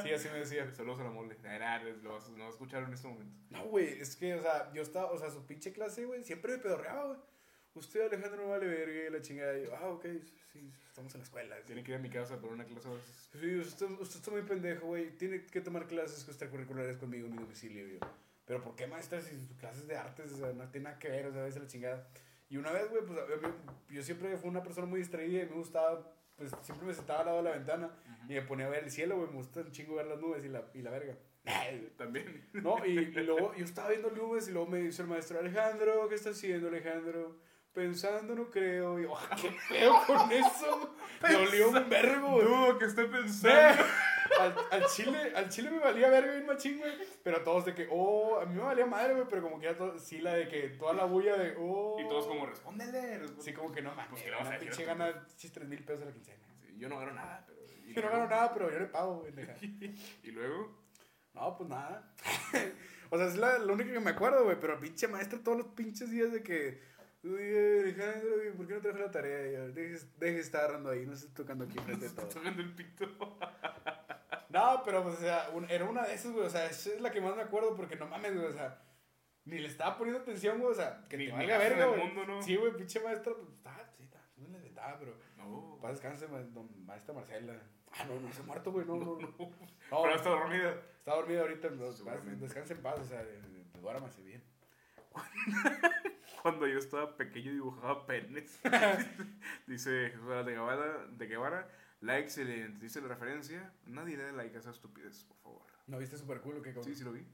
Speaker 2: sí, así me decía.
Speaker 1: Saludos a la mole. Nah, nah, lo vas, no vas a escuchar en este momento.
Speaker 2: No, güey, es que, o sea, yo estaba, o sea, su pinche clase, güey, siempre me pedorreaba, güey. Usted, Alejandro, no vale verga, y la chingada. Y yo, ah, ok, sí, estamos en la escuela.
Speaker 1: Tienen que ir a mi casa para una clase. a veces.
Speaker 2: Sí, usted, usted está muy pendejo, güey. Tiene que tomar clases extracurriculares conmigo en mi domicilio, güey. Pero ¿por qué, maestra, si sus clases de artes, o sea, no tiene nada que ver, o sea, a veces la chingada. Y una vez, güey, pues a- yo- yo siempre fui una persona muy distraída y me gustaba, pues siempre me sentaba al lado de la ventana y me ponía a ver el cielo, güey. Me gusta un chingo ver las nubes y la, y la verga.
Speaker 1: También.
Speaker 2: No, y, y luego yo estaba viendo nubes y luego me dice el maestro, Alejandro, ¿qué está haciendo, Alejandro? Pensando, no creo. Y yo, "Ah, ¿qué pedo con eso? Me olió un vergo, güey.
Speaker 1: No, que esté
Speaker 2: Ve,
Speaker 1: pensando.
Speaker 2: Al, al chile, al chile me valía verga bien machín, güey. Pero a todos de que, oh, a mí me valía madre, güey. Pero como que ya to- sí, la de que toda la bulla de, oh.
Speaker 1: Y todos como, respóndele. respóndele.
Speaker 2: Sí, como que no mames.
Speaker 1: Pues
Speaker 2: Pues
Speaker 1: que le vas a decir
Speaker 2: pinche
Speaker 1: a tu-
Speaker 2: gana chis, tres mil pesos a la quincena.
Speaker 1: Sí, Yo no gano nada, pero. y
Speaker 2: Yo no
Speaker 1: luego-
Speaker 2: gano nada, pero yo le pago, güey. deja.
Speaker 1: Y luego,
Speaker 2: No, pues nada. o sea, es la, lo único que me acuerdo, güey. Pero pinche maestra todos los pinches días de que. Oye, Alejandro, güey, ¿por qué no traje la tarea? Y yo, Deje, deje de estar agarrando ahí, no estés tocando aquí frente de todo.
Speaker 1: está viendo el TikTok.
Speaker 2: No, pero, pues, o sea, un- era una de esas, güey. O sea, esa es la que más me acuerdo porque no mames, güey. O sea, ni le estaba poniendo atención, güey. O sea, que
Speaker 1: Ni-
Speaker 2: te
Speaker 1: ni
Speaker 2: valga
Speaker 1: la hace
Speaker 2: verga,
Speaker 1: del
Speaker 2: güey.
Speaker 1: mundo, ¿no?
Speaker 2: Sí, güey, pinche maestra. Pues, está, sí, está. No le estaba, pero.
Speaker 1: No.
Speaker 2: Paz descanse, ma- don maestra Marcela. Ah, no, no se ha muerto, güey. No, no, no.
Speaker 1: No.
Speaker 2: No,
Speaker 1: Pero está dormida.
Speaker 2: está dormida ahorita. no, paz,
Speaker 1: Seguramente.
Speaker 2: descanse en paz, o sea, eh, eh, duérmase bien.
Speaker 1: Cuando yo estaba pequeño dibujaba penes. dice Jesús Alas de Guevara, de Guevara. La excelente. Dice la referencia. Nadie le dé like a esa estupidez, por favor.
Speaker 2: ¿No viste súper cool lo que como-
Speaker 1: Sí, sí lo vi.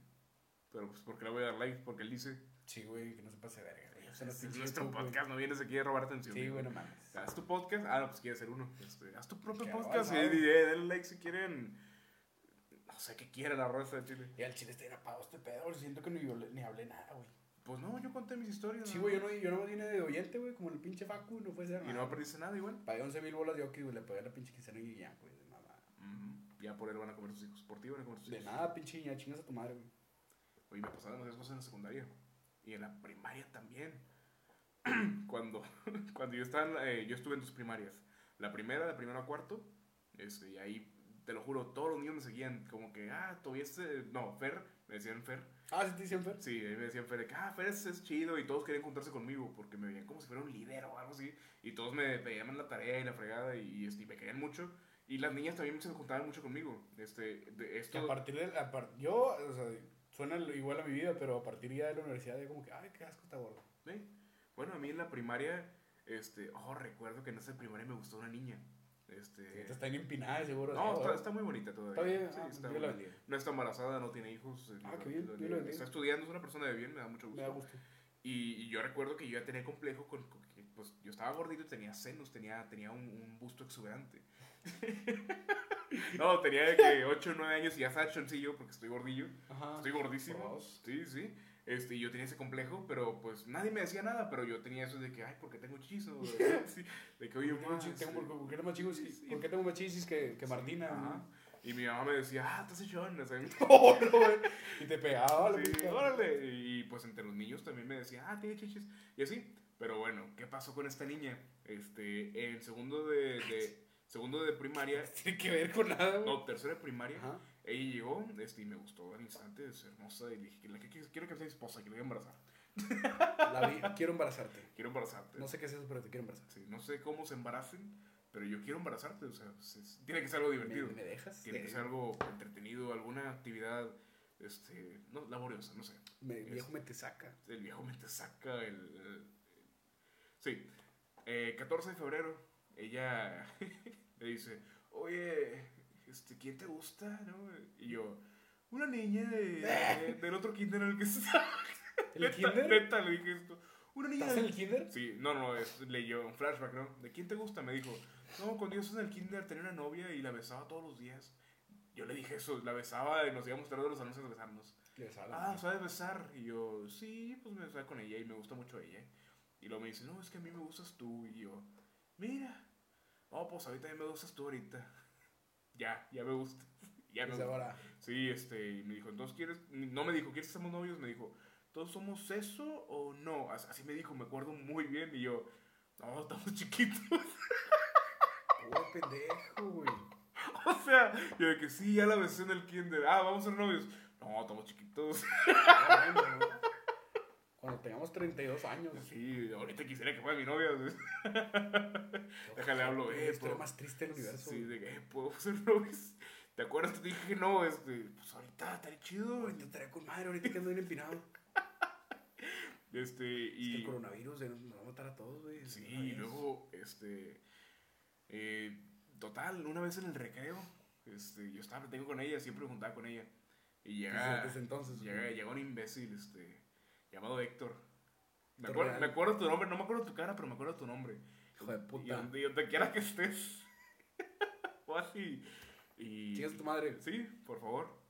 Speaker 1: Pero pues porque le voy a dar like, porque él dice. "Este
Speaker 2: Sí, güey, que no se pase de verga, güey. O sea, los
Speaker 1: Es
Speaker 2: pinches
Speaker 1: nuestro
Speaker 2: YouTube, güey.
Speaker 1: podcast, no vienes aquí a robar atención.
Speaker 2: Sí, güey, no mames.
Speaker 1: Haz tu podcast. Ah, no, pues quiere hacer uno. Este, haz tu propio
Speaker 2: Que
Speaker 1: podcast y,
Speaker 2: avanzado.
Speaker 1: y eh, denle like si quieren. No sé qué quiere la raza de Chile.
Speaker 2: Y al chile está bien apagado este pedo, güey, siento que ni, yo le- ni hablé nada, güey.
Speaker 1: Pues no, yo conté mis historias.
Speaker 2: Sí, güey, yo no, yo no vine de oyente, güey, como el pinche Facu, no fue ser
Speaker 1: Y no aprendiste nada igual.
Speaker 2: Pagué 11 mil bolas de hockey, güey, le pagué a la pinche quincena y ya, güey, de nada.
Speaker 1: Ujú. Ya por él van a comer sus hijos. Por ti van a comer sus
Speaker 2: De
Speaker 1: hijos.
Speaker 2: nada, pinche niña, chingas a tu madre, güey.
Speaker 1: Oye, me pasaban esas cosas en la secundaria. Y en la primaria también. cuando, cuando yo estaba, en la- eh, yo estuve en dos primarias. La primera, de primero a cuarto. Este, y ahí, te lo juro, todos los niños me seguían. Como que, ah, todavía este- No, Fer Me decían Fer.
Speaker 2: Ah, ¿sí te dicen Fer?
Speaker 1: Sí, ahí me decían Fer de que, ah, Fer es, es chido y todos querían juntarse conmigo porque me veían como si fuera un líder o algo así. Y todos me pedían la tarea y la fregada y, y, este, y me querían mucho. Y las niñas también se juntaban mucho conmigo. Este, de
Speaker 2: Que a
Speaker 1: esto,
Speaker 2: partir de... a par- yo, o sea, suena lo- igual a mi vida, pero a partir ya de la universidad, yo como que, ay, qué asco está gordo.
Speaker 1: ¿eh? Bueno, a mí en la primaria, este, oh, recuerdo que en esa primaria me gustó una niña. Este,
Speaker 2: Te están empinadas, seguro.
Speaker 1: no,
Speaker 2: así,
Speaker 1: está,
Speaker 2: ¿verdad?
Speaker 1: está muy bonita todavía.
Speaker 2: Está bien,
Speaker 1: Sí,
Speaker 2: ah,
Speaker 1: está
Speaker 2: Dios
Speaker 1: bonita.
Speaker 2: la bendiga.
Speaker 1: No está embarazada, no tiene hijos. eh,
Speaker 2: Ah,
Speaker 1: no-
Speaker 2: qué bien,
Speaker 1: no-
Speaker 2: Dios la bendiga.
Speaker 1: Está estudiando, es una persona de bien, me da mucho gusto.
Speaker 2: Me da gusto.
Speaker 1: Y, y yo recuerdo que yo ya tenía complejo con, con que, pues yo estaba gordito y tenía senos, tenía, tenía un, un busto exuberante. no, tenía de que 8 o 9 años y ya estaba choncillo porque estoy gordillo.
Speaker 2: Ajá.
Speaker 1: Estoy gordísimo.
Speaker 2: Gross.
Speaker 1: Sí, sí. Este, y yo tenía ese complejo, pero pues nadie me decía nada, pero yo tenía eso de que, ay, porque tengo chizo. Sí, de que, oye,
Speaker 2: Tengo
Speaker 1: ma,
Speaker 2: un chi-
Speaker 1: este,
Speaker 2: tengo- ¿Por por qué tengo más chicos? que-
Speaker 1: sí.
Speaker 2: ¿Por qué tengo más chichis que, que Martina?
Speaker 1: Ajá.
Speaker 2: no?
Speaker 1: Y mi mamá me decía, ah, estás hechón. o sea,
Speaker 2: Oh, no, güey. Y te pegaba, la
Speaker 1: Sí,
Speaker 2: pica.
Speaker 1: órale. Y pues entre los niños también me decía, ah, tiene chichis. Y así. Pero bueno, ¿qué pasó con esta niña? Este, en segundo de, de- segundo de primaria,
Speaker 2: Tiene que ver con nada, güey.
Speaker 1: no, tercero de primaria,
Speaker 2: Ajá.
Speaker 1: ella llegó este, y me gustó al instante, es hermosa. Y le dije, "La que- que- quiero que sea mi esposa, que la voy a embarazar.
Speaker 2: La vi, quiero embarazarte.
Speaker 1: Quiero embarazarte.
Speaker 2: No sé qué es eso, pero te quiero embarazar.
Speaker 1: Sí, no sé cómo se embaracen, pero yo quiero embarazarte. O sea, es- es- tiene que ser algo
Speaker 2: ¿Me,
Speaker 1: divertido.
Speaker 2: me dejas? Eh,
Speaker 1: Tiene que ser algo entretenido, alguna actividad este, no, laboriosa, no sé.
Speaker 2: Me,
Speaker 1: Este.
Speaker 2: viejo me te saca.
Speaker 1: El viejo me te saca el... el- Sí. Eh, 14 de febrero, ella me dice, oye, este, ¿quién te gusta? ¿No? Y yo, una niña de- de- del otro kinder en el que está.
Speaker 2: ¿El
Speaker 1: Neta,
Speaker 2: kinder?
Speaker 1: Neta, le dije esto. Una niña
Speaker 2: ¿Estás en
Speaker 1: del...
Speaker 2: el kinder?
Speaker 1: Sí, no, no, es, leyó un flashback, ¿no? ¿De quién te gusta? Me dijo, no, cuando yo estaba en el kinder tenía una novia y la besaba todos los días. Yo le dije eso, la besaba y nos íbamos todos los anuncios a besarnos.
Speaker 2: Le sala.
Speaker 1: Ah, ¿sabes besar? Y yo, sí, pues me besaba con ella y me gusta mucho ella. Y luego me dice, no, es que a mí me gustas tú. Y yo, mira, oh, pues a mí también me gustas tú ahorita. ya, ya me gusta. ya
Speaker 2: Pues
Speaker 1: no.
Speaker 2: ahora,
Speaker 1: Sí, este, y me dijo, entonces quieres, no me dijo, ¿quieres que seamos novios? Me dijo, ¿todos somos eso o no? As- Así me dijo, me acuerdo muy bien. Y yo, no, estamos chiquitos.
Speaker 2: puro pendejo, güey.
Speaker 1: o sea, yo de que sí, ya la besé en el kinder. Ah, vamos a ser novios. No, estamos chiquitos.
Speaker 2: Ah, bueno, güey. Cuando tengamos 32 años.
Speaker 1: Sí, ahorita quisiera que fuera mi novia. güey. Déjale, hablo, eh,
Speaker 2: Es la historia
Speaker 1: por-
Speaker 2: más triste del universo.
Speaker 1: Sí,
Speaker 2: güey.
Speaker 1: de que eh, puedo ser novios. ¿Te acuerdas? Te dije que no, este, pues ahorita estaría chido.
Speaker 2: Ahorita estaré con madre, ahorita que ando bien empinado.
Speaker 1: Este,
Speaker 2: Es que
Speaker 1: y.
Speaker 2: el coronavirus eh, nos va a matar a todos, güey.
Speaker 1: sí,
Speaker 2: El
Speaker 1: y luego, este. eh, total, una vez en el recreo, este, yo estaba tengo con ella, siempre me juntaba con ella. Y
Speaker 2: coronavirus.
Speaker 1: llega.
Speaker 2: Desde entonces. güey.
Speaker 1: Llega, llega un imbécil, este, llamado Héctor. Me
Speaker 2: Héctor
Speaker 1: acuerdo,
Speaker 2: Real.
Speaker 1: me acuerdo tu nombre, no me acuerdo tu cara, pero me acuerdo tu nombre.
Speaker 2: Hijo de
Speaker 1: Y
Speaker 2: puta.
Speaker 1: donde, y donde quiera que estés. o así. Y,
Speaker 2: Chingas a tu madre.
Speaker 1: Sí, por favor.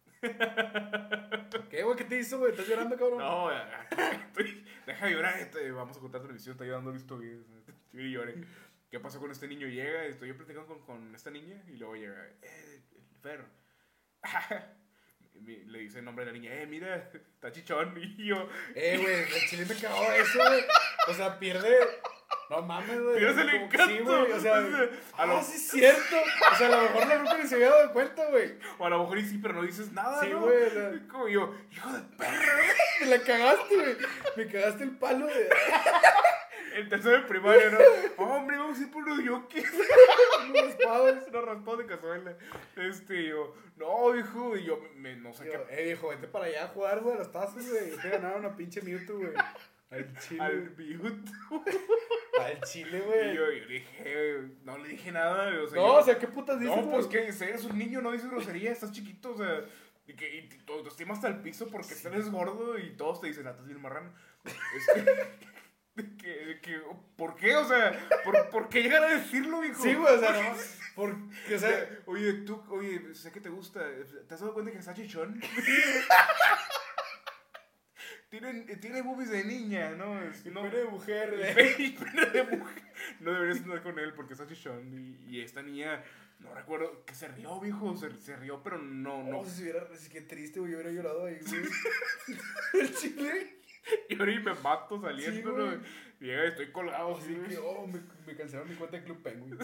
Speaker 2: ¿Qué, güey? ¿Qué te hizo, güey? ¿Estás llorando, cabrón?
Speaker 1: No, estoy- deja de llorar. este, vamos a contar televisión, está llorando listo. güey. Yo lloré. ¿Qué pasó con este niño? Llega, estoy yo platicando con, con esta niña y luego llega, eh, Fer. Mi- Le dice el nombre de la niña, eh, mira, está chichón. Y yo,
Speaker 2: Eh, güey, el chile me cagó eso, güey. O sea, pierde. No mames, güey.
Speaker 1: Pierdes el
Speaker 2: Como que Sí,
Speaker 1: encanto.
Speaker 2: güey. O sea,
Speaker 1: A
Speaker 2: a
Speaker 1: lo-
Speaker 2: lo... "Ah, sí es cierto. O sea, a lo mejor la nunca ni se había dado cuenta, güey.
Speaker 1: o a lo mejor y sí, pero no dices nada,
Speaker 2: Sí,
Speaker 1: ¿no?
Speaker 2: güey. o sea,
Speaker 1: Como yo, hijo de perra.
Speaker 2: Me la cagaste, güey. Me cagaste el palo, güey.
Speaker 1: El tercero de primaria, ¿no? "Oh, Hombre, vamos a ir por unos yokis.
Speaker 2: No me espadas.
Speaker 1: No raspó de cazuela. Este, yo, no, hijo. Y yo, me, me- no sé qué
Speaker 2: Yo, Eh, viejo, vente para allá a jugar, güey, a los tazos, güey. Te ganaron una pinche Mewtwo, güey. Al chile.
Speaker 1: al
Speaker 2: Al,
Speaker 1: beauty.
Speaker 2: chile,
Speaker 1: Y
Speaker 2: güey.
Speaker 1: yo, yo dije, no le dije nada. O sea,
Speaker 2: No,
Speaker 1: yo-
Speaker 2: o sea, ¿qué putas dices,
Speaker 1: no, pues
Speaker 2: güey?
Speaker 1: que dice, eres un niño, no dices grosería, estás chiquito, o sea, y que y te- te te estima hasta el piso porque eres gordo y todos te dicen, ah, estás bien marrano. Este, de que, de que, ¿Por qué? O sea, ¿por, por qué llegar a decirlo, hijo?
Speaker 2: Sí, güey, o sea, no. Porque, o sea,
Speaker 1: oye, tú, oye, sé que te gusta. ¿Te has dado cuenta que está chichón? tiene, tiene boobies de niña, ¿no? Es- no
Speaker 2: pene de mujer, eh. güey.
Speaker 1: y pene de mujer. No deberías andar con él porque está chichón. Y, y esta niña, no recuerdo, que se rió, viejo. Se, se rió, pero no, no.
Speaker 2: No, si hubiera, es que triste, güey, yo hubiera llorado ahí, güey. El chile.
Speaker 1: Y ahora y me mato saliendo,
Speaker 2: Sí,
Speaker 1: ¿no?
Speaker 2: güey.
Speaker 1: Y llega y estoy colgado.
Speaker 2: Así
Speaker 1: ¿sí?
Speaker 2: que, oh, me, me cancelaron mi cuenta de Club Penguin.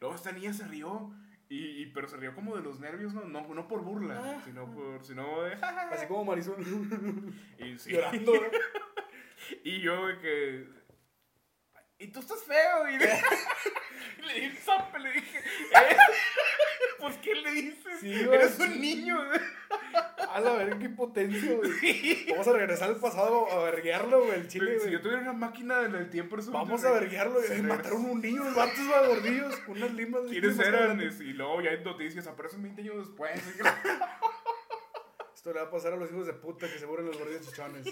Speaker 1: Luego esta niña se rió. Y, y- pero se rió como de los nervios, no, no, no por
Speaker 2: Ah,
Speaker 1: burla, sino por, sino de, "Ja, ja, ja".
Speaker 2: Así como Marisol
Speaker 1: y sí.
Speaker 2: llorando. ¿no?
Speaker 1: Y yo de que. Y tú estás feo. Y le, y le di el zape, le dije. "Eh, Pues, ¿qué le dices?
Speaker 2: Sí, güey,
Speaker 1: Eres
Speaker 2: sí.
Speaker 1: un niño.
Speaker 2: A la verga, qué potencia, güey. Vamos a regresar al pasado a verguearlo, güey, el chile,
Speaker 1: si
Speaker 2: güey.
Speaker 1: yo tuviera una máquina en el tiempo, eso-
Speaker 2: Vamos a verguearlo,
Speaker 1: Sí,
Speaker 2: güey. Mataron un niño, los vatos va gordillos, con unas limas. de
Speaker 1: ¿Quiénes
Speaker 2: limas,
Speaker 1: eran?
Speaker 2: güey.
Speaker 1: Y luego ya hay noticias, aparecen 20 años después.
Speaker 2: Esto le va a pasar a los hijos de puta que se mueren los gordillos chichones.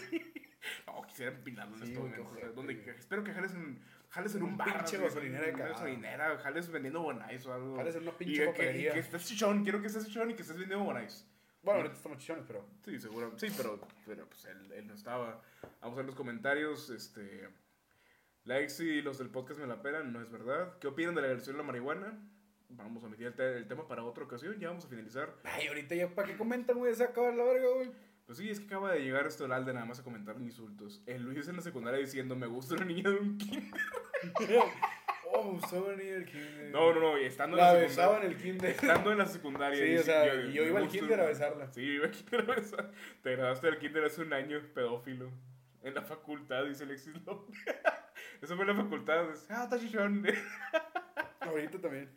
Speaker 1: No, quisiera empilarlo en
Speaker 2: Sí,
Speaker 1: este
Speaker 2: güey, qué
Speaker 1: momento. o sea,
Speaker 2: ojete,
Speaker 1: donde
Speaker 2: güey.
Speaker 1: que- Espero que jales en, jales en un,
Speaker 2: Un
Speaker 1: bar.
Speaker 2: pinche
Speaker 1: güey,
Speaker 2: gasolinera de
Speaker 1: una
Speaker 2: cagada.
Speaker 1: gasolinera, jales vendiendo bonais o algo.
Speaker 2: Parece una
Speaker 1: y
Speaker 2: pinche
Speaker 1: de que, y
Speaker 2: papelería.
Speaker 1: que estés chichón, quiero que estés chichón y que estés vendiendo bonais.
Speaker 2: Bueno, ahorita estamos chichones, pero.
Speaker 1: Sí, seguro. Sí, pero, pero pues él, él no estaba. Vamos a ver los comentarios. Este, la ex y los del podcast me la pelan, no es verdad. ¿Qué opinan de la versión de la marihuana? Vamos a meter el, te- el tema para otra ocasión. Ya vamos a finalizar.
Speaker 2: Ay, ahorita ya, ¿para qué comentan, güey? Se acaba la verga, güey.
Speaker 1: Pues sí, es que acaba de llegar esto Alde nada más a comentar insultos. El Luis en la secundaria diciendo, me gusta una niña de un kinder.
Speaker 2: Oh, saben ir al kinder.
Speaker 1: No, no, no, y estando en
Speaker 2: La
Speaker 1: la
Speaker 2: besaba
Speaker 1: secundaria.
Speaker 2: en el kinder.
Speaker 1: Estando en la secundaria.
Speaker 2: Sí, o
Speaker 1: dice,
Speaker 2: sea, y yo
Speaker 1: me
Speaker 2: iba al
Speaker 1: gusta
Speaker 2: kinder a
Speaker 1: una-
Speaker 2: besarla.
Speaker 1: Sí, yo iba al kinder a besar. Te graduaste del kinder hace un año, pedófilo. En la facultad, dice Alexis López. Eso fue en la facultad. dice, Ah, está chichón.
Speaker 2: Ahorita también.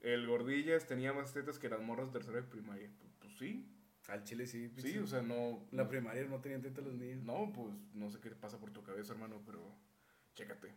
Speaker 1: El gordillas tenía más tetas que las morras de tercera de primaria. Pues, pues sí,
Speaker 2: Al chile sí,
Speaker 1: sí, o sea, no.
Speaker 2: La
Speaker 1: no-
Speaker 2: primaria no tenían tetas los niños.
Speaker 1: No, pues no sé qué te pasa por tu cabeza, hermano, pero chécate.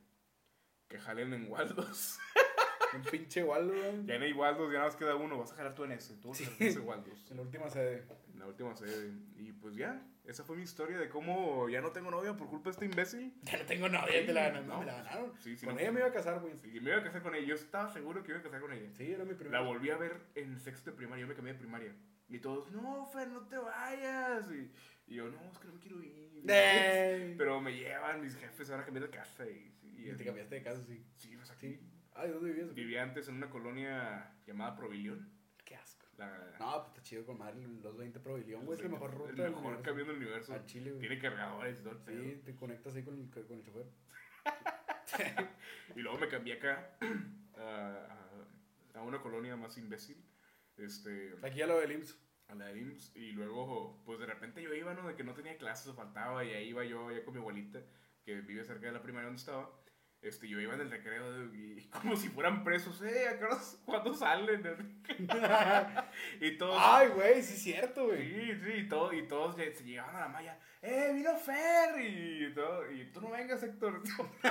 Speaker 1: Que jalen en Waldos.
Speaker 2: Un pinche Waldo, güey.
Speaker 1: ya no hay Waldos, ya nada más queda uno. Vas a jalar tú en ese. Tú vas a
Speaker 2: Sí.
Speaker 1: jalar en ese Waldos.
Speaker 2: En la última sede.
Speaker 1: En la última sede. Y pues ya, esa fue mi historia de cómo ya no tengo novia por culpa de este imbécil.
Speaker 2: Ya no tengo novia,
Speaker 1: te la ganaron,
Speaker 2: No,
Speaker 1: no,
Speaker 2: me
Speaker 1: me
Speaker 2: la
Speaker 1: la
Speaker 2: ganaron.
Speaker 1: Sí, sí,
Speaker 2: Con
Speaker 1: no.
Speaker 2: ella me iba a casar, güey.
Speaker 1: Y me iba a casar con ella. Yo estaba seguro que iba a casar con ella.
Speaker 2: Sí, era mi
Speaker 1: La
Speaker 2: primera.
Speaker 1: volví a ver en sexto de primaria. Yo me cambié de primaria. Y todos, no, Fer, no te vayas. Y, y yo, no, es que no me quiero ir.
Speaker 2: Ey.
Speaker 1: Pero me llevan mis jefes ahora cambié de casa. Y, y-
Speaker 2: Y te cambiaste de casa, sí.
Speaker 1: Sí, pues aquí.
Speaker 2: Sí. Ay, ¿dónde vivías? güey?
Speaker 1: Vivía antes en una colonia llamada Provillón.
Speaker 2: Qué asco.
Speaker 1: La,
Speaker 2: No, pues está chido con madre. Los 20 Provilión, güey. Es la mejor ruta.
Speaker 1: Pues, El
Speaker 2: del
Speaker 1: mejor
Speaker 2: universo.
Speaker 1: camión del universo.
Speaker 2: A Chile, güey.
Speaker 1: Tiene cargadores y todo el pedo.
Speaker 2: Sí, te conectas ahí con el, con el chofer.
Speaker 1: Y luego me cambié acá a, a- a una colonia más imbécil, este,
Speaker 2: Aquí ya lo del IMSS.
Speaker 1: a la del IMSS. Y luego, pues de repente yo iba, ¿no? De que no tenía clases o faltaba, y ahí iba yo, ya con mi abuelita, que vive cerca de la primaria donde estaba. Este, yo iba en el recreo y como si fueran presos, ¿eh? ¿A qué horas- ¿Cuándo salen? y todos.
Speaker 2: Ay, güey, sí es cierto, güey.
Speaker 1: Sí, sí, y, todo, y todos ya se llegaban a la malla. ¡Eh, vino Fer! Y, todo, y tú no vengas, Héctor.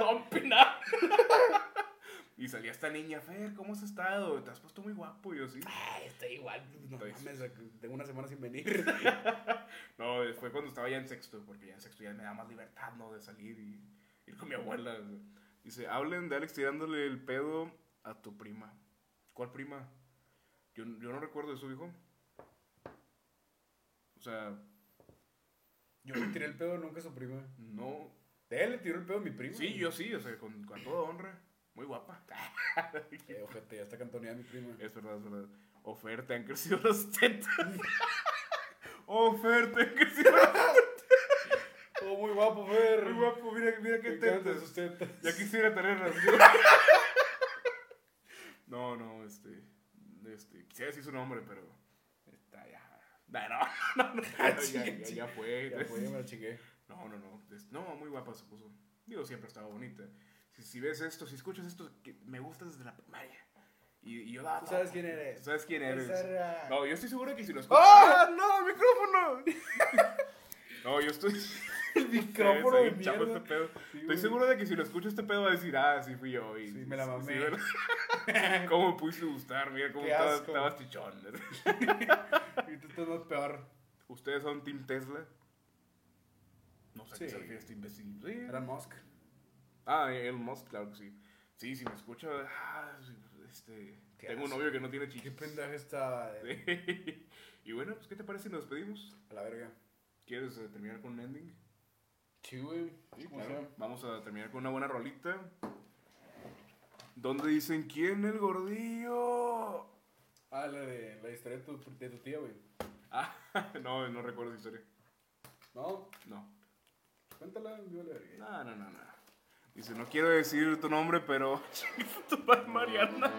Speaker 1: Don Pinar. y salía esta niña, Fer, ¿cómo has estado? Te has puesto muy guapo, y yo sí.
Speaker 2: Ay, estoy igual. No
Speaker 1: Estoy-
Speaker 2: mames, tengo una semana sin venir.
Speaker 1: No, fue cuando estaba ya en sexto, porque ya en sexto ya me da más libertad, ¿no? De salir y ir con mi abuela. Dice, hablen de Alex tirándole el pedo a tu prima. ¿Cuál prima? Yo, yo no recuerdo de su hijo. O sea,
Speaker 2: Yo le tiré el pedo nunca a su prima.
Speaker 1: no,
Speaker 2: De él le tiró el pedo a mi prima.
Speaker 1: Sí, yo sí, o sea, con, con toda honra. Muy guapa.
Speaker 2: Eh, ojete, ya está cantoneada mi prima.
Speaker 1: Es verdad, es verdad. Oferta, han crecido las tetas. Oferta, han crecido las tetas.
Speaker 2: Oh, muy guapo, Fer.
Speaker 1: Muy guapo, mira, mira qué
Speaker 2: Me encantan
Speaker 1: tetas.
Speaker 2: sus tetas.
Speaker 1: Ya quisiera tenerlas. No, no, este, este. Quisiera decir su nombre, pero. Está ya. No, no, no, no, ya, ya, ya, ya fue.
Speaker 2: Ah, Ya fue, ya me la chingué.
Speaker 1: No, no, no. es- No, muy guapa se puso. Digo, siempre estaba bonita. Si, si ves esto, si escuchas esto, que me gusta desde la primaria. Y, y yo daba
Speaker 2: Tú sabes
Speaker 1: todo.
Speaker 2: quién eres.
Speaker 1: Tú sabes quién eres.
Speaker 2: Esa-
Speaker 1: No, yo estoy seguro que si lo escuchas.
Speaker 2: ¡Ah! ¡No! ¡Micrófono!
Speaker 1: No, yo estoy.
Speaker 2: El
Speaker 1: Está
Speaker 2: micrófono de
Speaker 1: bien chafa
Speaker 2: mierda.
Speaker 1: este pedo.
Speaker 2: Sí,
Speaker 1: Estoy
Speaker 2: güey.
Speaker 1: seguro de que si lo escucho este pedo va a decir, ah, sí fui yo. Y,
Speaker 2: Sí, me la mamé.
Speaker 1: ¿verdad? ¿Cómo me pudiste gustar? Mira cómo
Speaker 2: Qué
Speaker 1: estaba-
Speaker 2: asco.
Speaker 1: estabas chichón.
Speaker 2: Y tú estás más peor.
Speaker 1: ¿Ustedes son Team Tesla? No sé a qué
Speaker 2: Sí.
Speaker 1: se refiere este imbécil. Sí.
Speaker 2: Era Musk.
Speaker 1: Ah, Elon Musk, claro que sí. Sí, si me escucha, ah, este,
Speaker 2: Qué
Speaker 1: tengo un
Speaker 2: asco.
Speaker 1: novio que no tiene
Speaker 2: Qué
Speaker 1: chichis.
Speaker 2: pendeja está de-
Speaker 1: Sí. Y bueno, pues, ¿qué te parece si nos despedimos?
Speaker 2: A la verga.
Speaker 1: ¿Quieres eh, terminar con un ending?
Speaker 2: Sí, güey. ¿Cómo se llama?
Speaker 1: Vamos a terminar con una buena rolita. ¿Dónde dicen quién el gordillo?
Speaker 2: Ah, la de la historia de tu, de tu tía, güey.
Speaker 1: Ah, no, no recuerdo esa historia.
Speaker 2: No,
Speaker 1: No.
Speaker 2: cuéntala, yo la verga.
Speaker 1: No, no, no, no. Dice, no quiero decir tu nombre, pero... tu madre, Mariana.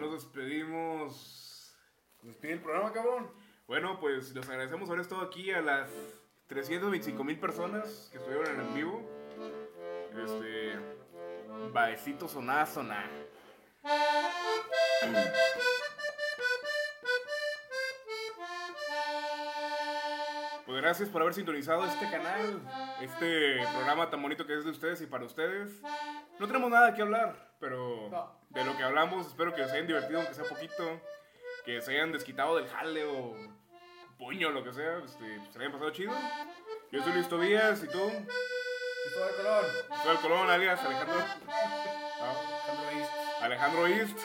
Speaker 1: nos.
Speaker 2: Despide el programa, cabrón.
Speaker 1: Bueno, pues les agradecemos haber estado aquí a las 325 mil personas que estuvieron en el vivo. Este. Baecito soná soná. Pues gracias por haber sintonizado este canal, este programa tan bonito que es de ustedes y para ustedes. No tenemos nada que hablar, pero
Speaker 2: No.
Speaker 1: de lo que hablamos espero que se hayan divertido, aunque sea poquito, que se hayan desquitado del jale o puño, lo que sea, este, se hayan pasado chido. Yo soy Luis Tobías y tú,
Speaker 2: Cristóbal Colón.
Speaker 1: soy el Colón, alias Alejandro. No.
Speaker 2: Alejandro Is.
Speaker 1: Alejandro East.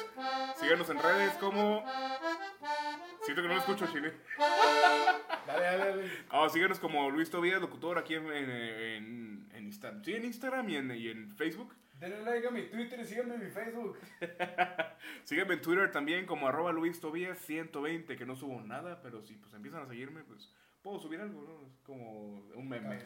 Speaker 1: Síganos en redes como. Siento que no lo escucho, Chile.
Speaker 2: Dale, dale, dale.
Speaker 1: Ah, síganos como Luis Tobías, locutor aquí en, en, en, en Instagram. Sí, en Instagram y en, y en Facebook.
Speaker 2: Denle like a mi Twitter y síganme en mi Facebook.
Speaker 1: Síganme en Twitter también como arroba Luis Tobías 120, que no subo nada, pero si pues empiezan a seguirme, pues puedo subir algo, ¿no? Es como un meme.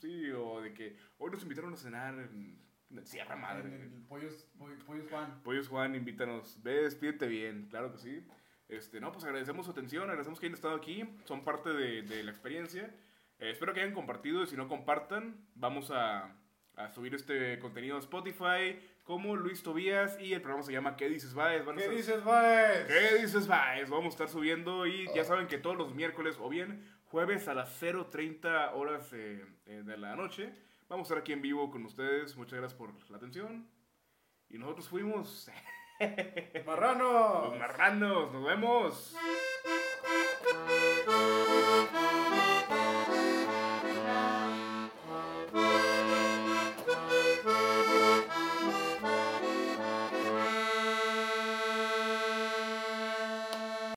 Speaker 1: Sí, o de que hoy nos invitaron a cenar en en Sierra Madre.
Speaker 2: En el Pollos, Poy- Pollos Juan.
Speaker 1: Pollos Juan, invítanos. Ve, despídete bien, claro que sí. Este, no, pues agradecemos su atención, agradecemos que hayan estado aquí, son parte de, de la experiencia. Eh, espero que hayan compartido y si no compartan, vamos a, a subir este contenido a Spotify como Luis Tobías y el programa se llama ¿Qué dices, Baez? Van a
Speaker 2: ¿Qué
Speaker 1: estar-
Speaker 2: dices, pues? Baez?
Speaker 1: ¿Qué dices, Baez? Vamos a estar subiendo y
Speaker 2: Ah.
Speaker 1: ya saben que todos los miércoles o bien jueves a las 0.30 horas eh, eh, de la noche vamos a estar aquí en vivo con ustedes. Muchas gracias por la atención. Y nosotros fuimos...
Speaker 2: Marrano.
Speaker 1: Los marranos, nos Pues, vemos.